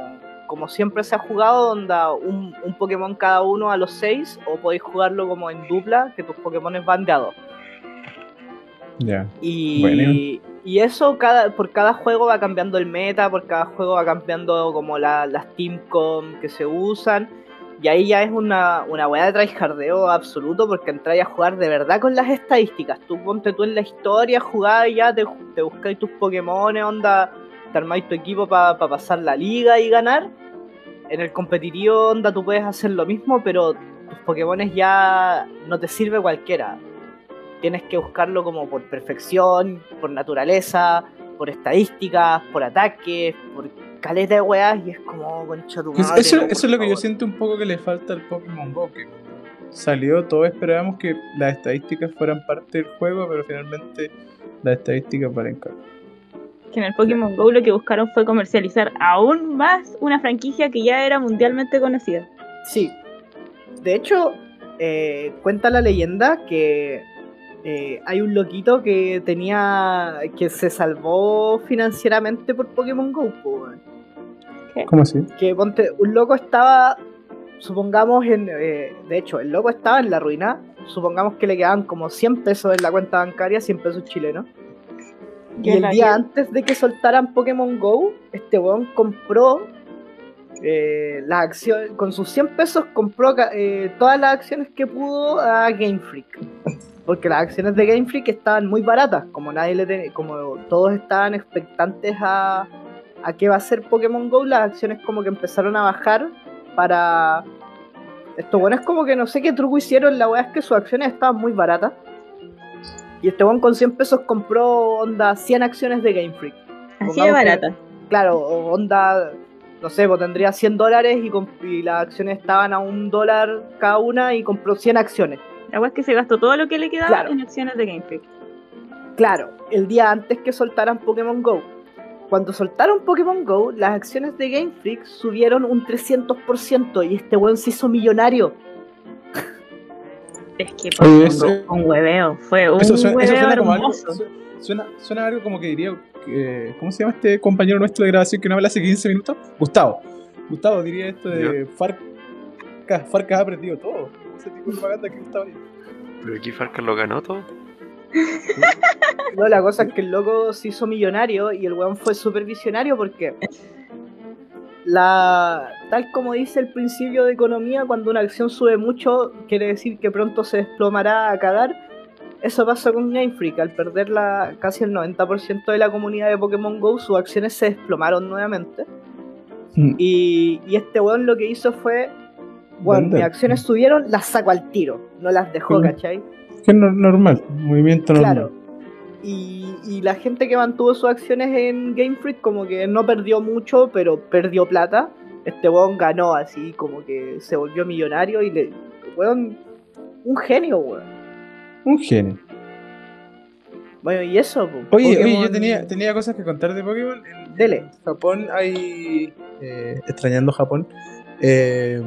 Speaker 3: como siempre se ha jugado, onda un, un Pokémon cada uno a los seis, o podéis jugarlo como en dupla, que tus Pokémon van de a dos.
Speaker 1: Ya.
Speaker 3: Y,
Speaker 1: Bueno.
Speaker 3: y eso cada, por cada juego va cambiando el meta, por cada juego va cambiando como la- las teamcom que se usan. Y ahí ya es una, una weá de tryhardeo absoluto porque entráis a jugar de verdad con las estadísticas. Tú ponte tú en la historia, jugás y ya, te, te buscáis tus Pokémon, onda, te armáis tu equipo para pasar la liga y ganar. En el competitivo, onda, tú puedes hacer lo mismo, pero tus Pokémones ya no te sirve cualquiera tienes que buscarlo como por perfección, por naturaleza, por estadísticas, por ataques, por caleta de weas, y es como concha tu
Speaker 1: Pues
Speaker 3: madre.
Speaker 1: eso,
Speaker 3: no, por
Speaker 1: eso es lo que yo
Speaker 3: favor.
Speaker 1: siento un poco que le falta al Pokémon Go. Que cuando salió, todos esperábamos que las estadísticas fueran parte del juego, pero finalmente las estadísticas valen caro.
Speaker 4: Que en el Pokémon Go lo que buscaron fue comercializar aún más una franquicia que ya era mundialmente conocida.
Speaker 3: Sí. De hecho, eh, cuenta la leyenda que eh, hay un loquito que tenía. que se salvó financieramente por Pokémon Go, po, weón.
Speaker 1: ¿Cómo así?
Speaker 3: que ponte, un loco estaba, supongamos, en, eh, de hecho, el loco estaba en la ruina, supongamos que le quedaban como 100 pesos en la cuenta bancaria, 100 pesos chilenos. Y
Speaker 4: Qué
Speaker 3: el día
Speaker 4: rabia.
Speaker 3: antes de que soltaran Pokémon Go, este weón compró eh, las acciones, con sus 100 pesos compró ca- eh, todas las acciones que pudo a Game Freak. Porque las acciones de Game Freak estaban muy baratas, como nadie le ten- como todos estaban expectantes a, a qué va a ser Pokémon Go, las acciones como que empezaron a bajar para. Esto bueno es como que no sé qué truco hicieron, la weá es que sus acciones estaban muy baratas. Y este weón con 100 pesos compró onda 100 acciones de Game Freak.
Speaker 4: Así
Speaker 3: Pongamos
Speaker 4: de
Speaker 3: que-
Speaker 4: barata.
Speaker 3: Claro, o- onda, no sé, pues tendría 100 dólares y, comp- y las acciones estaban a un dólar cada una y compró 100 acciones.
Speaker 4: La weá es que se gastó todo lo que le quedaba
Speaker 3: Claro.
Speaker 4: en acciones de Game Freak.
Speaker 3: Claro, el día antes que soltaran Pokémon Go. Cuando soltaron Pokémon Go, las acciones de Game Freak subieron un 300% y este weón se hizo millonario.
Speaker 4: Es que
Speaker 1: Oye,
Speaker 4: fue
Speaker 1: ese-
Speaker 4: un hueveo, fue un
Speaker 1: Eso suena, eso
Speaker 4: hueveo
Speaker 1: suena como algo.
Speaker 4: hermoso.
Speaker 1: su- Suena, suena algo como que diría. eh, ¿Cómo se llama este compañero nuestro de grabación que no habla hace 15 minutos? Gustavo. Gustavo diría esto de Farcas Farcas ha aprendido todo. Ese tipo de propaganda que Gustavo diría.
Speaker 2: Pero aquí Farkas lo ganó todo.
Speaker 3: No, la cosa es que el loco se hizo millonario y el weón fue súper visionario porque la tal como dice el principio de economía, cuando una acción sube mucho, quiere decir que pronto se desplomará a cagar. Eso pasa con Game Freak, al perder la, casi el 90% de la comunidad de Pokémon GO, sus acciones se desplomaron nuevamente.
Speaker 1: Mm,
Speaker 3: Y, y este weón lo que hizo fue, bueno,
Speaker 1: Vender.
Speaker 3: mis acciones subieron, las sacó al tiro, no las dejó,
Speaker 1: Mm.
Speaker 3: ¿cachai?
Speaker 1: Que es no- normal, movimiento normal.
Speaker 3: Claro. Y, y la gente que mantuvo sus acciones en Game Freak como que no perdió mucho, pero perdió plata. este weón ganó así, como que se volvió millonario y le. Weón, un genio, weón.
Speaker 1: Un genio.
Speaker 3: Bueno, y eso, po?
Speaker 1: Oye, oye, yo
Speaker 3: Pokémon-
Speaker 1: tenía, tenía cosas que contar de Pokémon. En
Speaker 3: Dele.
Speaker 1: Japón hay. eh, extrañando Japón. eh,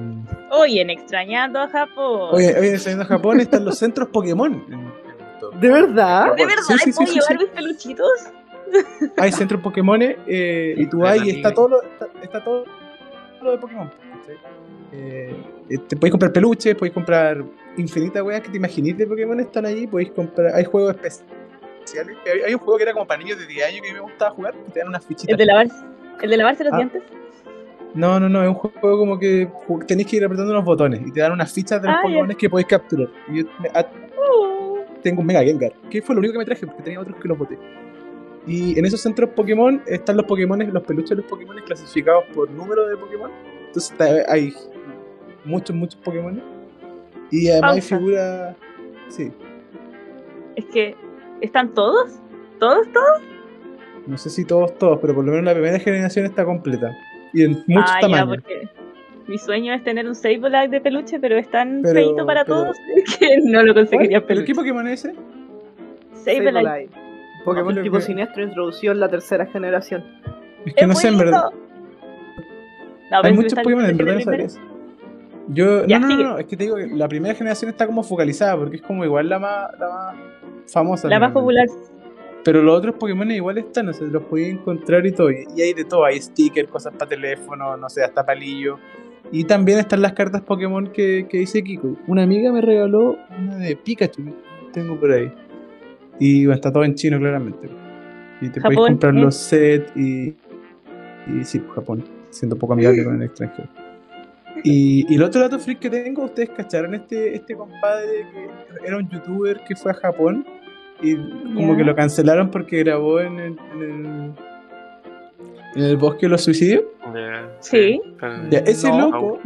Speaker 4: Oye, en extrañando a Japón.
Speaker 1: oye, oye, extrañando Japón están los centros Pokémon. en- en todo.
Speaker 3: ¿De verdad?
Speaker 4: ¿De verdad
Speaker 1: Sí, sí, sí,
Speaker 4: puedo
Speaker 1: sí, sí.
Speaker 4: llevar mis peluchitos?
Speaker 1: Hay centros Pokémon eh, y tú vas y está todo, lo, está, está todo lo de Pokémon. ¿cachai? Eh, eh, te podéis comprar peluches, podéis comprar infinitas weas que te imaginís de Pokémon están ahí, podéis comprar. Hay juegos especiales. que Hay, hay un juego que era como para niños de 10 años que a mí me gustaba jugar, que te dan unas fichitas.
Speaker 4: ¿El de, lavarse, ¿El de lavarse los
Speaker 1: Ah.
Speaker 4: dientes?
Speaker 1: No, no, no, es un juego como que ju- tenéis que ir apretando unos botones y te dan unas fichas de los
Speaker 4: Ah, ya.
Speaker 1: Pokémon que podéis capturar. Y yo me- ah,
Speaker 4: Oh.
Speaker 1: tengo un Mega Gengar, que fue lo único que me traje, porque tenía otros que los boté. Y en esos centros Pokémon están los Pokémon, los peluches de los Pokémon clasificados por número de Pokémon. Entonces está- hay muchos, muchos Pokémon. Y además hay
Speaker 4: Pausa.
Speaker 1: figuras. Sí,
Speaker 4: Es que, ¿están todos? ¿Todos, todos?
Speaker 1: no sé si todos, todos, pero por lo menos la primera generación está completa. Y en muchos
Speaker 4: Ah, ya,
Speaker 1: tamaños.
Speaker 4: porque mi sueño es tener un Sableye de peluche, pero es tan
Speaker 1: Pero-
Speaker 4: feito para
Speaker 1: pero-
Speaker 4: todos que no lo conseguiría
Speaker 1: ¿Cuál? ¿Pero qué
Speaker 4: peluche.
Speaker 1: Pokémon es ese?
Speaker 4: Sableye.
Speaker 3: Sableye. Pokémon
Speaker 1: pero
Speaker 3: tipo
Speaker 1: que-
Speaker 3: siniestro introducido en la tercera generación.
Speaker 1: Es que no sé, en verdad. Hay muchos Pokémon, en verdad no
Speaker 4: sabes.
Speaker 1: sabrías. Yo,
Speaker 4: Ya,
Speaker 1: no, no, no,
Speaker 4: sigue.
Speaker 1: no, es que te digo que la primera generación está como focalizada, porque es como igual la más, la más famosa.
Speaker 4: La más
Speaker 1: finalmente.
Speaker 4: popular.
Speaker 1: Pero los otros Pokémon igual están, o sea, los podía encontrar y todo. Y, y hay de todo, hay stickers, cosas para teléfono, no sé, hasta palillo. Y también están las cartas Pokémon que, que dice Kiko. Una amiga me regaló una de Pikachu, que tengo por ahí. Y bueno, está todo en chino, claramente. Y te puedes
Speaker 4: Japón,
Speaker 1: comprar
Speaker 4: ¿eh?
Speaker 1: los sets y. Y sí, Japón, siendo poco amigable con el extranjero. Y, y el otro dato freak que tengo, ustedes cacharon este, este compadre que era un youtuber que fue a Japón y como
Speaker 4: Ya.
Speaker 1: que lo cancelaron porque grabó en el, en el, en el bosque de los suicidios.
Speaker 2: Ya,
Speaker 4: Sí.
Speaker 2: pero-
Speaker 1: Ya, ese
Speaker 3: No.
Speaker 1: loco,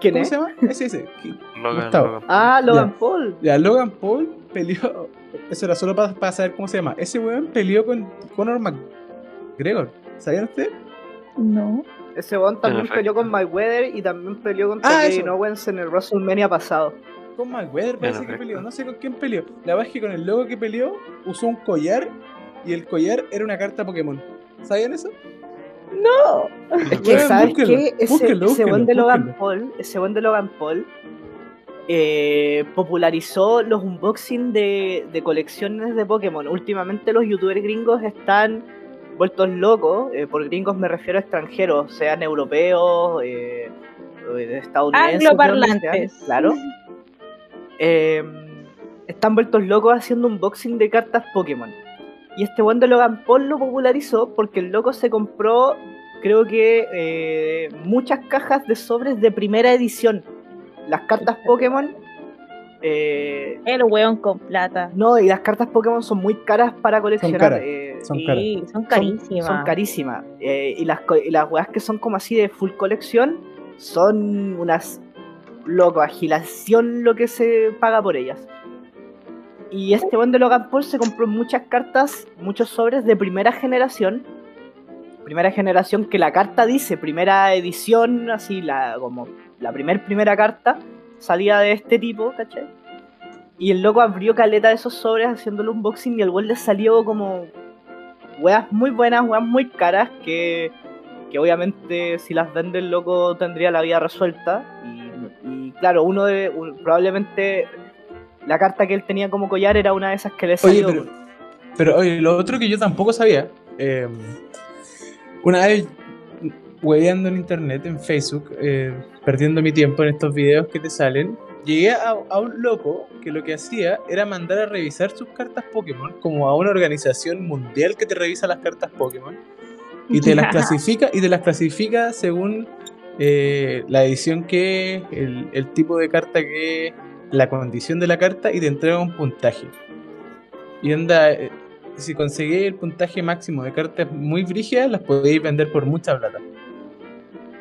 Speaker 3: ¿Quién
Speaker 1: ¿cómo
Speaker 3: es?
Speaker 1: se llama? Ese, ese. que-
Speaker 2: Logan,
Speaker 1: Gustavo.
Speaker 2: Logan.
Speaker 3: Ah, Logan Paul.
Speaker 1: Ya, Logan Paul peleó, eso era solo para, saber cómo se llama. Ese weón peleó con Conor McGregor. ¿Sabían ustedes?
Speaker 4: No.
Speaker 3: Ese weón también
Speaker 2: efecto.
Speaker 3: peleó con Mayweather y también peleó contra
Speaker 1: Ah,
Speaker 3: Kevin
Speaker 1: eso.
Speaker 3: Owens en el WrestleMania pasado.
Speaker 1: Con McGregor parece que
Speaker 2: perfecto.
Speaker 1: peleó, no sé con quién peleó. La verdad es que con el logo que peleó usó un collar y el collar era una carta Pokémon. ¿Sabían eso?
Speaker 4: No.
Speaker 3: Es que,
Speaker 1: Weón,
Speaker 3: ¿sabes
Speaker 1: búsquenlo,
Speaker 3: qué? Ese,
Speaker 1: búsquenlo,
Speaker 3: ese buen de
Speaker 1: búsquenlo,
Speaker 3: Logan
Speaker 1: búsquenlo.
Speaker 3: Paul, ese buen de Logan Paul eh, popularizó los unboxing de, de colecciones de Pokémon. Últimamente los youtubers gringos están vueltos locos. eh, por gringos me refiero a extranjeros, sean europeos, eh, eh, estadounidenses. de donde
Speaker 4: Angloparlantes.
Speaker 3: sean, Claro. Eh, están vueltos locos haciendo unboxing de cartas Pokémon. Y este buen de Logan Paul lo popularizó porque el loco se compró, creo que, eh, muchas cajas de sobres de primera edición. Las cartas Pokémon. eh,
Speaker 4: El weón con plata.
Speaker 3: no, y las cartas Pokémon son muy caras para coleccionar.
Speaker 1: caras,
Speaker 3: eh,
Speaker 1: Son
Speaker 4: sí,
Speaker 1: caras.
Speaker 4: son
Speaker 3: son-
Speaker 4: carísimas.
Speaker 3: Son, carísimas. Eh, y las, co- y las weas que son como así de full colección son unas loco, agilación lo que se paga por ellas. Y este buen de Logan Paul se compró muchas cartas, muchos sobres de primera generación. Primera generación que la carta dice, primera edición, así la como la primer primera carta salía de este tipo, ¿cachai? Y el loco abrió caleta de esos sobres haciéndole un boxing y el gol le salió como weas muy buenas, weas muy caras que, que obviamente si las vende el loco tendría la vida resuelta. Y, y claro, uno de un- probablemente la carta que él tenía como collar era una de esas que le
Speaker 1: Oye,
Speaker 3: salió.
Speaker 1: pero, pero, oye, lo otro que yo tampoco sabía, eh, una vez hueveando en internet, en Facebook, eh, perdiendo mi tiempo en estos videos que te salen, llegué a, a un loco que lo que hacía era mandar a revisar sus cartas Pokémon como a una organización mundial que te revisa las cartas Pokémon y te las clasifica y te las clasifica según eh, la edición que es, el, el tipo de carta que es, la condición de la carta y te entrega un puntaje. Y anda, eh, si conseguís el puntaje máximo de cartas muy brígidas, las podéis vender por mucha plata.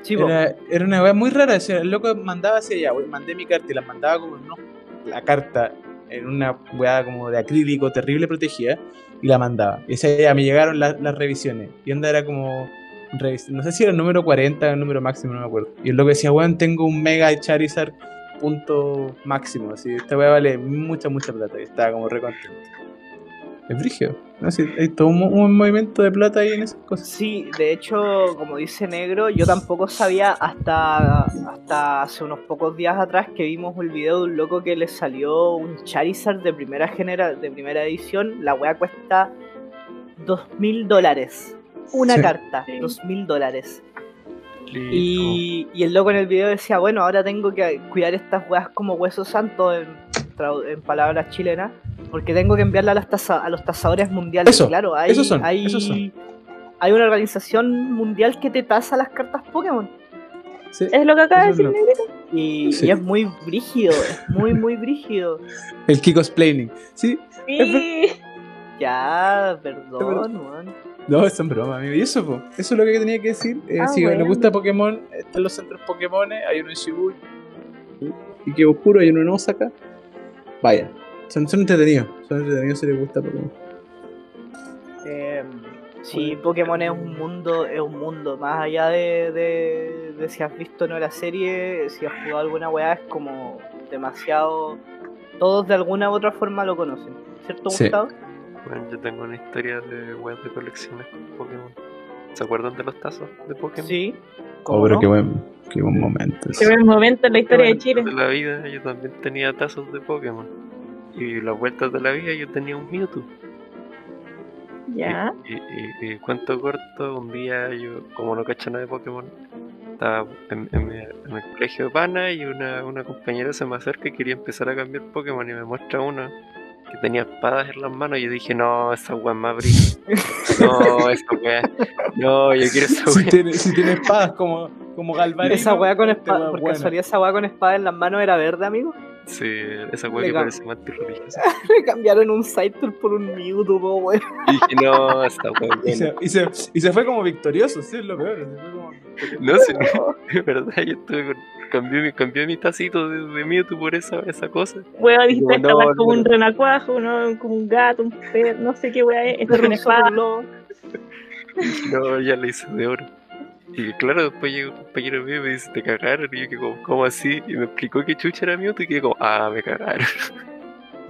Speaker 3: Sí, po.
Speaker 1: Era, era una weá muy rara. o sea, el loco mandaba hacia allá, wey, mandé mi carta y la mandaba como en un- la carta en una weá como de acrílico terrible protegida y la mandaba. Y ese día me llegaron la- las revisiones. Y onda era como, revis- No sé si era el número 40 o el número máximo, no me acuerdo. Y el loco decía, weón, tengo un mega Charizard punto máximo. Así, esta weá vale mucha, mucha plata. Y estaba como re contento. Es brígido. ¿no? Así, hay todo un, un movimiento de plata ahí en esas cosas.
Speaker 3: Sí, de hecho, como dice Negro, yo tampoco sabía hasta, hasta hace unos pocos días atrás que vimos el video de un loco que le salió un Charizard de primera genera de primera edición. La weá cuesta dos mil dólares. Una
Speaker 1: Sí.
Speaker 3: carta,
Speaker 4: Sí.
Speaker 3: dos mil dólares.
Speaker 2: Listo.
Speaker 3: Y, y el loco en el video decía, bueno, ahora tengo que cuidar estas weas como hueso santo en, trau- en palabras chilenas, porque tengo que enviarla a, las taza- a los tasadores mundiales.
Speaker 1: Eso,
Speaker 3: claro, hay,
Speaker 1: esos son,
Speaker 3: hay,
Speaker 1: esos son.
Speaker 3: hay una organización mundial que te tasa las cartas Pokémon.
Speaker 1: Sí.
Speaker 4: Es lo que acaba de
Speaker 1: Eso es
Speaker 4: decir
Speaker 1: lo-
Speaker 4: Negrito.
Speaker 3: Y,
Speaker 1: Sí.
Speaker 3: y es muy brígido, es muy, muy brígido.
Speaker 1: El Kiko's Planning. Sí,
Speaker 4: Sí.
Speaker 3: Ya, perdón, weón.
Speaker 1: No, son bromas, amigo. Y eso, po. eso es lo que tenía que decir. Eh,
Speaker 4: Ah,
Speaker 1: si
Speaker 4: bueno.
Speaker 1: les gusta Pokémon, están los centros Pokémon, hay uno en Shibuya, y que oscuro, hay uno en Osaka. Vayan. Son, son entretenidos, son entretenidos si les gusta Pokémon.
Speaker 3: Eh, sí, Pokémon es un mundo, es un mundo. Más allá de, de- de si has visto o no la serie, si has jugado alguna weá, es como demasiado. Todos de alguna u otra forma lo conocen, ¿cierto,
Speaker 1: Sí.
Speaker 3: Gustavo?
Speaker 2: Bueno, yo tengo una historia de web de colecciones con Pokémon. ¿Se acuerdan de los tazos de Pokémon?
Speaker 3: Sí.
Speaker 1: Oh,
Speaker 3: ¿cómo
Speaker 1: pero
Speaker 3: no?
Speaker 1: qué buen, qué buen momento.
Speaker 4: Qué buen momento en la historia de
Speaker 2: Bueno,
Speaker 4: Chile.
Speaker 2: De la vida yo también tenía tazos de Pokémon. Y las vueltas de la vida yo tenía un Mewtwo.
Speaker 4: Ya.
Speaker 2: Y, y- y cuento corto, un día yo, como no cacho nada de Pokémon, estaba en, en mi- en el colegio de Pana y una, una compañera se me acerca y quería empezar a cambiar Pokémon y me muestra uno que tenía espadas en las manos y yo dije, no, esa weá es más brilla. No, esa weá. No, yo quiero esa
Speaker 1: Si
Speaker 2: weá.
Speaker 1: tiene, si tiene espadas como, como Galvarino.
Speaker 3: Esa weá con
Speaker 1: este
Speaker 3: espada,
Speaker 1: weá
Speaker 3: por
Speaker 1: buena.
Speaker 3: casualidad esa weá con espada en las manos era verde, amigo.
Speaker 2: Sí, esa weá que
Speaker 3: Legal.
Speaker 2: parece más antirreligiosa.
Speaker 3: Le cambiaron un Scyther por un Mewtwo, po, weón.
Speaker 2: Y dije, no, esa weá.
Speaker 1: Y
Speaker 2: es buena".
Speaker 1: se, y, se, y se fue como victorioso, sí, es lo peor. se fue como-
Speaker 2: No, sí, de verdad, yo estuve con. Cambié mi, cambié mi tacito de, de Mewtwo por esa, esa cosa.
Speaker 4: Huevo, dijiste
Speaker 2: No,
Speaker 4: esta weá
Speaker 2: no,
Speaker 4: como un
Speaker 2: no.
Speaker 4: renacuajo, ¿no? como un gato, un perro, no sé qué weá es. Esto es
Speaker 3: Perro
Speaker 4: una espada.
Speaker 3: un lobo.
Speaker 2: No, ya la hice de oro. Y claro, después llegó un compañero mío y me dice, te cagaron. Y yo que como, ¿cómo así? Y me explicó que chucha era Mewtwo y quedé como, ah, me cagaron.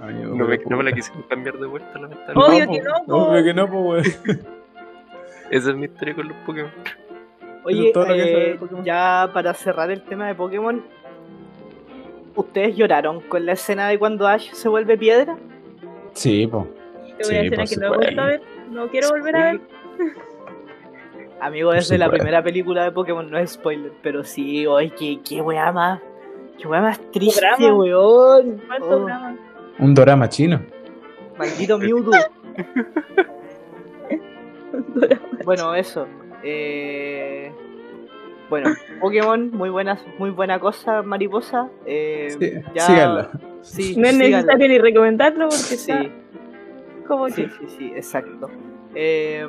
Speaker 1: Amigo,
Speaker 2: No me,
Speaker 1: pero
Speaker 2: no me la
Speaker 1: puta.
Speaker 2: quisieron cambiar de vuelta,
Speaker 1: No,
Speaker 2: lamentablemente.
Speaker 4: Obvio que
Speaker 1: po.
Speaker 4: no, po.
Speaker 1: Obvio que no, po, weón.
Speaker 4: Oh.
Speaker 2: Esa es mi historia con los Pokémon.
Speaker 1: Eso
Speaker 3: Oye,
Speaker 1: es todo lo que sé de
Speaker 3: eh,
Speaker 1: Pokémon.
Speaker 3: ya para cerrar el tema de Pokémon, ¿ustedes lloraron con la escena de cuando Ash se vuelve piedra?
Speaker 1: Sí, po.
Speaker 4: Es una
Speaker 1: Sí,
Speaker 4: escena
Speaker 1: por
Speaker 4: que no he vuelto a ver. No quiero volver a ver.
Speaker 3: Amigo, es de la
Speaker 1: supuesto.
Speaker 3: primera película de Pokémon, no es spoiler, pero sí, oye, qué, qué weá más, qué weá más triste,
Speaker 4: drama.
Speaker 3: weón.
Speaker 4: ¿Cuánto
Speaker 3: Oh,
Speaker 4: drama?
Speaker 1: Un dorama chino.
Speaker 3: maldito Mewtwo. Bueno, eso. eh, Bueno, Pokémon, muy buenas, muy buena cosa, mariposa. eh,
Speaker 1: Sí,
Speaker 3: ya-
Speaker 1: síganlo.
Speaker 3: Sí,
Speaker 4: No es
Speaker 3: síganla.
Speaker 4: necesario ni recomendarlo porque
Speaker 3: Sí.
Speaker 4: está como
Speaker 3: Sí,
Speaker 4: que.
Speaker 3: sí, sí, exacto. Eh,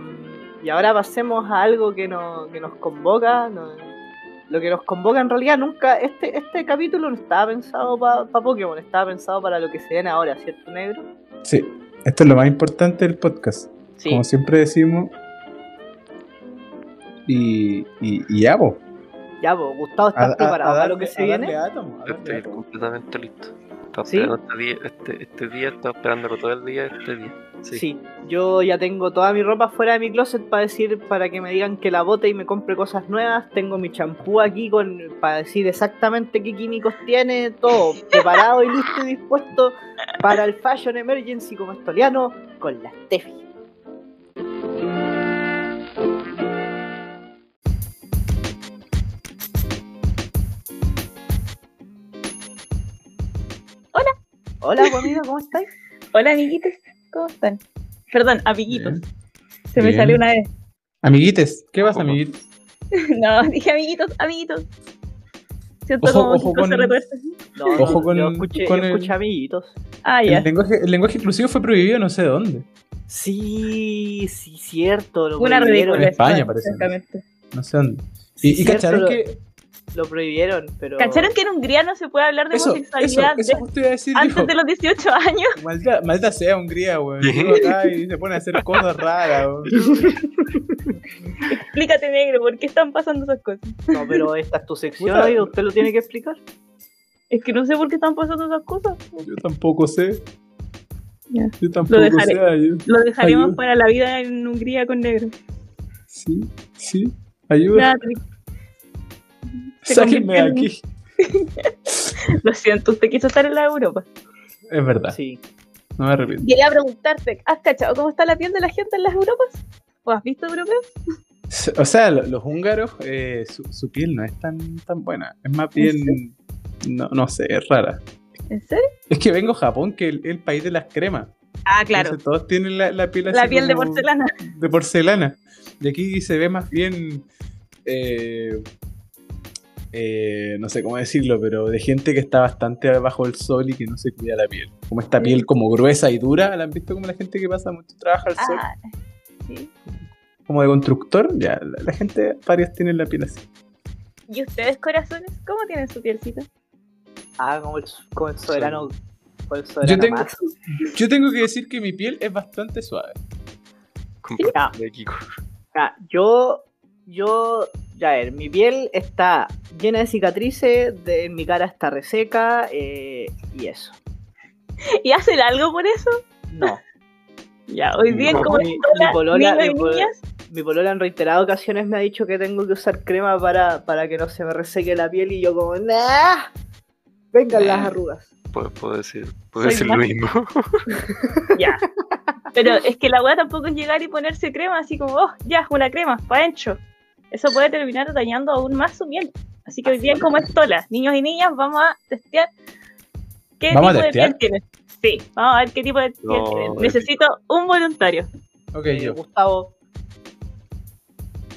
Speaker 3: y ahora pasemos a algo que, no- que nos convoca. no- lo que nos convoca en realidad nunca. Este, este capítulo no estaba pensado para Pokémon, estaba pensado para lo que se ven ahora, ¿cierto, negro?
Speaker 1: Sí, esto es lo más importante del podcast.
Speaker 3: Sí.
Speaker 1: Como siempre decimos. Y, y, y ya, po.
Speaker 3: Ya, pues, Gustavo,
Speaker 1: A-
Speaker 3: ¿estás
Speaker 1: a-
Speaker 3: preparado
Speaker 1: a
Speaker 3: para
Speaker 1: darle-
Speaker 3: lo que se
Speaker 1: a
Speaker 3: viene?
Speaker 1: darle átomo, a
Speaker 2: Yo
Speaker 1: darle
Speaker 2: estoy
Speaker 1: átomo.
Speaker 2: completamente listo. Estaba
Speaker 3: ¿Sí?
Speaker 2: esperando este día, este, este día, estaba esperándolo todo el día, este día. Sí.
Speaker 3: Sí. yo ya tengo toda mi ropa fuera de mi closet para decir, para que me digan que la bote y me compre cosas nuevas. Tengo mi champú aquí con, para decir exactamente qué químicos tiene, todo preparado y listo y dispuesto para el Fashion Emergency como estoliano con la Steffi.
Speaker 4: Hola.
Speaker 3: Hola, pues, amiga, ¿cómo estáis?
Speaker 4: Hola, amiguitos. ¿Cómo están? Perdón, amiguitos.
Speaker 1: Bien.
Speaker 4: Se me
Speaker 1: Bien.
Speaker 4: salió una vez.
Speaker 1: Amiguites, ¿qué pasa,
Speaker 2: Ojo.
Speaker 1: amiguitos?
Speaker 4: No, dije amiguitos, amiguitos. Siento
Speaker 1: Ojo,
Speaker 4: como
Speaker 1: ojo
Speaker 4: si se
Speaker 1: con-
Speaker 4: retuerce.
Speaker 3: No,
Speaker 1: Ojo
Speaker 3: yo-
Speaker 1: con-
Speaker 3: yo escuché,
Speaker 1: con
Speaker 3: yo
Speaker 1: el-
Speaker 3: escuché amiguitos.
Speaker 4: Ah, ya.
Speaker 1: El lenguaje, el lenguaje inclusivo fue prohibido no sé dónde.
Speaker 3: Sí, sí, cierto. Lo
Speaker 4: Una
Speaker 3: prohibieron.
Speaker 4: ridícula.
Speaker 1: España, parece.
Speaker 4: Exactamente.
Speaker 1: No sé dónde.
Speaker 3: Sí,
Speaker 1: Y, y
Speaker 3: cierto,
Speaker 1: cacharon
Speaker 3: lo-
Speaker 1: que.
Speaker 3: lo prohibieron, pero.
Speaker 4: ¿Cacharon que en Hungría no se puede hablar de
Speaker 1: Eso, eso,
Speaker 4: homosexualidad
Speaker 1: eso
Speaker 4: de-
Speaker 1: justo iba a decir
Speaker 4: antes
Speaker 1: yo.
Speaker 4: de los 18 años?
Speaker 1: Maldita, maldita sea Hungría, weón. Llego acá y se pone a hacer cosas raras, weón.
Speaker 4: Explícate, negro, ¿por qué están pasando esas cosas?
Speaker 3: No, pero esta es tu sección,
Speaker 1: Puta.
Speaker 3: oiga, usted lo tiene que explicar.
Speaker 4: Es que no sé por qué están pasando esas cosas.
Speaker 1: Yo tampoco sé.
Speaker 4: Ya.
Speaker 1: Yo tampoco
Speaker 4: dejaré.
Speaker 1: sé. ayu-
Speaker 4: Lo dejaremos
Speaker 1: Ayuda.
Speaker 4: para la vida en Hungría con negro.
Speaker 1: Sí, sí. Ayuda.
Speaker 4: Nada, tri- se
Speaker 1: Sáquenme de
Speaker 4: convirtió
Speaker 1: aquí.
Speaker 4: Lo siento, usted quiso estar en la Europa.
Speaker 1: Es verdad.
Speaker 3: Sí.
Speaker 1: No me arrepiento.
Speaker 4: Quería preguntarte, ¿has cachado cómo está la piel de la gente en las Europas? ¿O has visto europeos?
Speaker 1: O sea, lo- los húngaros, eh, su, su piel no es tan, tan buena. Es más bien. No, no sé, es rara.
Speaker 4: ¿En serio?
Speaker 1: Es que vengo a Japón, que es el, el país de las cremas.
Speaker 4: Ah, claro.
Speaker 1: Entonces, todos tienen la, la piel así
Speaker 4: La piel de
Speaker 1: como-
Speaker 4: porcelana.
Speaker 1: de porcelana. Y aquí se ve más bien, eh, eh, no sé cómo decirlo, pero de gente que está bastante bajo el sol y que no se cuida la piel. Como esta piel como gruesa y dura, ¿la han visto como la gente que pasa mucho trabaja al sol?
Speaker 4: Ah, sí.
Speaker 1: Como de constructor, ya, la, la gente, varios tienen la piel así.
Speaker 4: ¿Y ustedes, corazones, cómo tienen su pielcita?
Speaker 3: Ah, como el, como el soberano. Como el
Speaker 1: Yo
Speaker 3: soberano
Speaker 1: tengo,
Speaker 3: más.
Speaker 1: yo tengo que decir que mi piel es bastante suave.
Speaker 3: Ah.
Speaker 2: Comparado de Kiko.
Speaker 3: Ya, Ah, yo. Yo. Ya ver, mi piel está llena de cicatrices, de- mi cara está reseca, eh, y eso.
Speaker 4: ¿Y hacen algo por eso?
Speaker 3: No.
Speaker 4: Ya, hoy día,
Speaker 2: No,
Speaker 4: como
Speaker 3: mi-
Speaker 4: es toda
Speaker 3: mi polola-
Speaker 4: niños y
Speaker 3: mi polola-
Speaker 4: niñas,
Speaker 3: Mi polola en reiteradas ocasiones me ha dicho que tengo que usar crema para, para que no se me reseque la piel y yo como, ¡nah! Vengan las arrugas.
Speaker 2: Puedo, puedo decir, puedo
Speaker 4: Soy
Speaker 2: decir lo mismo.
Speaker 4: ya. Pero es que la weá tampoco es llegar y ponerse crema así como, oh, ya, una crema, pa' ancho. Eso puede terminar dañando aún más su piel. Así que hoy día, como es tola, niños y niñas, vamos a testear qué
Speaker 1: ¿Vamos a
Speaker 4: tipo de piel
Speaker 1: testear?
Speaker 4: tienen. Sí, vamos a ver qué tipo de piel
Speaker 2: No,
Speaker 4: tienen.
Speaker 2: es-
Speaker 4: Necesito un voluntario.
Speaker 1: Ok,
Speaker 3: Eh,
Speaker 1: yo.
Speaker 3: Gustavo,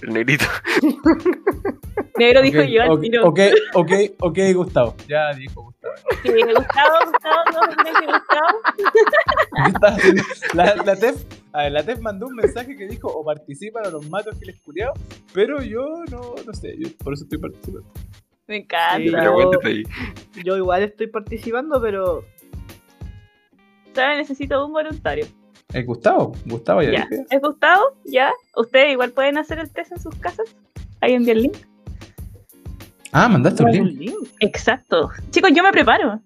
Speaker 2: El negrito.
Speaker 4: Negro dijo
Speaker 1: Ok,
Speaker 4: yo al
Speaker 1: ok,
Speaker 4: tiro.
Speaker 1: ok, ok, ok, Gustavo. Ya dijo Gustavo.
Speaker 4: Sí, Gustavo, Gustavo, no, creo que Gustavo.
Speaker 1: ¿Qué estás haciendo? La, la TEF, a ver, la TEF mandó un mensaje que dijo o participan o los matos que les culiao, pero yo no, no sé, yo por eso estoy participando.
Speaker 4: Me encanta.
Speaker 3: Sí,
Speaker 2: Pero
Speaker 3: yo-
Speaker 2: aguántate ahí.
Speaker 3: yo igual estoy participando, pero
Speaker 4: Solo necesito un voluntario.
Speaker 1: Eh, Gustavo, Gustavo ya,
Speaker 4: Ya.
Speaker 1: dije.
Speaker 4: ¿Es Gustavo? ¿Ya? ¿Ustedes igual pueden hacer el test en sus casas? Ahí envié el link.
Speaker 1: Ah, mandaste un link.
Speaker 3: link.
Speaker 4: Exacto. Chicos, yo me preparo.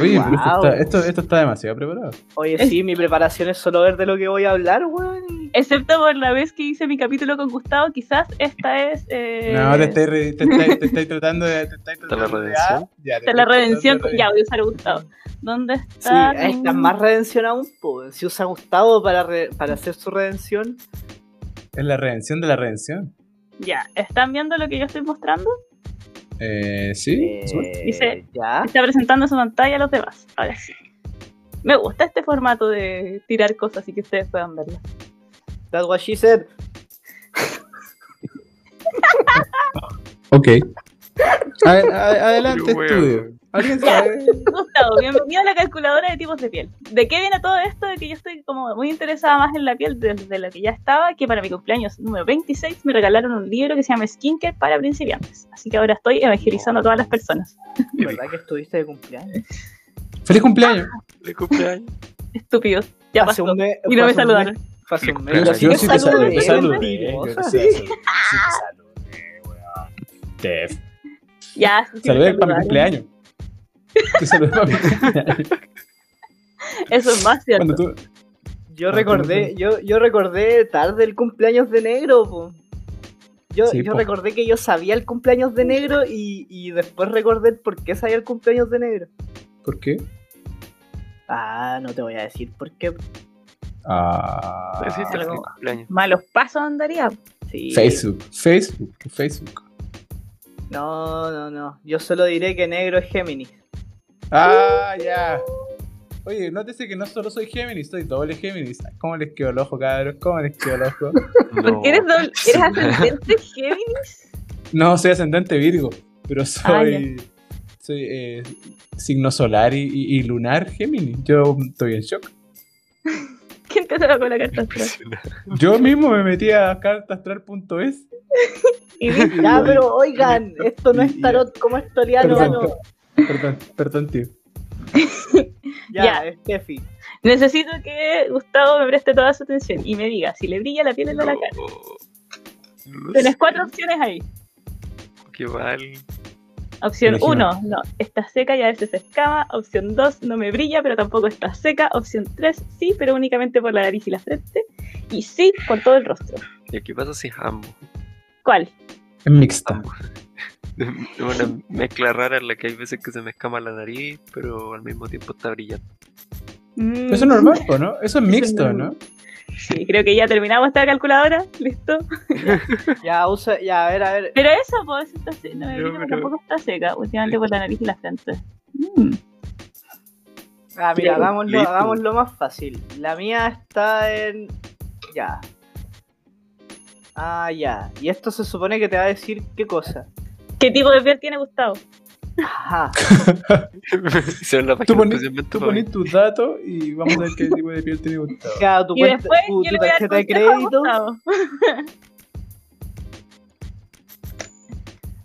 Speaker 1: Oye, pero esto
Speaker 3: Wow.
Speaker 1: está, esto, esto está demasiado preparado.
Speaker 3: Oye, sí, mi preparación es solo ver de lo que voy a hablar, weón.
Speaker 4: Excepto por la vez que hice mi capítulo con Gustavo, quizás esta es. eh,
Speaker 1: No, ahora te estoy, te estáis- te estáis tratando de. Te estáis
Speaker 2: la
Speaker 1: tratando de-
Speaker 2: redención?
Speaker 1: ah, ya, te
Speaker 4: esta es la
Speaker 1: estáis
Speaker 4: redención.
Speaker 1: tratando de-
Speaker 4: Ya, voy a usar a Gustavo. ¿Dónde
Speaker 3: Sí,
Speaker 4: está?
Speaker 1: ah.
Speaker 3: ahí ah, está más redención aún, po, weón. Si usa Gustavo para, re- para hacer su redención,
Speaker 1: Es la redención de la redención.
Speaker 4: Ya, ¿están viendo lo que yo estoy mostrando?
Speaker 1: Eh, sí,
Speaker 3: eh,
Speaker 1: suerte.
Speaker 4: Dice-
Speaker 3: ya.
Speaker 4: Está presentando su pantalla a los demás. Ahora sí. Me gusta este formato de tirar cosas y que ustedes puedan verlas.
Speaker 3: That's what she said.
Speaker 1: Ok. A- a- adelante,
Speaker 2: Pero,
Speaker 1: estudio.
Speaker 2: weón.
Speaker 1: ¿Alguien sabe?
Speaker 4: Gustavo, bienvenido a la calculadora de tipos de piel. ¿De qué viene todo esto? De que yo estoy como muy interesada más en la piel de, de lo que ya estaba, que para mi cumpleaños número 26 me regalaron un libro que se llama Skincare para principiantes. Así que ahora estoy evangelizando a todas las personas.
Speaker 2: Y
Speaker 3: ¿Verdad que estuviste de cumpleaños?
Speaker 1: ¡Feliz cumpleaños!
Speaker 2: de cumpleaños.
Speaker 4: Estúpidos. Ya
Speaker 3: Hace
Speaker 4: pasó.
Speaker 3: un me-
Speaker 4: y
Speaker 3: fue
Speaker 4: no me
Speaker 3: hace un
Speaker 4: saludaron.
Speaker 3: mes- fue hace un mes.
Speaker 2: Yo-
Speaker 1: Yo,
Speaker 2: yo
Speaker 1: yo sí te saludé,
Speaker 4: saludé,
Speaker 1: te saludé.
Speaker 3: ¿eh?
Speaker 1: Yo
Speaker 3: Cosa.
Speaker 1: sí te saludé, sí te saludé, weón. Te
Speaker 4: Ya, sí, sí,
Speaker 1: saludé
Speaker 4: me
Speaker 1: para mi
Speaker 4: saludaron.
Speaker 1: cumpleaños. Te saludé para mi cumpleaños.
Speaker 4: Eso es más cierto.
Speaker 1: Cuando tú... Ah,
Speaker 3: Yo recordé, yo, yo recordé tarde el cumpleaños de negro, po. Yo,
Speaker 1: Sí,
Speaker 3: yo
Speaker 1: po.
Speaker 3: recordé que yo sabía el cumpleaños de negro y, y después recordé el por qué sabía el cumpleaños de negro.
Speaker 1: ¿Por qué?
Speaker 3: Ah, no te voy a decir por qué.
Speaker 1: Ah,
Speaker 2: Así está el cumpleaños.
Speaker 4: Malos pasos andaría.
Speaker 3: Sí.
Speaker 1: Facebook, Facebook, Facebook.
Speaker 3: No, no, no. Yo solo diré que negro es Géminis.
Speaker 1: Ah, ya. Oye, nótese que no solo soy Géminis, soy doble Géminis. ¿Cómo les quedó el ojo, cabros? ¿Cómo les quedó el ojo?
Speaker 4: ¿Por qué eres,
Speaker 2: No.
Speaker 4: doble- eres ascendente Géminis?
Speaker 1: No, soy ascendente Virgo, pero soy,
Speaker 4: Ah,
Speaker 1: soy eh, signo solar y, y- y lunar Géminis. Yo estoy en shock.
Speaker 4: ¿Quién te sacó la carta astral.
Speaker 2: Impresionante.
Speaker 1: Yo mismo me metí a cartastral.es.
Speaker 4: Y vi-
Speaker 3: Ya, pero oigan, esto no es tarot como es toriano.
Speaker 1: Perdón,
Speaker 3: mano.
Speaker 1: per- perdón, perdón, tío.
Speaker 3: Ya,
Speaker 4: Ya.
Speaker 3: Steffi.
Speaker 4: necesito que Gustavo me preste toda su atención y me diga si le brilla la piel en la cara.
Speaker 2: No
Speaker 4: Tienes
Speaker 2: sé,
Speaker 4: cuatro opciones ahí.
Speaker 2: Qué mal.
Speaker 4: Opción
Speaker 1: Imagínate.
Speaker 4: 1, no, está seca y a veces se escama. Opción 2, no me brilla, pero tampoco está seca. Opción 3, sí, pero únicamente por la nariz y la frente. Y sí, por todo el rostro.
Speaker 2: ¿Y qué pasa si es ambos?
Speaker 4: ¿Cuál?
Speaker 1: Es mixta.
Speaker 2: Es Una mezcla rara en la que hay veces que se me escama la nariz, pero al mismo tiempo está brillante.
Speaker 4: Mm,
Speaker 1: Eso es normal, po, ¿no? Eso es mixto, ¿no?
Speaker 4: Sí, creo que ya terminamos esta calculadora. Listo.
Speaker 3: Ya, usa, ya, a ver, a ver.
Speaker 4: Pero eso, pues, está se- no me
Speaker 2: Yo
Speaker 4: brilla, pero
Speaker 2: creo-
Speaker 4: tampoco está seca. Últimamente por la nariz y la frente. Mm,
Speaker 3: Ah,
Speaker 2: Creo,
Speaker 3: mira, hagámoslo,
Speaker 2: listo.
Speaker 3: hagámoslo más fácil. La mía está en. Ya. Ah, ya. Y esto se supone que te va a decir qué cosa.
Speaker 4: ¿Qué tipo de piel tiene Gustavo?
Speaker 3: Ajá.
Speaker 2: Hicieron la
Speaker 1: Tú
Speaker 2: página
Speaker 1: pones
Speaker 2: especialmente
Speaker 1: tú
Speaker 2: para mí.
Speaker 1: pones tus datos y vamos a ver qué tipo de piel tiene Gustavo.
Speaker 3: Ya, tu,
Speaker 4: Y
Speaker 3: cuenta-
Speaker 4: después
Speaker 3: tu-
Speaker 4: yo
Speaker 3: tu
Speaker 4: le voy a dar
Speaker 3: tarjeta de
Speaker 4: consejo a
Speaker 3: crédito.
Speaker 4: Gustavo.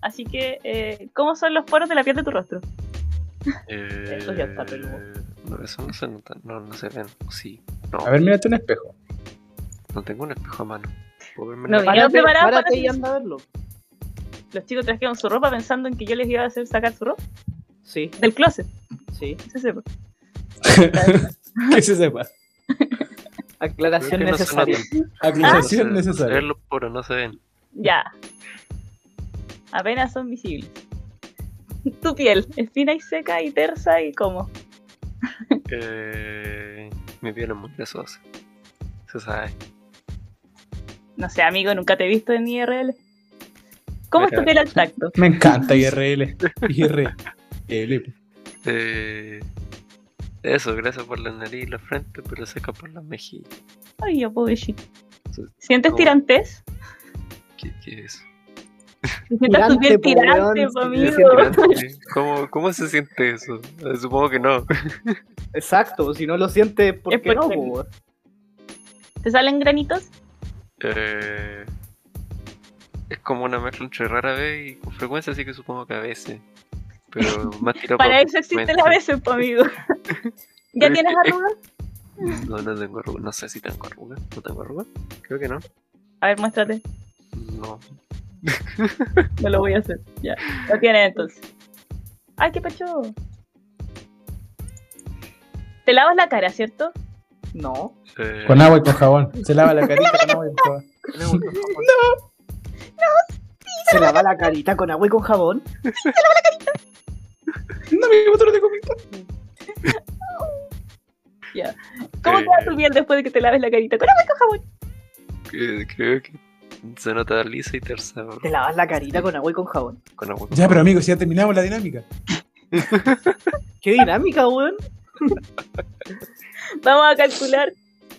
Speaker 4: Así que, eh, ¿cómo son los poros de la piel de tu rostro?
Speaker 2: Eh,
Speaker 3: Eso ya está peludo.
Speaker 2: No, eso no se nota. No, no se ven. Sí. No,
Speaker 1: A ver, mírate un espejo.
Speaker 2: no tengo un espejo a mano. ¿Puedo verme
Speaker 4: No,
Speaker 2: la-
Speaker 4: mira.
Speaker 3: Párate,
Speaker 4: preparado para
Speaker 3: párate
Speaker 4: ti.
Speaker 3: y anda a verlo.
Speaker 4: Los chicos trajeron su ropa pensando en que yo les iba a hacer sacar su ropa
Speaker 3: Sí,
Speaker 4: del closet.
Speaker 3: sí.
Speaker 4: que se sepa.
Speaker 1: que se sepa.
Speaker 2: Creo que
Speaker 3: Aclaración
Speaker 2: no se
Speaker 3: necesaria.
Speaker 2: notan.
Speaker 1: Acusación
Speaker 2: No se- Se
Speaker 1: necesaria.
Speaker 2: ven los poros, no se ven.
Speaker 4: Ya. Apenas son visibles. Tu piel es fina y seca y tersa y como.
Speaker 2: Eh, mi piel es muy grasosa. Se sabe.
Speaker 4: No sé, amigo, nunca te he visto en IRL. ¿Cómo es tu
Speaker 2: Mira.
Speaker 4: piel al tacto?
Speaker 1: Me encanta IRL. IRL.
Speaker 2: Eh, eso, grasa por la nariz y la frente, pero seca por las mejillas.
Speaker 4: Ay, yo pobrecito.
Speaker 2: Sí.
Speaker 4: ¿Sientes
Speaker 2: No.
Speaker 4: tirantes?
Speaker 2: ¿Qué, qué es?
Speaker 4: ¿Sientes tu
Speaker 3: Tirante,
Speaker 4: piel
Speaker 3: po,
Speaker 4: tirante,
Speaker 3: weón,
Speaker 4: po,
Speaker 3: sí,
Speaker 4: amigo?
Speaker 3: siento
Speaker 2: ¿Cómo, ¿Cómo se siente eso? Eh, Supongo que no.
Speaker 3: Exacto, si no lo sientes, ¿por
Speaker 4: Es
Speaker 3: qué no?
Speaker 4: porque-
Speaker 3: po?
Speaker 4: ¿Te salen granitos?
Speaker 2: Eh, es como una mezcla entre rara vez y con frecuencia, así que supongo que a veces. Pero más tirado
Speaker 4: Para
Speaker 2: por
Speaker 4: eso existen
Speaker 2: frecuencia.
Speaker 4: las veces, po, amigo. ¿Ya
Speaker 2: Pero es
Speaker 4: tienes
Speaker 2: que-
Speaker 4: arrugas?
Speaker 2: No, no tengo arruga. No sé si tengo arruga. ¿No tengo arruga? Creo que no.
Speaker 4: A ver, muéstrate.
Speaker 2: No.
Speaker 4: No lo voy a hacer. Ya. Lo tienes entonces. ¡Ay, qué pecho! Te lavas la cara, ¿cierto?
Speaker 3: No.
Speaker 2: Eh,
Speaker 1: Con agua y con jabón. Se lava la carita con agua y con jabón.
Speaker 2: tenemos-
Speaker 3: Se lava la carita con agua y con jabón.
Speaker 1: No, mi botón lo tengo pintado.
Speaker 4: ¿Cómo
Speaker 2: Eh.
Speaker 4: queda tu piel después de que te laves la carita? ¡Con agua y con jabón!
Speaker 2: eh, creo que se nota lisa y tersa
Speaker 3: Te lavas la carita con agua y con jabón.
Speaker 2: con agua.
Speaker 1: Ya, pero amigos, ya terminamos la dinámica.
Speaker 3: Qué dinámica, weón.
Speaker 4: Vamos a calcular.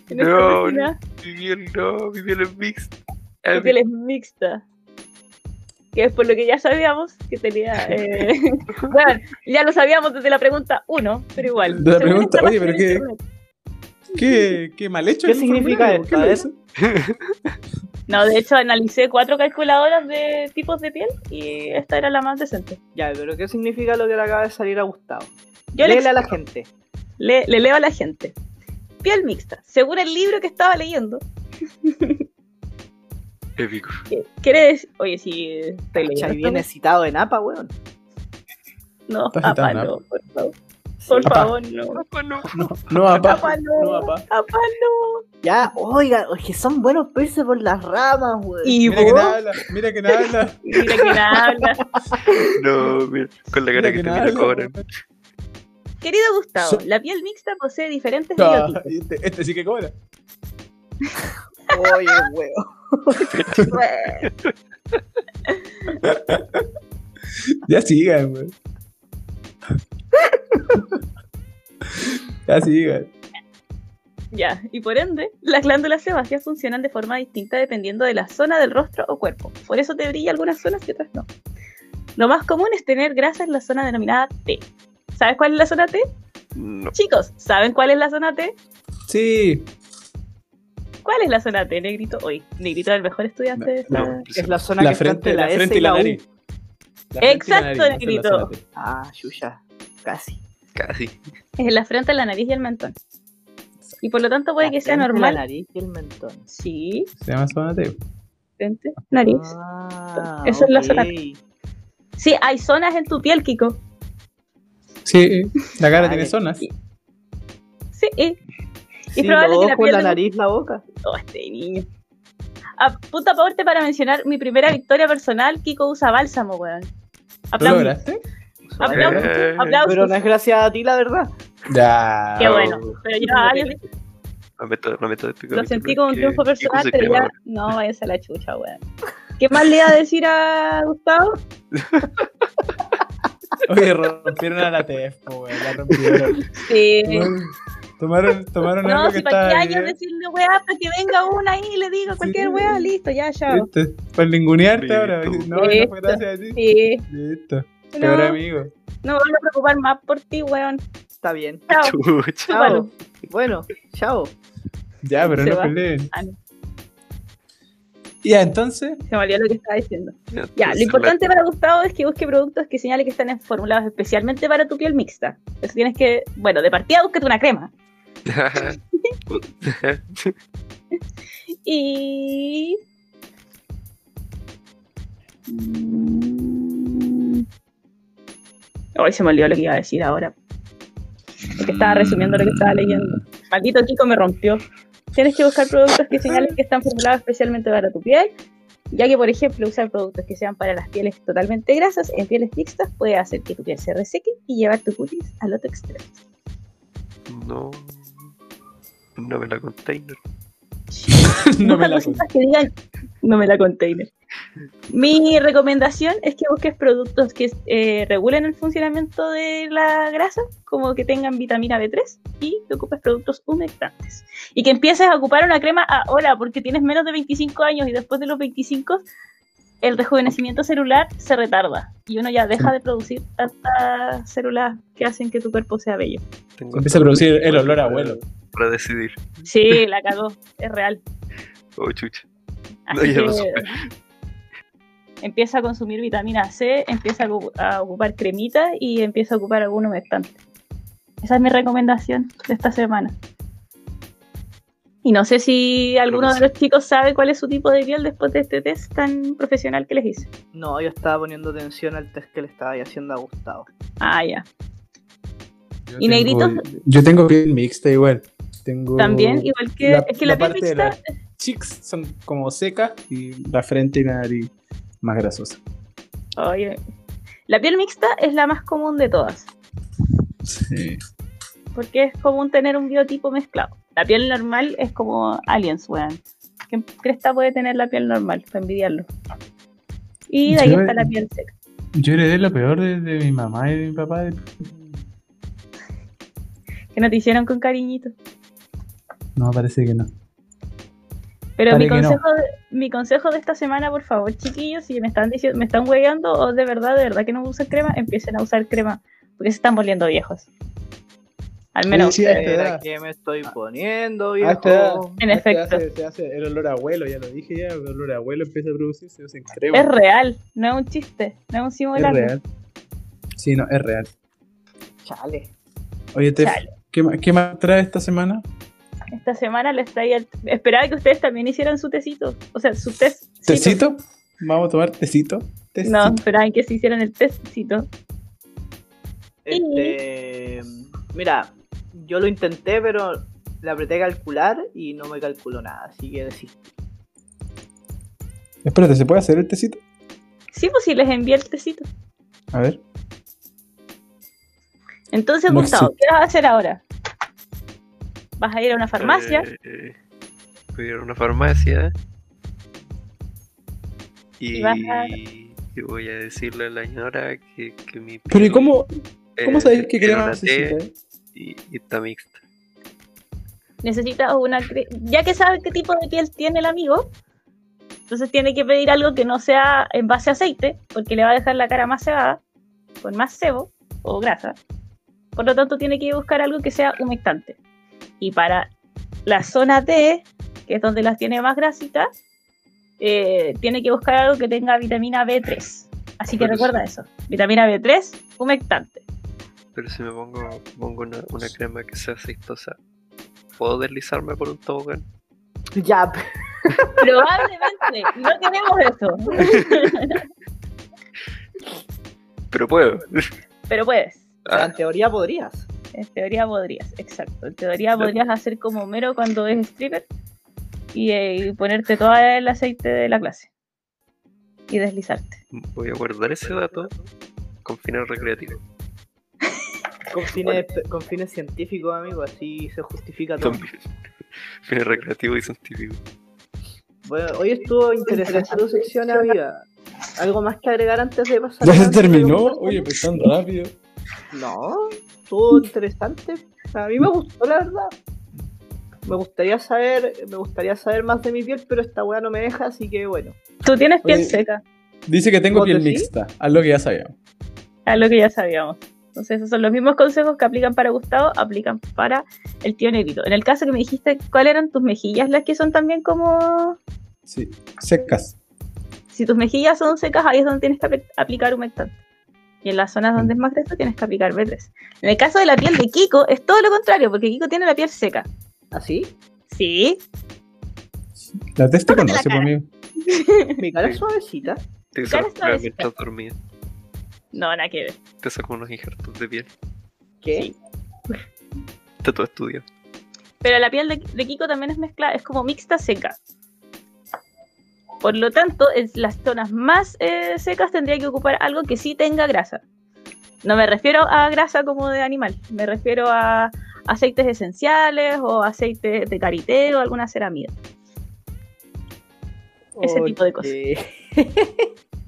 Speaker 4: En esta
Speaker 2: No,
Speaker 4: máquina,
Speaker 2: Mi piel no, mi piel es mixta.
Speaker 4: tu piel es mixta. Que es por lo que ya sabíamos que tenía. eh, bueno, ya lo sabíamos desde la pregunta 1, pero igual.
Speaker 1: De la
Speaker 4: Según
Speaker 1: pregunta,
Speaker 4: esta
Speaker 1: oye,
Speaker 4: página
Speaker 1: pero
Speaker 4: de
Speaker 1: qué-
Speaker 4: internet.
Speaker 1: ¿Qué, qué mal hecho
Speaker 3: ¿Qué
Speaker 1: el
Speaker 3: significa
Speaker 1: formulario? ¿Qué
Speaker 3: esto?
Speaker 1: lo
Speaker 3: A
Speaker 1: hizo?
Speaker 4: No, de hecho, analicé cuatro calculadoras de tipos de piel y esta era la más decente.
Speaker 3: Ya, pero ¿qué significa lo que le acaba de salir a Gustavo?
Speaker 4: Yo le
Speaker 3: Léele a la gente.
Speaker 4: le, le leo a la gente. Piel mixta. Según el libro que estaba leyendo,
Speaker 2: Épico.
Speaker 4: que- quiere decir. Oye, si estoy leyendo.
Speaker 3: Chay,
Speaker 4: esto,
Speaker 3: viene citado en APA, weón.
Speaker 4: No,
Speaker 1: Estás
Speaker 4: papá,
Speaker 1: gitana.
Speaker 4: no, por favor. Por
Speaker 1: Papá.
Speaker 4: favor, no.
Speaker 2: Bueno,
Speaker 1: No, no, apá.
Speaker 4: Papá,
Speaker 1: No,
Speaker 4: no.
Speaker 1: apá.
Speaker 4: Papá, no.
Speaker 3: Ya, oiga, es que son buenos peces por las ramas, weón.
Speaker 4: Y
Speaker 1: Mira que
Speaker 4: vos.
Speaker 1: nada habla. Mira que nada habla.
Speaker 4: Mira quién habla.
Speaker 2: no, mira, con la
Speaker 1: Mira
Speaker 2: cara que
Speaker 1: que
Speaker 2: te
Speaker 1: nada
Speaker 2: mira
Speaker 1: habla.
Speaker 2: cobran.
Speaker 4: Querido Gustavo,
Speaker 1: So-
Speaker 4: la piel mixta posee diferentes
Speaker 1: Ah,
Speaker 4: biotipos.
Speaker 1: Este, este sí que cobra.
Speaker 3: Oye, weón.
Speaker 1: Ya sigan, güey. Ya sigan.
Speaker 4: Ya, y por ende, las glándulas sebáceas funcionan de forma distinta dependiendo de la zona del rostro o cuerpo. Por eso te brilla algunas zonas y otras no. Lo más común es tener grasa en la zona denominada T. ¿Sabes cuál es la zona T?
Speaker 2: No,
Speaker 4: Chicos, ¿saben cuál es la zona T?
Speaker 1: Sí.
Speaker 4: ¿Cuál es la zona T, Negrito? Hoy, Negrito era el mejor estudiante de esta-
Speaker 2: No,
Speaker 3: Es la zona
Speaker 1: La
Speaker 3: que está
Speaker 1: frente,
Speaker 3: entre
Speaker 1: la
Speaker 3: S
Speaker 1: frente y la nariz. La frente y la
Speaker 4: Exacto,
Speaker 1: nariz, esa es la
Speaker 4: Negrito.
Speaker 1: zona T.
Speaker 3: Ah, Yuya, casi.
Speaker 2: Casi.
Speaker 4: Es en la frente, la nariz y el mentón. Y por lo tanto puede
Speaker 3: La
Speaker 4: que sea
Speaker 3: frente,
Speaker 4: normal.
Speaker 3: La nariz y el mentón.
Speaker 4: Sí,
Speaker 1: Se llama zona T.
Speaker 4: frente, nariz.
Speaker 3: Ah,
Speaker 4: Esa es la
Speaker 3: ok.
Speaker 4: zona Sí, hay zonas en tu piel, Kiko.
Speaker 1: Sí, la cara
Speaker 3: Vale.
Speaker 1: tiene zonas.
Speaker 4: Sí. Sí, eh.
Speaker 3: Sí,
Speaker 4: probable
Speaker 3: los
Speaker 4: que la
Speaker 3: ojos, la
Speaker 4: pierda-
Speaker 3: nariz, la boca.
Speaker 4: Oh, este niño. Apunta aparte para mencionar mi primera victoria personal, Kiko usa bálsamo, weón.
Speaker 1: ¿Lo
Speaker 4: Aplausos.
Speaker 1: lograste?
Speaker 4: Aplausos,
Speaker 2: Eh.
Speaker 4: aplausos.
Speaker 3: Pero no es gracias a ti, la verdad.
Speaker 1: Ya.
Speaker 4: Qué bueno. Pero yo años de-
Speaker 2: No me to- no me toques pico,
Speaker 4: lo
Speaker 2: Víctor,
Speaker 4: sentí como un
Speaker 2: porque
Speaker 4: triunfo
Speaker 2: Kiku se
Speaker 4: personal,
Speaker 2: crema
Speaker 4: pero ya
Speaker 2: ahora.
Speaker 4: no vayas a la chucha, weón. ¿Qué más le iba a decir a Gustavo?
Speaker 1: Oye, rompieron a la TF, po, güey, La rompieron.
Speaker 4: Sí.
Speaker 1: Tomaron- Tomaron, tomaron
Speaker 4: Eh, No,
Speaker 1: algo que
Speaker 4: si para qué
Speaker 1: estaba
Speaker 4: años
Speaker 1: bien.
Speaker 4: decirle weá, para que venga una ahí y le diga cualquier
Speaker 1: Sí.
Speaker 4: weá, listo, ya, ya.
Speaker 1: Listo, Para ningunearte ahora.
Speaker 2: Listo.
Speaker 1: No, no fue gracias a ti.
Speaker 4: Sí.
Speaker 1: Listo. Peor
Speaker 4: No,
Speaker 1: amigo.
Speaker 4: no me voy a preocupar más por ti, weón.
Speaker 3: Está bien.
Speaker 4: Chao.
Speaker 2: Chucha.
Speaker 3: Chao. Bueno, chao.
Speaker 1: Ya, pero
Speaker 4: Se
Speaker 1: no
Speaker 4: va.
Speaker 1: peleen.
Speaker 4: Ah, no.
Speaker 1: Ya, entonces.
Speaker 4: Se me olvidó lo que estaba diciendo. Ya,
Speaker 2: entonces
Speaker 4: lo importante para Gustavo es que busque productos que señale que están en- formulados especialmente para tu piel mixta. Eso tienes que, bueno, de partida búscate una crema.
Speaker 2: la-
Speaker 4: Y... Mm. Hoy se me olvidó lo que iba a decir ahora. Porque estaba resumiendo lo que estaba leyendo. Maldito Kiko me rompió. Tienes que buscar productos que señalen que están formulados especialmente para tu piel, ya que, por ejemplo, usar productos que sean para las pieles totalmente grasas en pieles mixtas puede hacer que tu piel se reseque y llevar tu cutis al otro extremo.
Speaker 2: No. No me la container.
Speaker 1: no me la
Speaker 4: Busca cositas que digan, no me la container. Mi recomendación es que busques productos que eh, regulen el funcionamiento de la grasa, como que tengan vitamina B3 y que ocupes productos humectantes. Y que empieces a ocupar una crema ahora, porque tienes menos de 25 años y después de los 25 el rejuvenecimiento celular se retarda y uno ya deja de producir tantas células que hacen que tu cuerpo sea bello.
Speaker 2: Tengo
Speaker 1: Empieza a
Speaker 2: hasta
Speaker 1: producir
Speaker 2: ahora
Speaker 1: el olor a
Speaker 2: para-
Speaker 1: abuelo.
Speaker 2: Para decidir.
Speaker 4: Sí, la cagó, es real.
Speaker 2: Oh, chucha.
Speaker 4: Así
Speaker 2: No, ya lo
Speaker 4: que,
Speaker 2: supe.
Speaker 4: empieza a consumir vitamina C, empieza a ocu- a ocupar cremita y empieza a ocupar algún humectante. Esa es mi recomendación de esta semana. Y no sé si alguno de los chicos sabe cuál es su tipo de piel después de este test tan profesional que les hice.
Speaker 3: No, yo estaba poniendo atención al test que le estaba haciendo a Gustavo.
Speaker 4: Ah, ya.
Speaker 1: Yo
Speaker 4: ¿Y
Speaker 1: tengo-
Speaker 4: negrito?
Speaker 1: Yo tengo piel mixta igual. Tengo
Speaker 4: También, igual que
Speaker 1: la-
Speaker 4: es que la,
Speaker 1: la
Speaker 4: piel
Speaker 1: parte de
Speaker 4: mixta,
Speaker 1: la- Chicks son como secas y la frente y la nariz más grasosa.
Speaker 4: oye, la piel mixta es la más común de todas.
Speaker 1: Sí.
Speaker 4: porque es común tener un biotipo mezclado. La piel normal es como aliens, weón. ¿Qué cresta puede tener la piel normal? Para envidiarlo. Y de ahí
Speaker 1: Yo-
Speaker 4: está la piel seca.
Speaker 1: Yo heredé lo peor de, de mi mamá y de mi papá.
Speaker 4: Que no te hicieron con cariñito.
Speaker 1: No, parece que no.
Speaker 4: Pero mi
Speaker 1: Parece que no.
Speaker 4: consejo, de, mi consejo de esta semana, por favor, chiquillos, si me están diciendo, me están hueveando o de verdad, de verdad que no usan crema, empiecen a usar crema. Porque se están volviendo viejos. Al menos.
Speaker 1: Sí, sí,
Speaker 4: ustedes.
Speaker 1: Te da.
Speaker 3: Espera, ¿qué me estoy poniendo,
Speaker 1: Este Ah, está.
Speaker 3: viejo?
Speaker 4: En
Speaker 1: Ah,
Speaker 4: efecto.
Speaker 1: Se hace, se hace el olor a abuelo, ya lo dije ya. El olor a abuelo empieza a producirse, no se crema.
Speaker 4: Es real, no es un chiste, no es un
Speaker 1: Es
Speaker 4: simulacro.
Speaker 1: real. Sí, no, es real.
Speaker 3: Chale.
Speaker 1: Oye, Tef,
Speaker 4: Chale.
Speaker 1: ¿qué, ma- qué más trae esta semana?
Speaker 4: Esta semana les traía. el- Esperaba que ustedes también hicieran su tecito. O sea, su test.
Speaker 1: ¿Tecito? ¿Vamos a tomar tecito? ¿Tecito?
Speaker 4: pues. No, esperaban que se hicieran el testcito.
Speaker 3: Este, mira, yo lo intenté, pero le apreté calcular y no me calculó nada, así que desistí.
Speaker 1: Espérate, ¿se puede hacer el tecito?
Speaker 4: Sí, pues sí, les envié el tecito.
Speaker 1: A ver.
Speaker 4: Entonces,
Speaker 1: No
Speaker 4: Gustavo,
Speaker 1: existe.
Speaker 4: ¿qué vas a hacer ahora? ¿Vas a ir a una farmacia?
Speaker 2: Eh, eh, fui a una farmacia. Y,
Speaker 4: Y vas a-
Speaker 2: y voy a decirle a la señora que, que mi.
Speaker 1: Pero ¿y
Speaker 2: piel,
Speaker 1: cómo,
Speaker 2: eh,
Speaker 1: cómo sabéis que eh?
Speaker 2: tiene
Speaker 1: crema
Speaker 2: una T
Speaker 1: necesita?
Speaker 2: Y, y está mixta.
Speaker 4: Necesitas una. cre- Ya que sabe qué tipo de piel tiene el amigo, entonces tiene que pedir algo que no sea en base a aceite, porque le va a dejar la cara más cebada, con más sebo o grasa. Por lo tanto, tiene que buscar algo que sea humectante. Y para la zona T, que es donde las tiene más grasitas, eh, tiene que buscar algo que tenga vitamina B3. Así que
Speaker 2: Pero sí.
Speaker 4: recuerda eso. Vitamina B3, humectante.
Speaker 2: Pero si me pongo, pongo una, una crema que sea aceitosa, ¿puedo deslizarme por un tobogán?
Speaker 3: Ya, p-
Speaker 4: Probablemente no tenemos eso,
Speaker 2: Pero puedo.
Speaker 4: pero puedes.
Speaker 2: Ah,
Speaker 3: en teoría podrías.
Speaker 4: En teoría podrías, exacto. En teoría
Speaker 2: Claro.
Speaker 4: podrías hacer como mero cuando es stripper y, eh, y ponerte todo el aceite de la clase y deslizarte.
Speaker 2: voy a guardar ese dato con fines recreativos.
Speaker 3: Con fines, con fines científicos, amigo, así se justifica todo.
Speaker 2: También. Fines recreativos y científicos.
Speaker 3: Bueno, hoy estuvo interesante tu sección, amiga. ¿Algo más que agregar antes de pasar?
Speaker 5: ¿Ya
Speaker 3: a la
Speaker 5: se terminó?
Speaker 3: pregunta?
Speaker 5: Oye, pues tan rápido.
Speaker 3: No, estuvo interesante. A mí me gustó, la verdad. Me gustaría saber, me gustaría saber más de mi piel, pero esta weá no me deja, así que bueno.
Speaker 4: Tú tienes piel
Speaker 1: Oye.
Speaker 4: seca,
Speaker 1: Dice que tengo
Speaker 3: ¿Vos
Speaker 1: piel
Speaker 3: decís?
Speaker 1: mixta, algo que ya sabíamos.
Speaker 4: a lo que ya sabíamos. Entonces, esos son los mismos consejos que aplican para Gustavo, aplican para el tío Negrito. En el caso que me dijiste, ¿cuáles eran tus mejillas? Las que son también como.
Speaker 1: Sí, secas.
Speaker 4: Si tus mejillas son secas, ahí es donde tienes que apl- aplicar humectante. Y en las zonas donde es más grueso, tienes que aplicar B3. En el caso de la piel de Kiko, es todo lo contrario, porque Kiko tiene la piel seca.
Speaker 3: ¿Así?
Speaker 4: Sí,
Speaker 1: La testa
Speaker 4: Tócate la
Speaker 1: este conoce pues,
Speaker 4: cara.
Speaker 1: por mí.
Speaker 3: Mi cara es
Speaker 2: Sí.
Speaker 3: suavecita.
Speaker 2: Te hizo las
Speaker 4: Claro,
Speaker 2: pruebas
Speaker 4: suavecito.
Speaker 2: mientras dormía.
Speaker 4: no, nada que ver.
Speaker 2: Te sacó unos injertos de piel.
Speaker 3: ¿Qué?
Speaker 2: Está todo estudiado.
Speaker 4: Pero la piel de, de Kiko también es mezcla, es como mixta seca. Por lo tanto, en las zonas más eh, secas tendría que ocupar algo que sí tenga grasa. No me refiero a grasa como de animal, me refiero a aceites esenciales o aceites de karité o alguna ceramida. Ese tipo de cosas.
Speaker 3: Ok.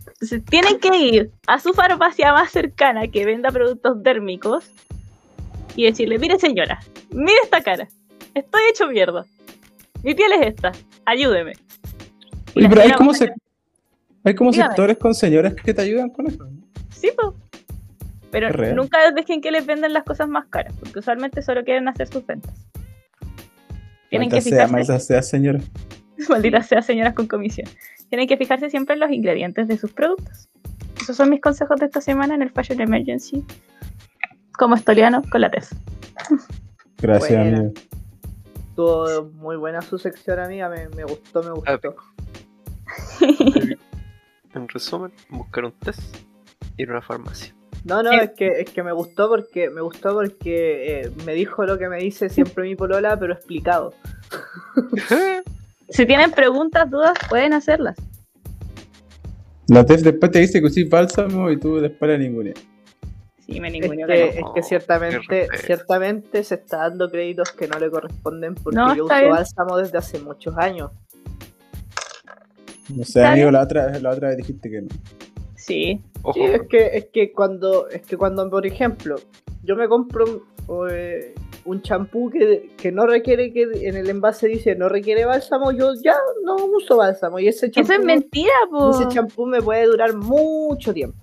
Speaker 4: Entonces, tienen que ir a su farmacia más cercana que venda productos dérmicos y decirle, mire señora, mire esta cara, estoy hecho mierda, mi piel es esta, ayúdeme. Y
Speaker 1: Oye,
Speaker 4: la
Speaker 1: pero hay
Speaker 4: señora
Speaker 1: como,
Speaker 4: va a
Speaker 1: sec- hay como
Speaker 4: Dígame.
Speaker 1: sectores con señoras que te ayudan con eso. ¿no?
Speaker 4: Sí, po. Pero
Speaker 1: Qué real.
Speaker 4: nunca dejen que les vendan las cosas más caras, porque usualmente solo quieren hacer sus ventas. Tienen
Speaker 1: Maldita
Speaker 4: que
Speaker 1: sea,
Speaker 4: fijarse,
Speaker 1: maldita sea, señora.
Speaker 4: malditas sean señoras con comisión, tienen que fijarse siempre en los ingredientes de sus productos. Esos son mis consejos de esta semana en el Fashion Emergency, como historiano con la TEF.
Speaker 1: Gracias,
Speaker 3: Buena.
Speaker 1: amigo.
Speaker 3: Estuvo muy buena su sección, amiga. Me, me gustó, me
Speaker 2: Ah,
Speaker 3: gustó.
Speaker 2: En resumen, buscar un test, ir a una farmacia.
Speaker 3: No, no,
Speaker 4: Sí.
Speaker 3: es que, es que me gustó porque me gustó porque eh, me dijo lo que me dice siempre mi polola, pero explicado.
Speaker 4: Si tienen preguntas, dudas, pueden hacerlas.
Speaker 1: La tef después te dice que usé bálsamo y tú después la ninguna.
Speaker 4: Sí, me
Speaker 3: Es
Speaker 4: ninguno
Speaker 3: que,
Speaker 4: que
Speaker 3: es
Speaker 2: no.
Speaker 3: que ciertamente,
Speaker 2: Qué
Speaker 3: ciertamente se está dando créditos que no le corresponden porque
Speaker 4: No,
Speaker 3: yo
Speaker 4: está
Speaker 3: uso
Speaker 4: bien.
Speaker 3: bálsamo desde hace muchos años.
Speaker 1: No sé,
Speaker 4: Está
Speaker 1: amigo,
Speaker 4: bien.
Speaker 1: la otra, la otra vez dijiste que no.
Speaker 4: no. Sí.
Speaker 2: Ojo,
Speaker 3: Sí, es que, es que cuando, es que cuando, por ejemplo, yo me compro eh, un champú que, que no requiere que en el envase dice no requiere bálsamo, yo ya no uso bálsamo. Y ese champú,
Speaker 4: Eso es mentira, po.
Speaker 3: ese champú me puede durar mucho tiempo.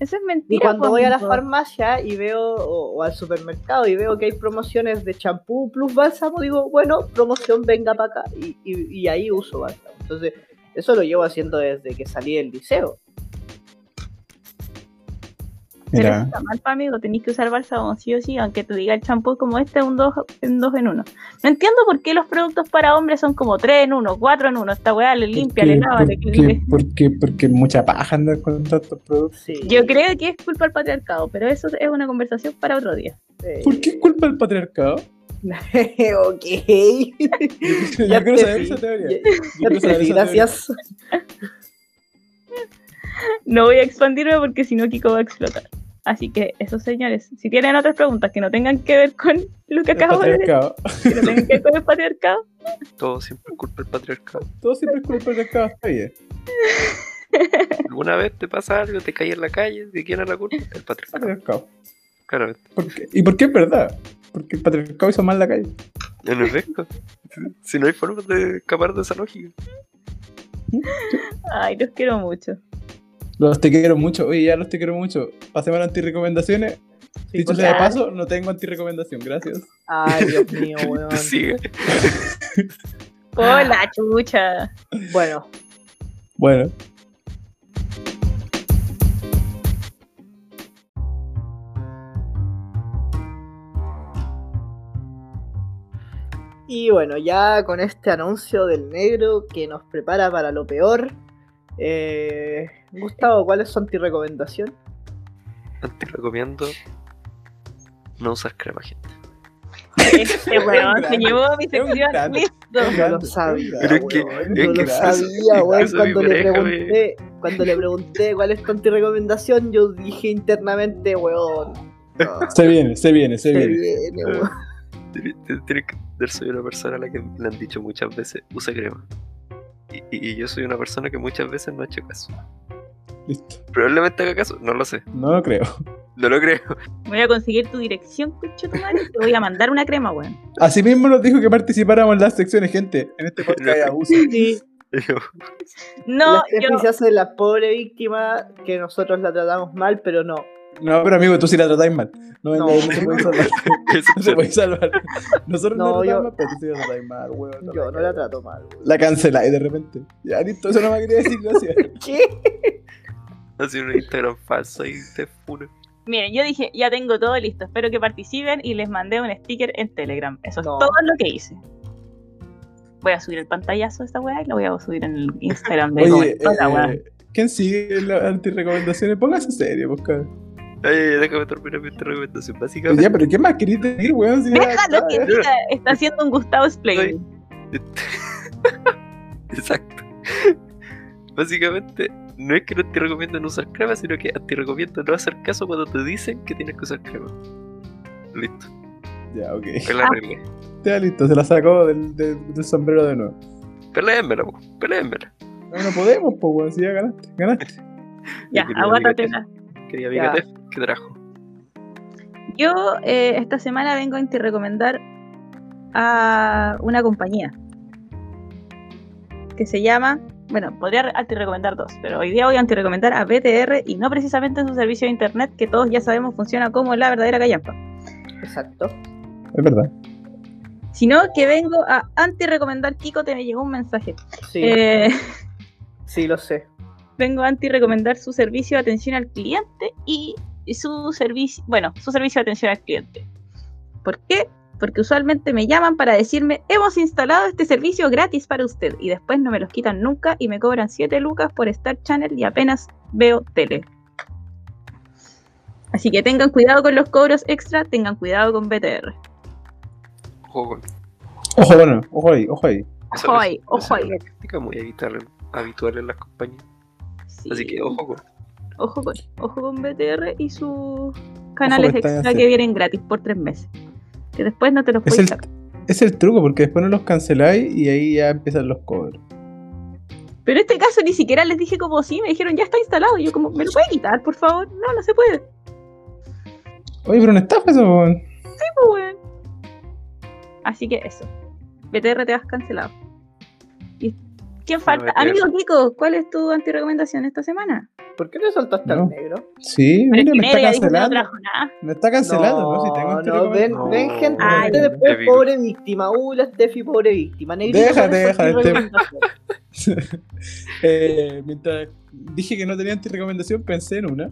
Speaker 4: Eso es
Speaker 3: Y
Speaker 4: mentira.
Speaker 3: cuando
Speaker 4: po,
Speaker 3: voy a la
Speaker 4: amigo.
Speaker 3: farmacia y veo, o, o al supermercado y veo que hay promociones de champú plus bálsamo, digo, bueno, promoción venga para acá. Y, y- y ahí uso bálsamo. Entonces, eso lo llevo haciendo desde que salí del liceo.
Speaker 4: Pero eso
Speaker 1: Mira,
Speaker 4: está mal, pa, amigo. Tenéis que usar bálsamo sí o sí, aunque te diga el champú como este, un 2 en, dos en uno. No entiendo por qué los productos para hombres son como 3 en uno, 4 en uno. Esta weá le limpia, le lava, le...
Speaker 1: porque, porque, porque mucha paja andar con tantos productos.
Speaker 3: Sí.
Speaker 4: Yo creo que es culpa del patriarcado, pero eso es una conversación para otro día.
Speaker 3: eh,
Speaker 1: ¿Por qué es culpa del patriarcado?
Speaker 3: ok.
Speaker 1: Yo quiero saber esa teoría. Yo quiero saber esa
Speaker 3: gracias.
Speaker 4: No voy a expandirme porque si no Kiko va a explotar. Así que, esos señores, si tienen otras preguntas que no tengan que ver con lo
Speaker 1: teoría.
Speaker 4: que
Speaker 1: El
Speaker 4: acabo de decir,
Speaker 1: patriarcado.
Speaker 4: que no tengan que ver con el patriarcado,
Speaker 2: todo siempre es culpa del patriarcado.
Speaker 1: Todo siempre es culpa del patriarcado, está bien.
Speaker 2: ¿Alguna vez te pasa algo, te caes en la calle? ¿De quién es la culpa? Del patriarcado,
Speaker 1: Patriarcado.
Speaker 2: claramente.
Speaker 1: ¿Por qué? ¿Y por qué es verdad? Porque el patriarcado hizo mal la calle.
Speaker 2: En efecto, si no hay forma de escapar de esa lógica.
Speaker 4: Ay, los quiero mucho.
Speaker 1: Los te quiero mucho, oye, ya los te quiero mucho. Pasemos a las antirrecomendaciones.
Speaker 3: Sí, pues
Speaker 1: Dicho
Speaker 3: por-
Speaker 1: sea de
Speaker 4: ya.
Speaker 1: paso, no tengo antirrecomendación, gracias.
Speaker 3: Ay, Dios mío, weón.
Speaker 2: Sigue.
Speaker 4: Hola, Ah, chucha.
Speaker 3: Bueno,
Speaker 1: Bueno.
Speaker 3: Y bueno, ya con este anuncio del negro que nos prepara para lo peor. eh, Gustavo, ¿cuál es tu recomendación?
Speaker 2: Te recomiendo no usar crema, gente.
Speaker 4: Este weón se
Speaker 1: grande,
Speaker 4: llevó mi
Speaker 1: es un
Speaker 4: sección
Speaker 1: grande.
Speaker 4: listo.
Speaker 3: Yo lo sabía,
Speaker 2: Pero es que-
Speaker 3: weón,
Speaker 2: es
Speaker 3: yo
Speaker 2: que-
Speaker 3: lo sabía, weón,
Speaker 2: eso
Speaker 3: cuando
Speaker 2: mi
Speaker 3: le
Speaker 2: pareja me-
Speaker 3: pregunté, cuando le pregunté cuál es tu recomendación, yo dije internamente, weón, no,
Speaker 1: Se viene, se viene, se
Speaker 3: se
Speaker 1: viene.
Speaker 3: viene, weón.
Speaker 2: Tienes que entender, soy una persona a la que le han dicho muchas veces, usa crema. Y, y- y yo soy una persona que muchas veces no ha hecho caso.
Speaker 1: Listo.
Speaker 2: Probablemente haga caso, no lo sé,
Speaker 1: No lo creo.
Speaker 2: no lo creo.
Speaker 4: Voy a conseguir tu dirección, coche tu madre. y Te voy a mandar una crema, weón.
Speaker 1: Asimismo nos dijo que participáramos en las secciones, gente. En este podcast hay abuso.
Speaker 2: Yo,
Speaker 4: No,
Speaker 3: La Steffi
Speaker 4: yo.
Speaker 3: se hace la pobre víctima que nosotros la tratamos mal, pero no.
Speaker 1: No, pero amigo, tú sí la tratáis mal. No,
Speaker 3: No.
Speaker 1: no, no se puede salvar.
Speaker 2: eso
Speaker 1: No se puede salvar. Nosotros no,
Speaker 3: No,
Speaker 1: la
Speaker 3: yo-
Speaker 1: tratamos mal, pero tú sí la tratáis mal, weón.
Speaker 3: Yo no la trato mal, weón.
Speaker 1: La canceláis de repente. Ya, listo, eso no me quería decir, gracias.
Speaker 3: ¿Qué?
Speaker 2: ha sido un Instagram falso y te funo.
Speaker 4: Miren, yo dije, ya tengo todo listo. Espero que participen y les mandé un sticker en Telegram. Eso
Speaker 3: No.
Speaker 4: es todo lo que hice. Voy a subir el pantallazo de esta weá y lo voy a subir en el Instagram de
Speaker 1: Oye,
Speaker 4: Roberto, la weá.
Speaker 1: eh, ¿quién sigue las antirrecomendaciones? Póngase serio, buscar.
Speaker 2: Ay, ay, déjame terminar mi recomendación. Básicamente,
Speaker 1: Ya, pero ¿qué más querés decir, weón? Si ya-
Speaker 4: Déjalo
Speaker 1: eh.
Speaker 4: que diga, está haciendo un Gustavo Splay.
Speaker 2: Exacto. Básicamente, no es que no te recomiendo no usar crema, sino que te recomiendo no hacer caso cuando te dicen que tienes que usar crema. Listo,
Speaker 1: Ah. Ya, ok.
Speaker 2: es la regla.
Speaker 1: Ya, listo, se la sacó del, del- del sombrero de nuevo.
Speaker 2: Peléenmela, po, peléenmela.
Speaker 1: No, no podemos, pues, weón, si ya ganaste, ganaste.
Speaker 4: Ya,
Speaker 2: Yo quería
Speaker 4: aguántate
Speaker 2: amiga
Speaker 4: una.
Speaker 2: Quería
Speaker 3: Ya.
Speaker 2: amiga Tef, ¿qué trajo?
Speaker 4: Yo eh, esta semana vengo a te recomendar a una compañía que se llama, bueno, podría te recomendar dos, pero hoy día voy a te recomendar a BTR y no precisamente su servicio de internet que todos ya sabemos funciona como la verdadera callampa,
Speaker 3: Exacto.
Speaker 1: Es verdad.
Speaker 4: sino que vengo a anti-recomendar, Kiko, te me llegó un mensaje.
Speaker 3: Sí,
Speaker 4: Eh,
Speaker 3: sí, lo sé.
Speaker 4: vengo a anti-recomendar su servicio de atención al cliente y su servicio, bueno, su servicio de atención al cliente. ¿Por qué? Porque usualmente me llaman para decirme, hemos instalado este servicio gratis para usted y después no me los quitan nunca y me cobran 7 lucas por Star Channel y apenas veo tele. Así que tengan cuidado con los cobros extra, tengan cuidado con BTR.
Speaker 2: Ojo con
Speaker 1: Ojo, bueno, ojo ahí, ojo ahí.
Speaker 2: eso-
Speaker 4: Ojo ahí,
Speaker 2: eso
Speaker 4: ojo
Speaker 2: es
Speaker 4: ahí.
Speaker 2: una práctica muy habitual, habitual en las compañías. Así
Speaker 4: Sí,
Speaker 2: que ojo con.
Speaker 4: ojo con, ojo con BTR y sus canales
Speaker 1: que están
Speaker 4: extra
Speaker 1: así.
Speaker 4: que vienen gratis por 3 meses. Que después no te los
Speaker 1: Es
Speaker 4: puedes
Speaker 1: el,
Speaker 4: sacar.
Speaker 1: es el truco, porque después no los canceláis y ahí ya empiezan los cobros.
Speaker 4: Pero en este caso ni siquiera les dije como sí, me dijeron ya está instalado. Y yo como, ¿me lo puede quitar, por favor? No, no se puede.
Speaker 1: Oye, pero una estafa eso, weón.
Speaker 4: Pues, weón. Así que eso. BTR te vas cancelado. ¿Y ¿Quién falta?
Speaker 2: BTR.
Speaker 4: Amigo Kiko, ¿cuál es tu antirecomendación esta semana?
Speaker 3: ¿Por qué no soltaste
Speaker 1: No.
Speaker 3: al negro?
Speaker 1: Sí, mira, me está
Speaker 4: Primero ya dijo que no
Speaker 1: cancelando.
Speaker 4: trajo nada.
Speaker 1: Me está cancelando, ¿no? Si tengo este
Speaker 3: no, ven,
Speaker 1: antirrecomendaciones.
Speaker 3: ven
Speaker 2: No.
Speaker 3: gente,
Speaker 4: Ay.
Speaker 3: gente después
Speaker 2: Te digo.
Speaker 3: pobre víctima. Uh, la Steffi, pobre víctima. Negrito,
Speaker 1: Deja,
Speaker 3: ¿cuál es tu
Speaker 1: deja, este Steffi.
Speaker 3: recomendación?
Speaker 1: Eh, mientras dije que no tenía antirecomendación, pensé en una.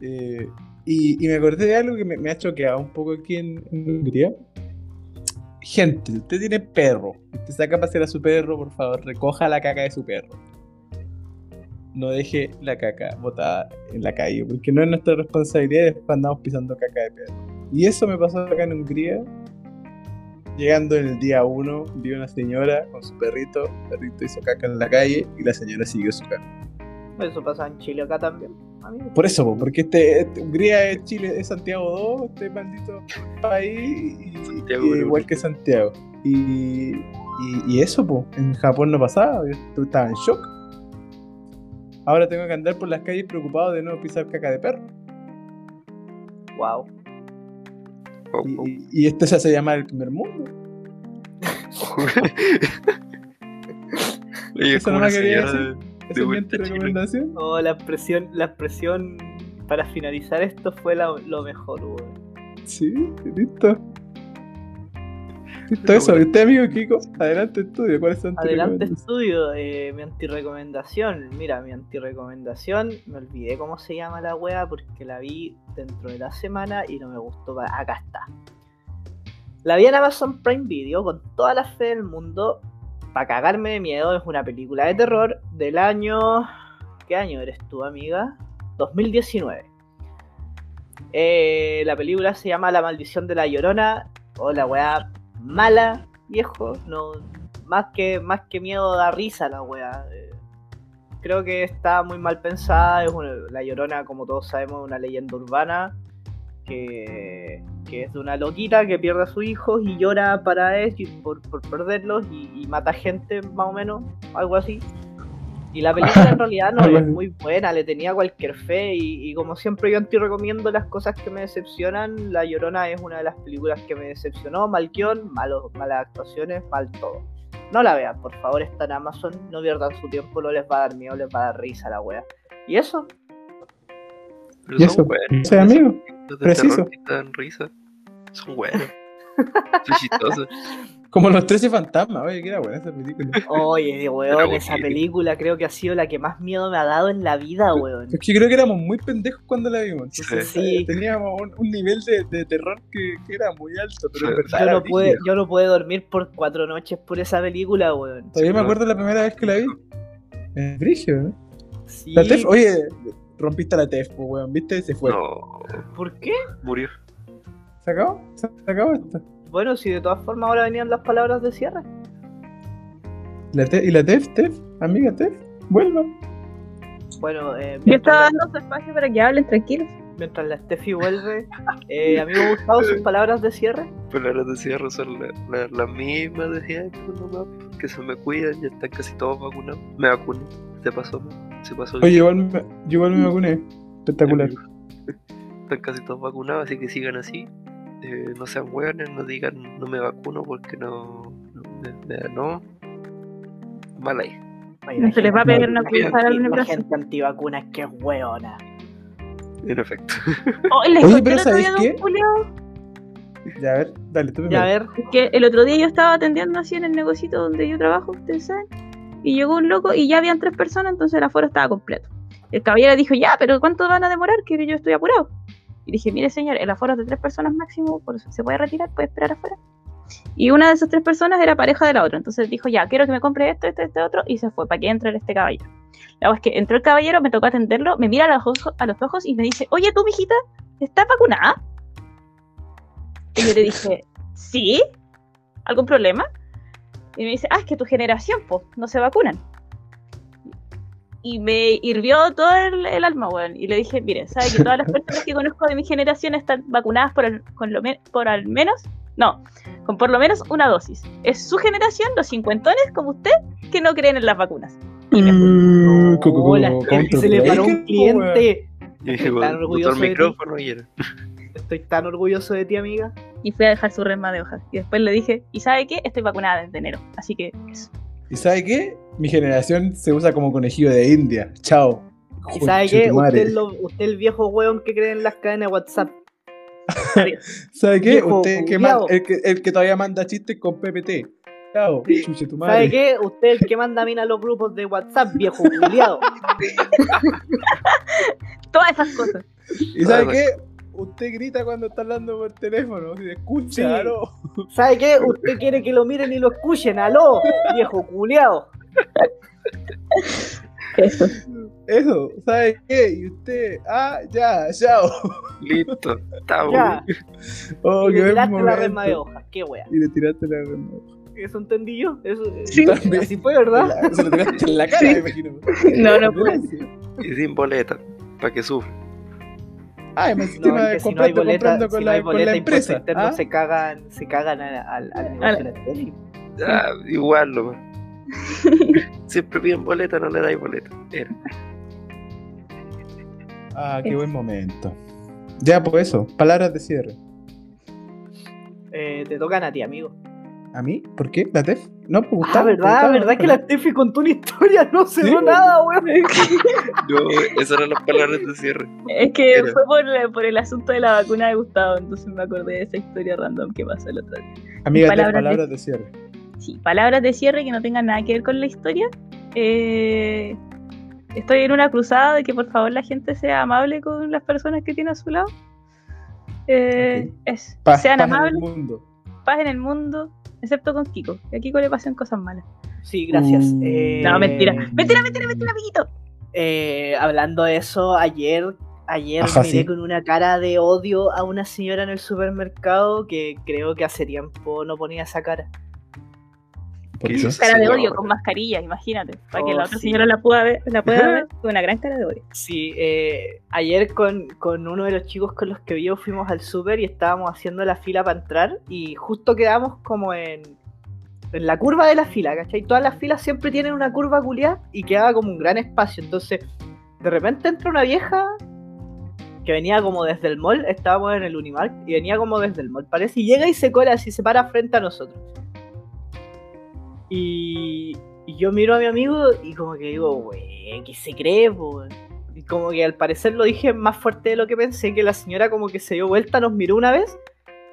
Speaker 1: Eh, y, y me acordé de algo que me, me ha choqueado un poco aquí en, en Hungría. Gente, si usted tiene perro, y usted saca a pasear a su perro, por favor, recoja la caca de su perro. No deje la caca botada en la calle, porque no es nuestra responsabilidad, después andamos pisando caca de perro. Y eso me pasó acá en Hungría. Llegando en el día 1, vi una señora con su perrito, el perrito hizo caca en la calle y la señora siguió su caca.
Speaker 3: Eso pasa en Chile acá también. amigo.
Speaker 1: Por eso, po, porque este, este- Hungría es Chile, es Santiago 2, este maldito país, y,
Speaker 2: Santiago,
Speaker 1: y
Speaker 2: boludo.
Speaker 1: igual que Santiago. Y, y- y eso, po, en Japón no pasaba, yo estu- estaba en shock. Ahora tengo que andar por las calles preocupado de no pisar caca de perro.
Speaker 3: Wow.
Speaker 2: Ojo,
Speaker 1: Y, y- y esto se hace llamar el primer mundo.
Speaker 2: ojo. Oye, es
Speaker 1: Eso
Speaker 2: como
Speaker 1: no
Speaker 2: una
Speaker 1: me quería
Speaker 2: señora de-
Speaker 1: Esa es mi
Speaker 2: vuelta a Chile.
Speaker 1: recomendación.
Speaker 3: Oh, la expresión, la expresión para finalizar esto fue la- lo mejor, weón.
Speaker 1: Sí, listo. Todo eso. ¿Y usted, amigo Kiko? Adelante, estudio. ¿Cuáles son tus
Speaker 3: Adelante
Speaker 1: recomendaciones?
Speaker 3: estudio, eh, mi antirecomendación. Mira, mi antirecomendación, me olvidé cómo se llama la wea porque la vi dentro de la semana y no me gustó. pa- Acá está. La vi en Amazon Prime Video con toda la fe del mundo. Para cagarme de miedo, es una película de terror del año. ¿Qué año eres tú, amiga? 2019. Eh, la película se llama La Maldición de la Llorona. O la weá mala, viejo. No, más, que, más que miedo da risa la weá. Eh, creo que está muy mal pensada. Es una- la Llorona, como todos sabemos, es una leyenda urbana. Que, que es de una loquita que pierde a su hijo y llora para él y por, por perderlos y, y mata gente, más o menos, algo así. Y la película en realidad no
Speaker 1: Algo
Speaker 3: es
Speaker 1: así.
Speaker 3: muy buena, le tenía cualquier fe y, y como siempre yo anti recomiendo las cosas que me decepcionan, La Llorona es una de las películas que me decepcionó, mal guión, malos, malas actuaciones, mal todo. No la vean, por favor, está en Amazon, no pierdan su tiempo, no les va a dar miedo, les va a dar risa la wea. Y eso,
Speaker 2: Pero
Speaker 1: Y eso,
Speaker 2: son buenos.
Speaker 1: o sea, amigo.
Speaker 2: Los de
Speaker 1: preciso.
Speaker 2: terror que te dan risa. Son buenos. Son chistosos.
Speaker 1: Como los 13 fantasmas. Oye, que era buena esa película.
Speaker 3: oye, weón,
Speaker 2: Pero,
Speaker 3: esa
Speaker 2: oye.
Speaker 3: película creo que ha sido la que más miedo me ha dado en la vida, weón.
Speaker 1: Es que yo creo que éramos muy pendejos cuando la vimos. Entonces,
Speaker 3: Sí.
Speaker 1: eh, teníamos un, un nivel de, de terror que, que era muy alto, pero en
Speaker 2: Sí.
Speaker 1: verdad
Speaker 3: Yo
Speaker 1: era
Speaker 3: no, pude,
Speaker 1: brígido.
Speaker 3: yo no pude dormir por cuatro noches por esa película, weón.
Speaker 1: Todavía me
Speaker 2: Sí,
Speaker 1: acuerdo la primera vez que la vi. En ¿no?
Speaker 3: Sí,
Speaker 1: La TEF, oye, rompiste la TEF, po, weón, ¿viste? Se fue.
Speaker 2: No,
Speaker 3: ¿Por qué?
Speaker 2: murió.
Speaker 1: ¿Se acabó? ¿Se se acabó esto?
Speaker 3: Bueno, si de todas formas ahora venían las palabras de cierre.
Speaker 1: ¿La TEF- ¿Y la TEF, TEF? Amiga TEF, vuelva.
Speaker 3: Bueno, eh,
Speaker 4: Yo estaba
Speaker 3: mientras, la,
Speaker 4: dando su espacio para que hablen tranquilos.
Speaker 3: mientras la Steffi vuelve, eh, amigo Gustavo, sus palabras de cierre.
Speaker 2: Pero ahora Pues decía Rosa, la, la, la misma decía "Ay, pues no, no, no, que se me cuidan, ya están casi todos vacunados. Me vacuné. Se pasó, se pasó.
Speaker 1: Oye, igual me, yo igual me vacuné. Espectacular.
Speaker 2: Están casi todos vacunados, así que sigan así. Eh, no sean hueones, no digan no me vacuno porque no. No. me- me- no. Mal ahí.
Speaker 3: Oye,
Speaker 4: No se les va a
Speaker 1: pegar
Speaker 4: pegar
Speaker 1: una
Speaker 4: una
Speaker 3: la gente-
Speaker 4: punzada al
Speaker 3: la
Speaker 4: brazo.
Speaker 3: gente antivacuna es que es weona.
Speaker 2: En efecto.
Speaker 4: Oh, les
Speaker 1: Oye,
Speaker 4: conté
Speaker 1: pero
Speaker 4: el otro día
Speaker 1: ¿sabéis
Speaker 4: de un
Speaker 1: qué?
Speaker 4: culiao,
Speaker 1: Ya, a ver, dale, tú
Speaker 3: Ya,
Speaker 1: primero.
Speaker 3: a ver,
Speaker 4: Que el otro día yo estaba atendiendo así en el negocito donde yo trabajo, ustedes saben. Y llegó un loco y ya habían tres personas, entonces el aforo estaba completo. El caballero dijo, ya, pero ¿cuánto van a demorar? Que yo estoy apurado. Y dije, mire señor, el aforo es de tres personas máximo, por eso se puede retirar, puede esperar afuera. Y una de esas tres personas era pareja de la otra. Entonces dijo, ya, quiero que me compre esto, esto, este otro. Y se fue para que entre este caballero. La verdad es que entró el caballero, me tocó atenderlo, me mira a los, ojo- a los ojos y me dice, oye, tú, mijita, ¿estás vacunada? Y yo le dije, ¿sí? ¿Algún problema? Y me dice, ah, es que tu generación, pues, no se vacunan. Y me hirvió todo el, el alma, weón. Y le dije, mire, ¿sabe que todas las personas que conozco de mi generación están vacunadas por, al- con lo men- por al menos, no, con por lo menos una dosis? Es su generación, los cincuentones como usted, que no creen en las vacunas. Y me fui.
Speaker 1: Mm, co- co- co-
Speaker 3: hola,
Speaker 1: contra
Speaker 3: se le paró un
Speaker 1: Blake, po, weón.
Speaker 3: cliente.
Speaker 2: Yo dije,
Speaker 3: Están
Speaker 2: botó
Speaker 3: orgullosos
Speaker 2: el
Speaker 3: de ti.
Speaker 2: micrófono y era.
Speaker 3: Estoy tan orgulloso de ti, amiga.
Speaker 4: y fui a dejar su resma de hojas. Y después le dije, ¿y sabe qué? Estoy vacunada desde enero. Así que eso.
Speaker 1: ¿Y sabe qué? Mi generación se usa como conejillo de India. Chao.
Speaker 3: ¿Y sabe qué?
Speaker 1: Conchetumare.
Speaker 3: Usted, lo- usted el viejo weón que cree en las cadenas de WhatsApp.
Speaker 4: Adiós.
Speaker 1: ¿Sabe qué?
Speaker 3: Viejo
Speaker 1: Usted que
Speaker 3: culiao.
Speaker 1: man- el, que, el que todavía manda chistes con PPT. Chao,
Speaker 3: Sí.
Speaker 1: chuche tu
Speaker 3: ¿Sabe
Speaker 1: madre.
Speaker 3: qué? Usted es el que manda mina a los grupos de WhatsApp, viejo culiado.
Speaker 4: Todas esas cosas.
Speaker 1: ¿Y sabe
Speaker 2: Ah,
Speaker 1: qué? Usted grita cuando está hablando por teléfono. Si te escucha,
Speaker 3: Sí.
Speaker 1: aló.
Speaker 3: ¿Sabe qué? Usted quiere que lo miren y lo escuchen, aló, viejo culiado.
Speaker 4: Eso.
Speaker 1: Eso, ¿sabe qué? Y usted, ah, ya, chao.
Speaker 2: Listo, estamos.
Speaker 3: Ya,
Speaker 1: Oh,
Speaker 3: y
Speaker 1: qué
Speaker 3: le
Speaker 1: buen
Speaker 3: tiraste la rema de
Speaker 1: momento.
Speaker 3: hojas, qué wea.
Speaker 1: Y le tiraste la rema.
Speaker 3: ¿Eso entendí yo? Eso, eh,
Speaker 4: Sí.
Speaker 1: También.
Speaker 3: Así fue, ¿verdad?
Speaker 1: Se lo tiraste en la cara, me imagino. Eh,
Speaker 4: No, no puede
Speaker 2: Y sin boleta, para que sufra.
Speaker 1: Ah, me
Speaker 3: No,
Speaker 1: encima
Speaker 3: es que si no hay
Speaker 1: comprando, comprando
Speaker 3: boleta,
Speaker 1: con,
Speaker 3: si
Speaker 1: la,
Speaker 3: no hay
Speaker 1: con la
Speaker 3: boleta, impuesto
Speaker 1: empresa.
Speaker 3: interno
Speaker 1: ¿ah?
Speaker 3: se cagan, se cagan al, al, al negocio de la tele.
Speaker 2: Ah, igual lo Siempre piden boleta, no le dais boleta. Era.
Speaker 1: Ah, qué buen momento. Ya, pues eso, palabras de cierre.
Speaker 3: Eh, te tocan a ti, amigo.
Speaker 1: ¿A mí? ¿Por qué? ¿La TEF? No, pues
Speaker 3: Ah,
Speaker 1: Gustavo.
Speaker 3: verdad,
Speaker 1: Gustavo,
Speaker 3: verdad que la Tefi contó una historia, no se
Speaker 1: Sí.
Speaker 3: dio nada, weón.
Speaker 2: Yo, esas eran las palabras de cierre.
Speaker 4: Es que
Speaker 2: Pero-
Speaker 4: fue por, por el asunto de la vacuna de Gustavo, entonces me acordé de esa historia random que pasó el otro día.
Speaker 1: Amiga, TEF,
Speaker 4: palabras de-
Speaker 1: palabras de cierre.
Speaker 4: Sí, palabras de cierre que no tengan nada que ver con la historia. Eh, estoy en una cruzada de que por favor la gente sea amable con las personas que tiene a su lado. Eh,
Speaker 1: Ok.
Speaker 4: es-
Speaker 1: Paz,
Speaker 4: sean
Speaker 1: paz en el
Speaker 4: amables,
Speaker 1: mundo.
Speaker 4: paz en el mundo, excepto con Kiko. Que a Kiko le pasan cosas malas.
Speaker 3: Sí, gracias.
Speaker 1: Mm.
Speaker 3: Eh,
Speaker 4: No, mentira. Mentira, mentira, mentira, amiguito.
Speaker 3: Eh, hablando de eso, ayer, ayer
Speaker 1: Ajá,
Speaker 3: miré
Speaker 1: sí.
Speaker 3: con una cara de odio a una señora en el supermercado que creo que hace tiempo no ponía esa cara.
Speaker 1: ¿Por
Speaker 2: ¿Qué
Speaker 1: qué?
Speaker 2: hizo?
Speaker 4: Cara de
Speaker 2: Sí,
Speaker 4: odio
Speaker 2: ahora.
Speaker 4: con mascarilla, imagínate. Para que
Speaker 3: Oh,
Speaker 4: la otra
Speaker 3: sí.
Speaker 4: señora la pueda ver, la pueda ver con una gran cara de odio.
Speaker 3: Sí, eh, ayer con, con uno de los chicos con los que vivo fuimos al super y estábamos haciendo la fila para entrar y justo quedamos como en, en la curva de la fila, ¿cachai? Todas las filas siempre tienen una curva culiada y quedaba como un gran espacio. Entonces, de repente entra una vieja que venía como desde el mall, estábamos en el Unimark y venía como desde el mall, parece, y llega y se cola así, se para frente a nosotros. Y, y yo miro a mi amigo y como que digo, wey, ¿qué se cree, po?" Y como que al parecer lo dije más fuerte de lo que pensé, que la señora como que se dio vuelta, nos miró una vez.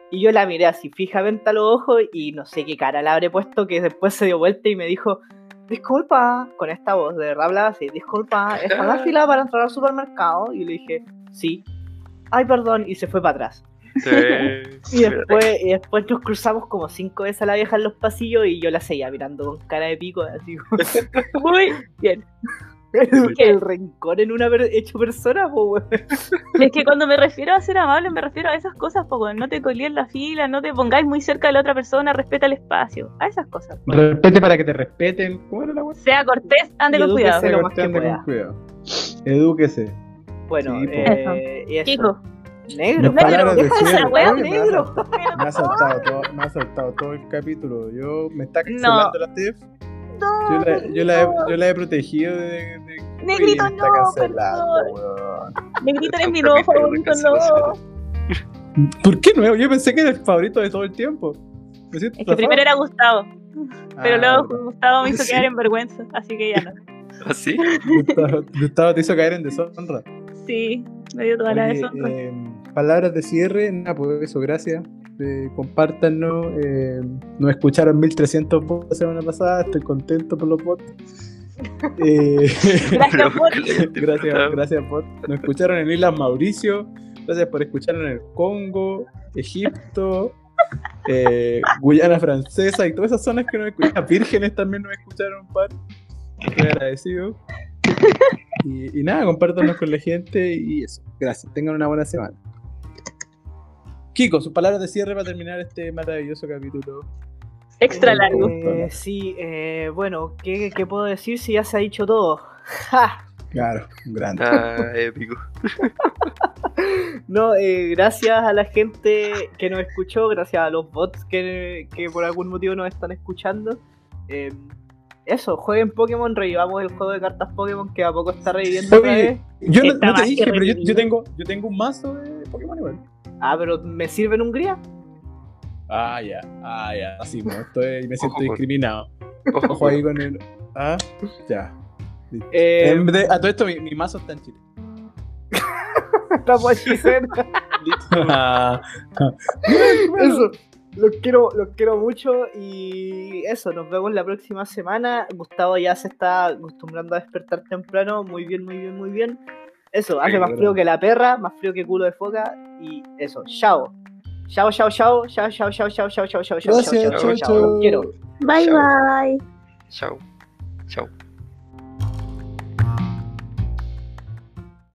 Speaker 3: Y yo la miré así fijamente a los ojos y no sé qué cara le habré puesto que después se dio vuelta y me dijo, disculpa, con esta voz, de verdad hablaba así, disculpa, ¿está en la fila para entrar al supermercado? Y le dije, sí. Ay, perdón, y se fue para atrás.
Speaker 2: Sí.
Speaker 3: Y después, y después nos cruzamos como cinco veces a la vieja en los pasillos y yo la seguía mirando con cara de pico, así como
Speaker 4: Muy bien.
Speaker 3: el,
Speaker 4: ¿Qué?
Speaker 3: el rencor en una per- hecho persona, po, weón.
Speaker 4: Es que cuando me refiero a ser amable, me refiero a esas cosas, poco. No te colí en la fila, no te pongáis muy cerca de la otra persona, respeta el espacio. A esas cosas. po.
Speaker 1: Respete para que te respeten. ¿Cómo era la wea?
Speaker 4: Sea cortés, ande
Speaker 3: Y
Speaker 4: con cuidado.
Speaker 3: edúquese. Sea lo más que
Speaker 1: Ande con
Speaker 3: pueda.
Speaker 1: cuidado. Edúquese.
Speaker 3: Bueno,
Speaker 1: Sí, po.
Speaker 3: eh, y eso.
Speaker 4: Chico,
Speaker 1: Las
Speaker 3: Negro, negro,
Speaker 1: palabras de
Speaker 3: deja esa
Speaker 4: cierre.
Speaker 3: weá,
Speaker 1: Oye,
Speaker 3: negro.
Speaker 1: Me ha saltado todo, me ha saltado todo el capítulo. Yo me está cancelando la TEF. Yo la, yo, la he, yo la he protegido de. de- de-
Speaker 4: Negrito,
Speaker 1: Oye, me está
Speaker 4: no,
Speaker 1: cancelando, weón.
Speaker 4: negrito eres mi
Speaker 2: Capítulo
Speaker 4: nuevo
Speaker 2: de
Speaker 4: favorito, no.
Speaker 2: cancelación.
Speaker 1: ¿Por qué nuevo? Yo pensé que era el favorito de todo el tiempo. Me siento
Speaker 4: Es que primero era Gustavo,
Speaker 1: estafado.
Speaker 4: pero
Speaker 1: Ah,
Speaker 4: luego Gustavo me hizo
Speaker 2: Sí.
Speaker 4: quedar en vergüenza, así que ya no.
Speaker 2: ¿Ah, sí?
Speaker 1: Gustavo, Gustavo te hizo caer en deshonra.
Speaker 4: Sí, me dio toda la
Speaker 1: Oye,
Speaker 4: deshonra.
Speaker 1: eh, palabras de cierre, nada, pues eso, gracias. Eh, compártanos. eh, nos escucharon 1300 votos la semana pasada. Estoy contento por los votos. Eh,
Speaker 4: Gracias por.
Speaker 1: gracias, gracias por. Nos escucharon en Islas Mauricio. Gracias por escucharnos en el Congo, Egipto, eh, Guyana Francesa y todas esas zonas que nos escucharon. Las vírgenes también nos escucharon un par. Estoy agradecido. Y, y nada, compártanos con la gente y eso. Gracias. Tengan una buena semana. Kiko, sus palabras de cierre para terminar este maravilloso capítulo.
Speaker 4: Extra largo.
Speaker 3: Eh, sí, eh, bueno, ¿qué, ¿qué puedo decir si ya se ha dicho todo? ¡Ja!
Speaker 1: Claro, grande.
Speaker 2: Ah, épico.
Speaker 3: No, eh, gracias a la gente que nos escuchó, gracias a los bots que, que por algún motivo nos están escuchando. Eh, eso, jueguen Pokémon, revivamos el juego de cartas Pokémon que a poco está reviviendo otra
Speaker 1: Oye.
Speaker 3: vez.
Speaker 1: Yo no,
Speaker 4: Está
Speaker 1: no
Speaker 4: más
Speaker 1: te
Speaker 4: que
Speaker 1: dije, pero yo,
Speaker 4: revivido.
Speaker 1: yo tengo, yo tengo un mazo de Pokémon igual.
Speaker 3: Ah, pero ¿me sirve en Hungría?
Speaker 1: Ah, ya, ah, ya, así, mo, estoy, me siento
Speaker 2: Ojo con-
Speaker 1: discriminado.
Speaker 2: Ojo,
Speaker 1: Ojo ahí con el. Ah, ya.
Speaker 3: Eh,
Speaker 1: En vez de- a todo esto, mi, mi mazo está en Chile.
Speaker 3: la Pochisen.
Speaker 1: Ah.
Speaker 3: Eso, los quiero, los quiero mucho y eso, nos vemos la próxima semana. Gustavo ya se está acostumbrando a despertar temprano, muy bien, muy bien, muy bien. Eso, hace más
Speaker 1: bueno.
Speaker 3: frío que la perra, más frío que culo de foca y eso, chao. Chao, chao, chao, chao, chao, chao, chao, chao, chao, chao, chao, chao,
Speaker 1: Gracias,
Speaker 3: chao,
Speaker 2: chao,
Speaker 3: chao, los
Speaker 1: chao.
Speaker 3: quiero.
Speaker 4: Bye,
Speaker 2: Chao.
Speaker 4: bye.
Speaker 2: Chao. Chao.